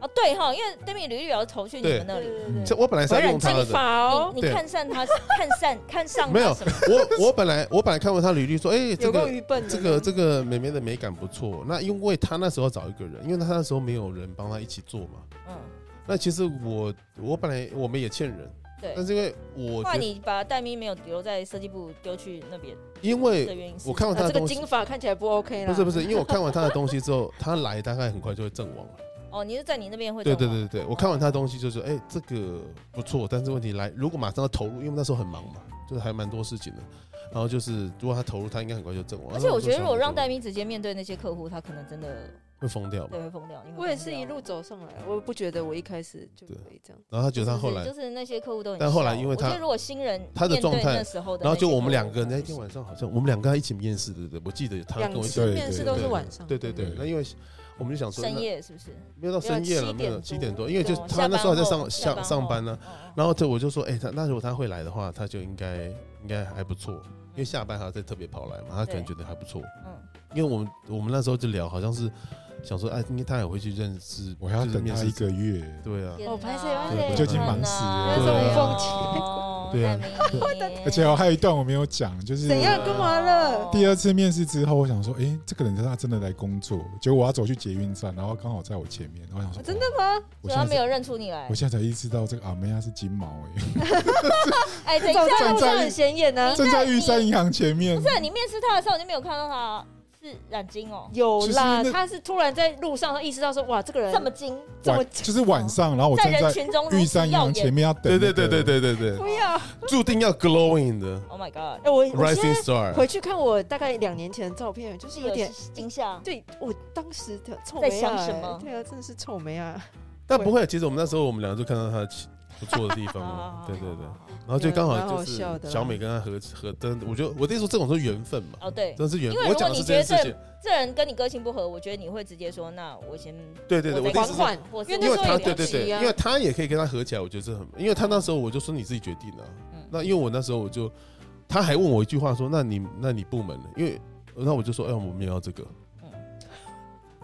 [SPEAKER 3] 哦？对哈，因为 Demi 履历表投去你们那
[SPEAKER 4] 对
[SPEAKER 3] 里，
[SPEAKER 4] 对对
[SPEAKER 2] 这
[SPEAKER 4] 对，
[SPEAKER 2] 我本来是要用他
[SPEAKER 4] 金
[SPEAKER 2] 的。
[SPEAKER 4] 发哦，
[SPEAKER 3] 你你
[SPEAKER 2] 对
[SPEAKER 3] 看上他， 看上看上
[SPEAKER 2] 没有
[SPEAKER 3] 他什么？
[SPEAKER 2] 我我本来我本来看过他履 历，说哎，这
[SPEAKER 4] 有够
[SPEAKER 2] 个
[SPEAKER 4] 愚笨的。
[SPEAKER 2] 这个这个美眉的美感不错。那因为她那时候找一个人，因为她那时候没有人帮她一起做嘛。
[SPEAKER 3] 嗯，
[SPEAKER 2] 那其实我我本来我们也欠人，
[SPEAKER 3] 对
[SPEAKER 2] 但。是因为我
[SPEAKER 3] 后来
[SPEAKER 2] 觉得，
[SPEAKER 3] 你把戴咪没有留在设计部，丢去那边
[SPEAKER 2] 因
[SPEAKER 3] 的
[SPEAKER 2] 为
[SPEAKER 3] 原因是
[SPEAKER 2] 我看完她
[SPEAKER 4] 啊
[SPEAKER 2] 的
[SPEAKER 4] 这个
[SPEAKER 2] 东西
[SPEAKER 4] 金，发看起来不 OK 啦。
[SPEAKER 2] 不是不是，因为我看完她的东西之后，她来大概很快就会阵亡了。
[SPEAKER 3] 哦，你是在你那边会
[SPEAKER 2] 对对
[SPEAKER 3] 撞
[SPEAKER 2] 对对，我看完他的东西就是，哎、这个不错，但是问题来，如果马上要投入，因为那时候很忙嘛，就是还蛮多事情的。然后就是，如果他投入，他应该很快就阵亡。
[SPEAKER 3] 到而且我觉得，如果让戴
[SPEAKER 2] 代
[SPEAKER 3] 咪直接面对那些客户，他可能真的
[SPEAKER 2] 会疯掉嘛，
[SPEAKER 3] 对会疯掉。你会
[SPEAKER 4] 我也
[SPEAKER 3] 疯
[SPEAKER 4] 是
[SPEAKER 3] 掉
[SPEAKER 4] 一路走上来，我不觉得我一开始就可以这样。
[SPEAKER 2] 然后他觉得他后来
[SPEAKER 3] 就，是就是那些客户都很
[SPEAKER 2] 但后来因为
[SPEAKER 3] 笑
[SPEAKER 2] 他
[SPEAKER 3] 我觉得如果新人
[SPEAKER 2] 他的
[SPEAKER 3] 面对
[SPEAKER 2] 状态
[SPEAKER 3] 那时候的那些客户，
[SPEAKER 2] 然后就我们两个人那
[SPEAKER 3] 在
[SPEAKER 2] 天晚上好像我们两个一起面试，对对对，我记得他
[SPEAKER 4] 两
[SPEAKER 2] 跟我一起
[SPEAKER 4] 次
[SPEAKER 1] 对，
[SPEAKER 4] 面试都是晚上，
[SPEAKER 2] 对对对
[SPEAKER 1] 对，
[SPEAKER 2] 那因为我们就想说，
[SPEAKER 3] 深
[SPEAKER 2] 那
[SPEAKER 3] 夜是不是？
[SPEAKER 2] 没有到哦深夜了，没
[SPEAKER 4] 没有
[SPEAKER 2] 有
[SPEAKER 4] 七
[SPEAKER 2] 七
[SPEAKER 4] 点
[SPEAKER 2] 点
[SPEAKER 4] 多
[SPEAKER 2] 多，因为就
[SPEAKER 3] 哦
[SPEAKER 2] 他
[SPEAKER 3] 下班
[SPEAKER 2] 那时候还在
[SPEAKER 3] 后
[SPEAKER 2] 上
[SPEAKER 3] 下班
[SPEAKER 2] 上上班呢。
[SPEAKER 3] 后哦哦
[SPEAKER 2] 然后他我就说，哎，他那如果他会来的话，他就应该应该还不错，因为下班还要再特别跑来嘛，他可能
[SPEAKER 3] 对
[SPEAKER 2] 觉得还不错。
[SPEAKER 3] 嗯，
[SPEAKER 2] 因为我们我们那时候就聊，好像是想说，哎，应该他也会去认识，
[SPEAKER 1] 我还要
[SPEAKER 2] 就是
[SPEAKER 1] 等
[SPEAKER 2] 面
[SPEAKER 1] 他
[SPEAKER 2] 试
[SPEAKER 3] 嗯
[SPEAKER 1] 一个月。
[SPEAKER 2] 对啊，
[SPEAKER 4] 哦拍摄
[SPEAKER 3] 天哪
[SPEAKER 4] 拍摄
[SPEAKER 3] 啊
[SPEAKER 1] 我就已经忙死了
[SPEAKER 4] 那是无缝
[SPEAKER 3] 对啊哦，
[SPEAKER 2] 对啊
[SPEAKER 3] 难免
[SPEAKER 1] 而且我还有一段我没有讲，就是
[SPEAKER 4] 怎样干嘛了
[SPEAKER 1] 第二次面试之后，我想说，哎、这个人他真的来工作，结果我要走去捷运站，然后刚好在我前面，然后想说，
[SPEAKER 4] 真的
[SPEAKER 1] 哇
[SPEAKER 4] 吗？
[SPEAKER 1] 我
[SPEAKER 3] 哦主
[SPEAKER 1] 现在
[SPEAKER 3] 要没
[SPEAKER 1] 才
[SPEAKER 3] 有认出你来
[SPEAKER 1] 我。现在才意识到这个阿梅亚是金毛哎、
[SPEAKER 3] 哎，等一
[SPEAKER 4] 走
[SPEAKER 3] 下，
[SPEAKER 4] 在
[SPEAKER 1] 站
[SPEAKER 4] 路
[SPEAKER 1] 在
[SPEAKER 4] 上很显眼啊呢
[SPEAKER 3] 你。
[SPEAKER 1] 正在玉山银行前面，
[SPEAKER 3] 啊不是啊你面试他的时候，你就没有看到他是染金哦，
[SPEAKER 4] 有啦
[SPEAKER 1] 其实那，
[SPEAKER 4] 他是突然在路上意识到说，哇，这个人
[SPEAKER 3] 这么金，
[SPEAKER 2] 哦
[SPEAKER 4] 这么
[SPEAKER 1] 晚就是晚上，然后我
[SPEAKER 3] 在
[SPEAKER 1] 站
[SPEAKER 3] 人
[SPEAKER 1] 在
[SPEAKER 3] 群中如
[SPEAKER 1] 玉
[SPEAKER 3] 此
[SPEAKER 1] 山银
[SPEAKER 3] 耀
[SPEAKER 1] 行前
[SPEAKER 3] 眼。
[SPEAKER 1] 面要等、
[SPEAKER 2] 对对对对，对对对，
[SPEAKER 4] 不要。
[SPEAKER 2] 注定要 glowing 的
[SPEAKER 3] Oh my god！
[SPEAKER 4] 哎，我我现
[SPEAKER 2] rising
[SPEAKER 4] 在
[SPEAKER 2] star。
[SPEAKER 4] 回去看我大概两年前的照片，就是有点
[SPEAKER 3] 惊吓，
[SPEAKER 4] 对我当时的臭
[SPEAKER 3] 在
[SPEAKER 4] 美
[SPEAKER 3] 想
[SPEAKER 4] 啊
[SPEAKER 3] 什
[SPEAKER 4] 哎
[SPEAKER 3] 么
[SPEAKER 4] 对啊，真的是臭美啊！
[SPEAKER 2] 但不会，其实我们那时候我们两个就看到他不错的地方了
[SPEAKER 3] 哦，
[SPEAKER 2] 对对对。然后就刚
[SPEAKER 4] 蛮
[SPEAKER 2] 好
[SPEAKER 4] 好
[SPEAKER 2] 就是
[SPEAKER 4] 笑的啦
[SPEAKER 2] 小美跟他合合，真的，我觉得我那时候这种是缘分嘛，
[SPEAKER 3] 哦对，
[SPEAKER 2] 真的是缘
[SPEAKER 3] 因为
[SPEAKER 2] 分。
[SPEAKER 3] 如
[SPEAKER 2] 我
[SPEAKER 3] 果
[SPEAKER 2] 讲的是
[SPEAKER 3] 你
[SPEAKER 2] 这件
[SPEAKER 3] 觉得
[SPEAKER 2] 事情，
[SPEAKER 3] 这人跟你个性不合，我觉得你会直接说，那我先
[SPEAKER 2] 对对对，我
[SPEAKER 3] 我
[SPEAKER 2] 的
[SPEAKER 3] 再
[SPEAKER 2] 意
[SPEAKER 4] 缓
[SPEAKER 2] 思是
[SPEAKER 4] 缓，
[SPEAKER 3] 我是
[SPEAKER 4] 因为
[SPEAKER 2] 因
[SPEAKER 4] 那
[SPEAKER 2] 为
[SPEAKER 4] 时候
[SPEAKER 2] 他
[SPEAKER 4] 也
[SPEAKER 2] 对
[SPEAKER 4] 没
[SPEAKER 2] 对对，
[SPEAKER 4] 急啊
[SPEAKER 2] 因为他也可以跟他合起来，我觉得这很，因为他那时候我就说你自己决定啊。
[SPEAKER 3] 嗯
[SPEAKER 2] 那因为我那时候我就，他还问我一句话说，那你那你部门呢？因为那我就说，哎，我们也要这个
[SPEAKER 3] 嗯，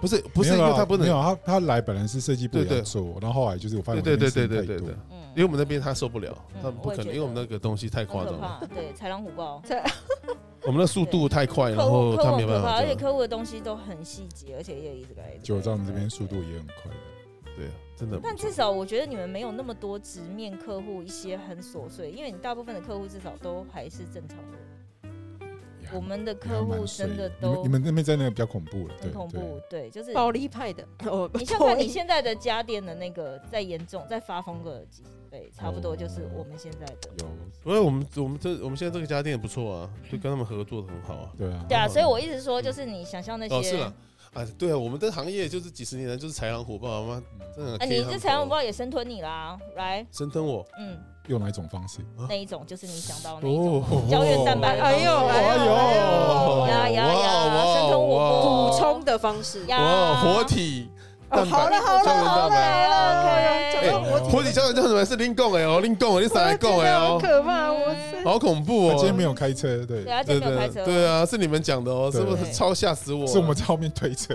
[SPEAKER 2] 不是不是，因
[SPEAKER 1] 没有
[SPEAKER 2] 为
[SPEAKER 1] 啦
[SPEAKER 2] 他不能
[SPEAKER 1] 没，有他他来本来是设计部
[SPEAKER 2] 对对
[SPEAKER 1] 要做，然后后来就是我发现
[SPEAKER 2] 对对
[SPEAKER 1] 我
[SPEAKER 2] 对
[SPEAKER 1] 那
[SPEAKER 2] 对
[SPEAKER 1] 边
[SPEAKER 2] 对
[SPEAKER 1] 事情
[SPEAKER 2] 对
[SPEAKER 1] 太多
[SPEAKER 2] 对，
[SPEAKER 3] 嗯
[SPEAKER 2] 因为我们那边他受不了，
[SPEAKER 3] 嗯
[SPEAKER 2] 他们不可能，
[SPEAKER 3] 我也觉得
[SPEAKER 2] 因为我们那个东西太夸
[SPEAKER 3] 很可
[SPEAKER 2] 张了，
[SPEAKER 3] 怕，对，豺狼虎豹。
[SPEAKER 2] 我们的速度太快，然
[SPEAKER 3] 客户
[SPEAKER 2] 后
[SPEAKER 3] 客
[SPEAKER 2] 他
[SPEAKER 3] 户
[SPEAKER 2] 没
[SPEAKER 3] 很
[SPEAKER 2] 办
[SPEAKER 3] 可怕，
[SPEAKER 2] 法啊
[SPEAKER 3] 而且
[SPEAKER 2] 这样，
[SPEAKER 3] 客户的东西都很细节，而且也一直改。
[SPEAKER 1] 九丈这边速度也很快，
[SPEAKER 2] 对，啊真的很不错。
[SPEAKER 3] 但至少我觉得你们没有那么多直面客户一些很琐碎，因为你大部分的客户至少都还是正常人。
[SPEAKER 1] 也
[SPEAKER 2] 啊
[SPEAKER 1] 还
[SPEAKER 3] 我们的
[SPEAKER 1] 也还
[SPEAKER 3] 客户
[SPEAKER 1] 蛮衰
[SPEAKER 3] 真的
[SPEAKER 1] 你们
[SPEAKER 3] 都
[SPEAKER 1] 你们那边真的比较恐怖了，对
[SPEAKER 3] 很恐怖
[SPEAKER 1] 对，
[SPEAKER 3] 对，就是
[SPEAKER 4] 暴力派的。哦，
[SPEAKER 3] 你像看你现在的家电的那个再严重，再发疯个几十倍，差不多就是我们现在
[SPEAKER 2] 哦
[SPEAKER 3] 的。
[SPEAKER 1] 有
[SPEAKER 2] 因为我们我们这我们现在这个家店也不错啊，就跟他们合作的很好啊。
[SPEAKER 1] 对啊，
[SPEAKER 3] 对啊，所以我一直说，就是你想象那
[SPEAKER 2] 哦，是
[SPEAKER 3] 些，
[SPEAKER 2] 了，啊，对啊，我们的行业就是几十年来就是豺狼虎豹，妈
[SPEAKER 1] 嗯
[SPEAKER 2] 真的
[SPEAKER 3] 啊，
[SPEAKER 2] 可
[SPEAKER 3] 你
[SPEAKER 2] 以
[SPEAKER 3] 这
[SPEAKER 2] 很
[SPEAKER 3] 财务
[SPEAKER 2] 多
[SPEAKER 3] 报也生吞你啦，来，
[SPEAKER 2] 深吞我，
[SPEAKER 3] 嗯，
[SPEAKER 1] 用哪一种方式？
[SPEAKER 3] 那一种就是你想到的那一种
[SPEAKER 2] 哦
[SPEAKER 3] 胶原蛋白的方
[SPEAKER 4] 哎
[SPEAKER 3] 式，
[SPEAKER 4] 呦哎呦
[SPEAKER 2] 哦
[SPEAKER 3] 呀呀
[SPEAKER 2] 哇
[SPEAKER 3] 呀，
[SPEAKER 2] 哇
[SPEAKER 3] 生吞活
[SPEAKER 2] 哇
[SPEAKER 3] 剥，
[SPEAKER 4] 补充的方式。
[SPEAKER 3] 呀，
[SPEAKER 2] 哇，活体
[SPEAKER 4] 哦
[SPEAKER 2] 蛋白，
[SPEAKER 4] 啊好了好了
[SPEAKER 2] 胶原
[SPEAKER 4] 好
[SPEAKER 2] 蛋
[SPEAKER 4] 了
[SPEAKER 2] 白
[SPEAKER 4] 好了，讲
[SPEAKER 2] 哎
[SPEAKER 3] 哦
[SPEAKER 4] 到我
[SPEAKER 2] 啊活体胶原蛋白是拎供哎哦，拎供哎，你上来供哎
[SPEAKER 4] 好
[SPEAKER 2] 哦，
[SPEAKER 4] 可怕，我是
[SPEAKER 2] 好恐怖
[SPEAKER 1] 我今天
[SPEAKER 2] 哦，
[SPEAKER 1] 没有开车，对
[SPEAKER 3] 对，啊，今
[SPEAKER 2] 对
[SPEAKER 3] 天没有开
[SPEAKER 2] 对
[SPEAKER 3] 车，
[SPEAKER 2] 对啊，是你们讲的哦，是不是
[SPEAKER 3] 对
[SPEAKER 2] 超吓死我？
[SPEAKER 1] 是我们在后面推 车，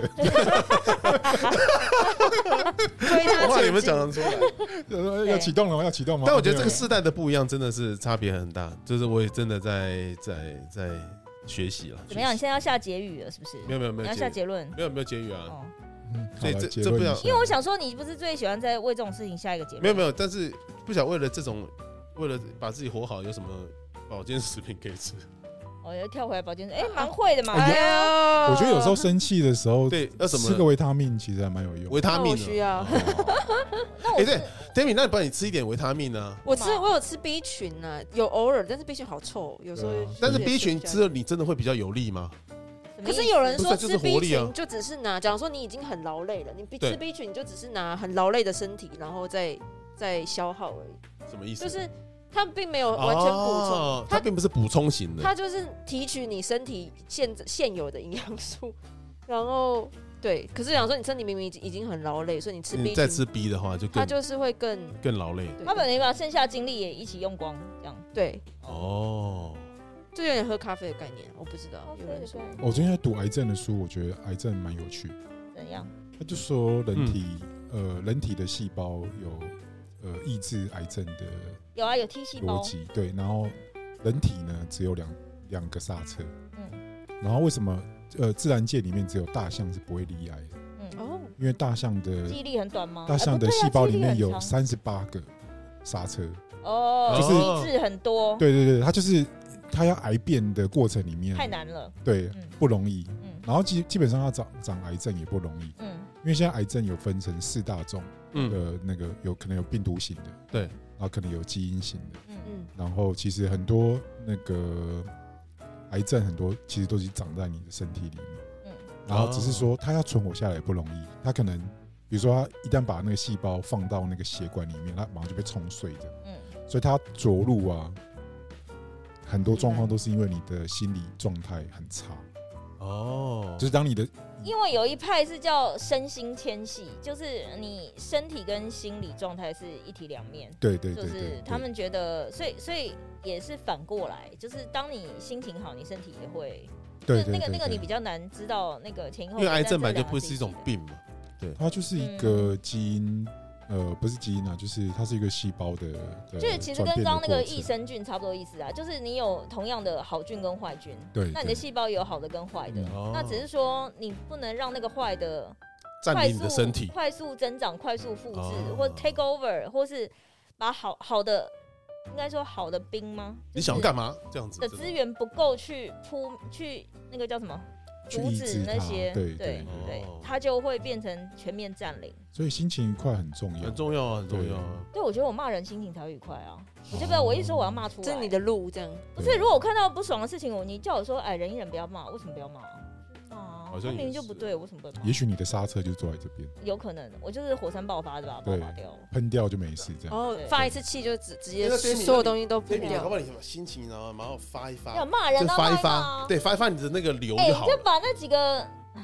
[SPEAKER 4] 推他
[SPEAKER 2] 哇，你
[SPEAKER 4] 前
[SPEAKER 2] 们
[SPEAKER 4] 进
[SPEAKER 2] 讲。得出来。
[SPEAKER 1] 要启动了，要启动了。
[SPEAKER 2] 但我觉得这个
[SPEAKER 1] 没有
[SPEAKER 2] 世代的不一样，真的是差别很大。就是我也真的在在在学习了。
[SPEAKER 3] 怎么样？你
[SPEAKER 2] 学习
[SPEAKER 3] 现在要下结语了是不是？
[SPEAKER 2] 没有没有没
[SPEAKER 3] 你
[SPEAKER 2] 有
[SPEAKER 3] 要下
[SPEAKER 2] 结
[SPEAKER 3] 结论
[SPEAKER 2] 没有没有结语啊，
[SPEAKER 3] 哦。
[SPEAKER 1] 嗯
[SPEAKER 2] 所以
[SPEAKER 1] 好了
[SPEAKER 2] 这
[SPEAKER 1] 结
[SPEAKER 2] 这
[SPEAKER 1] 论
[SPEAKER 2] 不要
[SPEAKER 1] 一下
[SPEAKER 3] 因为我想说，你不是最喜欢在为这种事情下一个结论？
[SPEAKER 2] 没有没有，但是不想为了这种，为了把自己活好，有什么保健食品可以吃？
[SPEAKER 3] 哦，又跳回来保健室，哎，蛮会的嘛。
[SPEAKER 1] 哎
[SPEAKER 3] 对啊
[SPEAKER 4] 呀
[SPEAKER 1] 我觉得有时候生气的时候，
[SPEAKER 2] 对，那什
[SPEAKER 1] 吃个
[SPEAKER 2] 么
[SPEAKER 1] 维他命其实还蛮有用。
[SPEAKER 2] 维他命啊
[SPEAKER 4] 那
[SPEAKER 2] 呢？
[SPEAKER 4] 我需要
[SPEAKER 3] 那我
[SPEAKER 2] 哎，
[SPEAKER 3] 是
[SPEAKER 2] 对，Demi，那你帮你吃一点维他命啊。
[SPEAKER 4] 我吃我有吃 B 群啊，有偶尔，但是 B 群好臭，有时候
[SPEAKER 1] 对啊。
[SPEAKER 2] 嗯但是 B 群吃，了，你真的会比较有力吗？
[SPEAKER 3] 什么
[SPEAKER 4] 可
[SPEAKER 3] 意思
[SPEAKER 4] 是有人
[SPEAKER 2] 不
[SPEAKER 4] 说
[SPEAKER 2] 是就是
[SPEAKER 4] 吃
[SPEAKER 2] 活
[SPEAKER 4] B
[SPEAKER 2] 力啊
[SPEAKER 4] 群就只是拿，假如说你已经很劳累了，你 B
[SPEAKER 2] 对
[SPEAKER 4] 吃 B 群你就只是拿很劳累的身体，然后再再消耗而已，
[SPEAKER 2] 什么意思？
[SPEAKER 4] 就是它并没有完全补充，
[SPEAKER 2] 哦
[SPEAKER 4] 它
[SPEAKER 2] 它并不是补充型的。
[SPEAKER 4] 它就是提取你身体现现有的营养素， 然后对。可是想说你身体明明已经已经很劳累，所以你吃 B
[SPEAKER 2] 你
[SPEAKER 4] 群，
[SPEAKER 2] 再嗯吃 B 的话，就
[SPEAKER 4] 它
[SPEAKER 2] 更
[SPEAKER 4] 就是会更
[SPEAKER 2] 更劳累
[SPEAKER 4] 对
[SPEAKER 3] 他本来把剩下精力也一起用光，这样。
[SPEAKER 4] 对，
[SPEAKER 2] 哦。
[SPEAKER 4] 就有点喝咖啡的概念，我不知道有人说。
[SPEAKER 1] 我最近在读癌症的书，我觉得癌症蛮有趣的。
[SPEAKER 3] 怎样？
[SPEAKER 1] 他就说人体
[SPEAKER 2] 嗯
[SPEAKER 1] 呃人体的细胞有呃抑制癌症的
[SPEAKER 3] 有啊，有 T 细
[SPEAKER 1] 逻
[SPEAKER 3] 胞，
[SPEAKER 1] 辑，对，然后人体呢只有两两个刹车，
[SPEAKER 3] 嗯
[SPEAKER 1] 然后为什么呃自然界里面只有大象是不会罹癌的？
[SPEAKER 3] 嗯，
[SPEAKER 4] 哦，
[SPEAKER 1] 因为大象
[SPEAKER 3] 记忆
[SPEAKER 1] 的
[SPEAKER 3] 力很短吗？
[SPEAKER 1] 大象的
[SPEAKER 3] 哎
[SPEAKER 1] 细胞里面
[SPEAKER 3] 不对
[SPEAKER 1] 有
[SPEAKER 3] 啊记忆力很长
[SPEAKER 1] 三十八个刹车，
[SPEAKER 3] 哦，
[SPEAKER 2] 就是
[SPEAKER 3] 机制很多，
[SPEAKER 1] 对对对，它就是它要癌变的过程里面
[SPEAKER 3] 太难了，
[SPEAKER 1] 对
[SPEAKER 3] 嗯
[SPEAKER 1] 不容易，
[SPEAKER 3] 嗯
[SPEAKER 1] 然后基基本上要长长癌症也不容易，
[SPEAKER 3] 嗯
[SPEAKER 1] 因为现在癌症有分成四大种，
[SPEAKER 2] 嗯，
[SPEAKER 1] 呃，那个有可能有病毒型的，
[SPEAKER 2] 对
[SPEAKER 1] 然后可能有基因型的，
[SPEAKER 3] 嗯
[SPEAKER 4] 嗯，
[SPEAKER 1] 然后其实很多那个癌症很多其实都已经长在你的身体里
[SPEAKER 2] 哦
[SPEAKER 1] 面，
[SPEAKER 3] 嗯
[SPEAKER 1] 然后只是说它要存活下来也不容易，它可能比如说它一旦把那个细胞放到那个血管里面，它马上就被冲碎的，
[SPEAKER 3] 嗯
[SPEAKER 1] 所以它着陆啊，很多状况都是因为你的心理状态很差，
[SPEAKER 2] 哦，
[SPEAKER 1] 就是当你的
[SPEAKER 3] 因为有一派是叫身心迁徙，就是你身体跟心理状态是一体两面，
[SPEAKER 1] 对对对对
[SPEAKER 3] 就是
[SPEAKER 1] 对
[SPEAKER 3] 他们觉得，所以所以也是反过来，就是当你心情好，你身体也会，
[SPEAKER 1] 对
[SPEAKER 3] 就是
[SPEAKER 1] 对
[SPEAKER 3] 那个
[SPEAKER 1] 对
[SPEAKER 3] 那个
[SPEAKER 1] 对
[SPEAKER 3] 你比较难知道那个前因后
[SPEAKER 2] 因
[SPEAKER 3] 果。
[SPEAKER 2] 为癌
[SPEAKER 3] 但这
[SPEAKER 2] 症本来就
[SPEAKER 3] 两个
[SPEAKER 2] 不是一种
[SPEAKER 3] 自己的，
[SPEAKER 2] 病嘛。
[SPEAKER 1] 它就是一个基因呃，不是基因啊，就是它是一个细胞的，的
[SPEAKER 3] 就是其实跟
[SPEAKER 1] 转变的
[SPEAKER 3] 刚刚那个
[SPEAKER 1] 过程
[SPEAKER 3] 益生菌差不多意思啊，就是你有同样的好菌跟坏菌，
[SPEAKER 1] 对，
[SPEAKER 3] 那你
[SPEAKER 1] 对
[SPEAKER 3] 的细胞也有好的跟坏的，
[SPEAKER 1] 嗯
[SPEAKER 2] 哦
[SPEAKER 3] 那只是说你不能让那个坏的
[SPEAKER 2] 占
[SPEAKER 3] 快
[SPEAKER 2] 领你
[SPEAKER 3] 速
[SPEAKER 2] 的身体，
[SPEAKER 3] 快速增长、快速复制，
[SPEAKER 2] 哦
[SPEAKER 3] 或 take over，或是把好好的，应该说好的兵吗？
[SPEAKER 2] 你想要干嘛？这样子
[SPEAKER 3] 的资源不够去铺去那个叫什么？
[SPEAKER 1] 去
[SPEAKER 3] 阻
[SPEAKER 1] 抑
[SPEAKER 3] 止
[SPEAKER 1] 制
[SPEAKER 3] 那
[SPEAKER 1] 它
[SPEAKER 3] 些，
[SPEAKER 1] 对
[SPEAKER 3] 对
[SPEAKER 1] 对
[SPEAKER 3] 对
[SPEAKER 2] 哦，
[SPEAKER 3] 它就会变成全面占领。
[SPEAKER 1] 所以心情愉快很重要，
[SPEAKER 2] 很重要啊，很重要啊。
[SPEAKER 3] 对，我觉得我骂人心情才会愉快啊！我就不要我一说我要骂出来，
[SPEAKER 4] 这是你的路，这样
[SPEAKER 3] 不是，如果我看到不爽的事情，我你叫我说，哎，忍一忍，不要骂，为什么不要骂？啊，
[SPEAKER 2] 好像
[SPEAKER 3] 他
[SPEAKER 2] 也
[SPEAKER 3] 明明就是不对，我为什么不能骂？
[SPEAKER 1] 也许你的刹车就坐在这边，
[SPEAKER 3] 有可能，我就是火山爆发对吧？爆
[SPEAKER 1] 对
[SPEAKER 3] 发掉。
[SPEAKER 1] 喷掉就没事这样。
[SPEAKER 4] 然后
[SPEAKER 3] 对
[SPEAKER 4] 发一次气就直直接
[SPEAKER 2] 那那 Demi，
[SPEAKER 4] 所有东西都喷
[SPEAKER 2] Baby，搞
[SPEAKER 4] 掉
[SPEAKER 2] 不。好你把心情然后然后发一发，
[SPEAKER 3] 要骂人
[SPEAKER 2] 就
[SPEAKER 3] 啊，
[SPEAKER 2] 发一
[SPEAKER 3] 骂啊
[SPEAKER 2] 发，，对，发一发你的那个流就
[SPEAKER 3] 哎，你
[SPEAKER 2] 好
[SPEAKER 3] 就
[SPEAKER 2] 了。
[SPEAKER 3] 把那几个 唉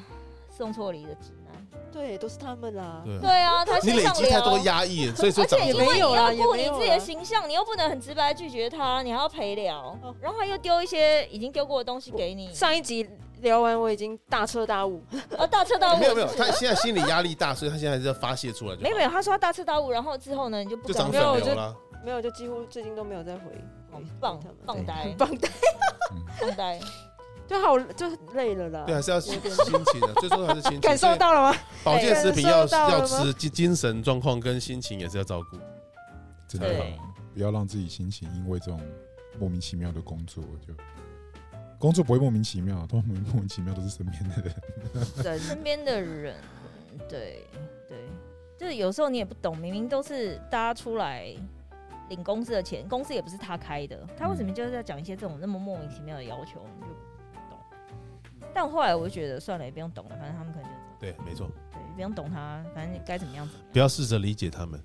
[SPEAKER 3] 送错离的直男，
[SPEAKER 4] 对，都是他们啦。
[SPEAKER 2] 对
[SPEAKER 3] 对啊，他
[SPEAKER 2] 嗯你
[SPEAKER 3] 身
[SPEAKER 2] 累
[SPEAKER 3] 上
[SPEAKER 2] 积太多
[SPEAKER 3] 流。
[SPEAKER 2] 压抑，所以说
[SPEAKER 3] 而
[SPEAKER 2] 长
[SPEAKER 3] 且
[SPEAKER 2] 得
[SPEAKER 3] 因为
[SPEAKER 4] 也没
[SPEAKER 3] 你
[SPEAKER 4] 有啦
[SPEAKER 3] 要顾
[SPEAKER 4] 也没
[SPEAKER 3] 你
[SPEAKER 4] 有
[SPEAKER 3] 自己的
[SPEAKER 4] 啦
[SPEAKER 3] 形象，你又不能很直白拒绝他，你还要陪聊
[SPEAKER 4] 哦，
[SPEAKER 3] 然后他又丢一些已经丢过的东西给你，
[SPEAKER 4] 上一集聊完，我已经大彻大悟，
[SPEAKER 3] 啊，大彻大悟
[SPEAKER 2] 没有没有，他现在心理压力大，所以他现在还是要发泄出来就好，
[SPEAKER 3] 没有没有，他说他大彻大悟，然后之后呢，你就不
[SPEAKER 2] 就
[SPEAKER 3] 敢
[SPEAKER 2] 长
[SPEAKER 4] 没
[SPEAKER 2] 粉
[SPEAKER 4] 有我
[SPEAKER 2] 瘤
[SPEAKER 4] 就
[SPEAKER 2] 了。
[SPEAKER 4] 没有，就几乎最近都没有再回。
[SPEAKER 3] 好
[SPEAKER 4] 回
[SPEAKER 3] 棒
[SPEAKER 4] 他们
[SPEAKER 3] 棒
[SPEAKER 4] 对
[SPEAKER 3] 呆
[SPEAKER 4] 很棒呆，
[SPEAKER 3] 放呆。
[SPEAKER 4] 就好就累了啦。
[SPEAKER 2] 对，还啊是要心情的，最重要还是心情。
[SPEAKER 4] 感受到了吗？
[SPEAKER 2] 保健食品要
[SPEAKER 4] 感受到了
[SPEAKER 2] 要
[SPEAKER 4] 吗
[SPEAKER 2] 吃，精精神状况跟心情也是要照顾。
[SPEAKER 1] 真
[SPEAKER 3] 对
[SPEAKER 1] 的不要让自己心情因为这种莫名其妙的工作就。工作不会莫名其妙，都莫名其妙都是身边的人。
[SPEAKER 4] 人
[SPEAKER 3] 身边的人，对对，就是有时候你也不懂，明明都是大家出来领公司的钱，公司也不是他开的，他为什么就是在讲一些这种那么莫名其妙的要求，你就不懂。但后来我就觉得算了，也不用懂了，反正他们可能就是这
[SPEAKER 2] 对，没错，
[SPEAKER 3] 样，对，不用懂他，反正该怎么样子，
[SPEAKER 2] 不要试着理解他们。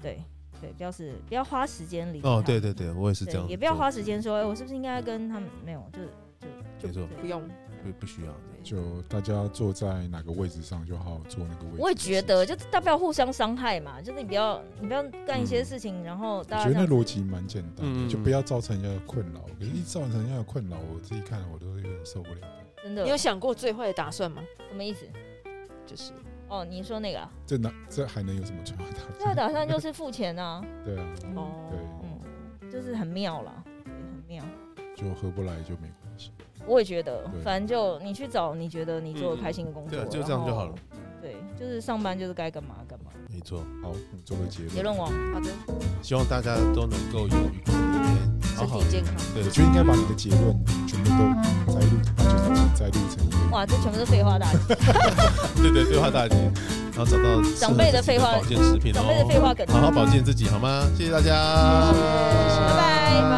[SPEAKER 3] 对对，不要是不要花时间理解
[SPEAKER 2] 哦，
[SPEAKER 3] 他
[SPEAKER 4] 啊
[SPEAKER 2] 对
[SPEAKER 3] 们
[SPEAKER 2] 对对，我也是这样
[SPEAKER 3] 对，
[SPEAKER 2] 做。
[SPEAKER 3] 也不要花时间说，哎，我是不是应该跟他们没有，就就
[SPEAKER 2] 没
[SPEAKER 3] 就
[SPEAKER 2] 错
[SPEAKER 3] 对
[SPEAKER 4] 不用，
[SPEAKER 2] 不不需要。
[SPEAKER 1] 就大家坐在哪个位置上，就好好坐那个位置。
[SPEAKER 3] 我也觉得，，就大不了互相伤害嘛，就是你不要你不要干一些
[SPEAKER 2] 嗯
[SPEAKER 3] 事情，然后
[SPEAKER 1] 我
[SPEAKER 3] 大
[SPEAKER 1] 觉
[SPEAKER 3] 家
[SPEAKER 1] 得
[SPEAKER 3] 这
[SPEAKER 1] 那
[SPEAKER 3] 样
[SPEAKER 1] 逻辑蛮简单
[SPEAKER 2] 嗯嗯嗯
[SPEAKER 1] 的，就不要造成人家的困扰。可是，一造成人家的困扰，我自己看了我都有点受不了。
[SPEAKER 3] 真的
[SPEAKER 4] 你有想过最坏的打算吗？
[SPEAKER 3] 什么意思？
[SPEAKER 4] 就是
[SPEAKER 3] 哦，你说那个、啊，啊
[SPEAKER 1] 这哪这还能有什么最好打
[SPEAKER 3] 最
[SPEAKER 1] 算？
[SPEAKER 3] 后打算就是付钱啊，
[SPEAKER 1] 对啊，
[SPEAKER 2] 嗯
[SPEAKER 3] 哦，
[SPEAKER 4] 哦，
[SPEAKER 3] 就是很妙啦，对很妙。
[SPEAKER 1] 就合不来就没关系。
[SPEAKER 3] 我也觉得
[SPEAKER 1] 对，
[SPEAKER 3] 反正就你去找你觉得你做的开心的工作，
[SPEAKER 2] 对，啊就这样就好了。。
[SPEAKER 3] 对，就是上班就是该干嘛干嘛。
[SPEAKER 2] 没错，
[SPEAKER 1] 好，我们做个结论。
[SPEAKER 3] 结论王，
[SPEAKER 4] 嗯好的，
[SPEAKER 2] 希望大家都能够有愉快的一天，好
[SPEAKER 4] 身
[SPEAKER 2] 好
[SPEAKER 4] 体健康。
[SPEAKER 1] 我
[SPEAKER 2] 对，
[SPEAKER 1] 觉得应该把你的结论全部都摘录，就是摘录成一个。
[SPEAKER 3] 哇，这全部是废话大集，
[SPEAKER 2] 对对对话大集，然后找到适合
[SPEAKER 3] 长辈的废话
[SPEAKER 2] 自己保健食品哦，
[SPEAKER 3] 长辈的废话梗。
[SPEAKER 2] 好好保健自己好吗？谢谢大家，
[SPEAKER 3] 拜拜。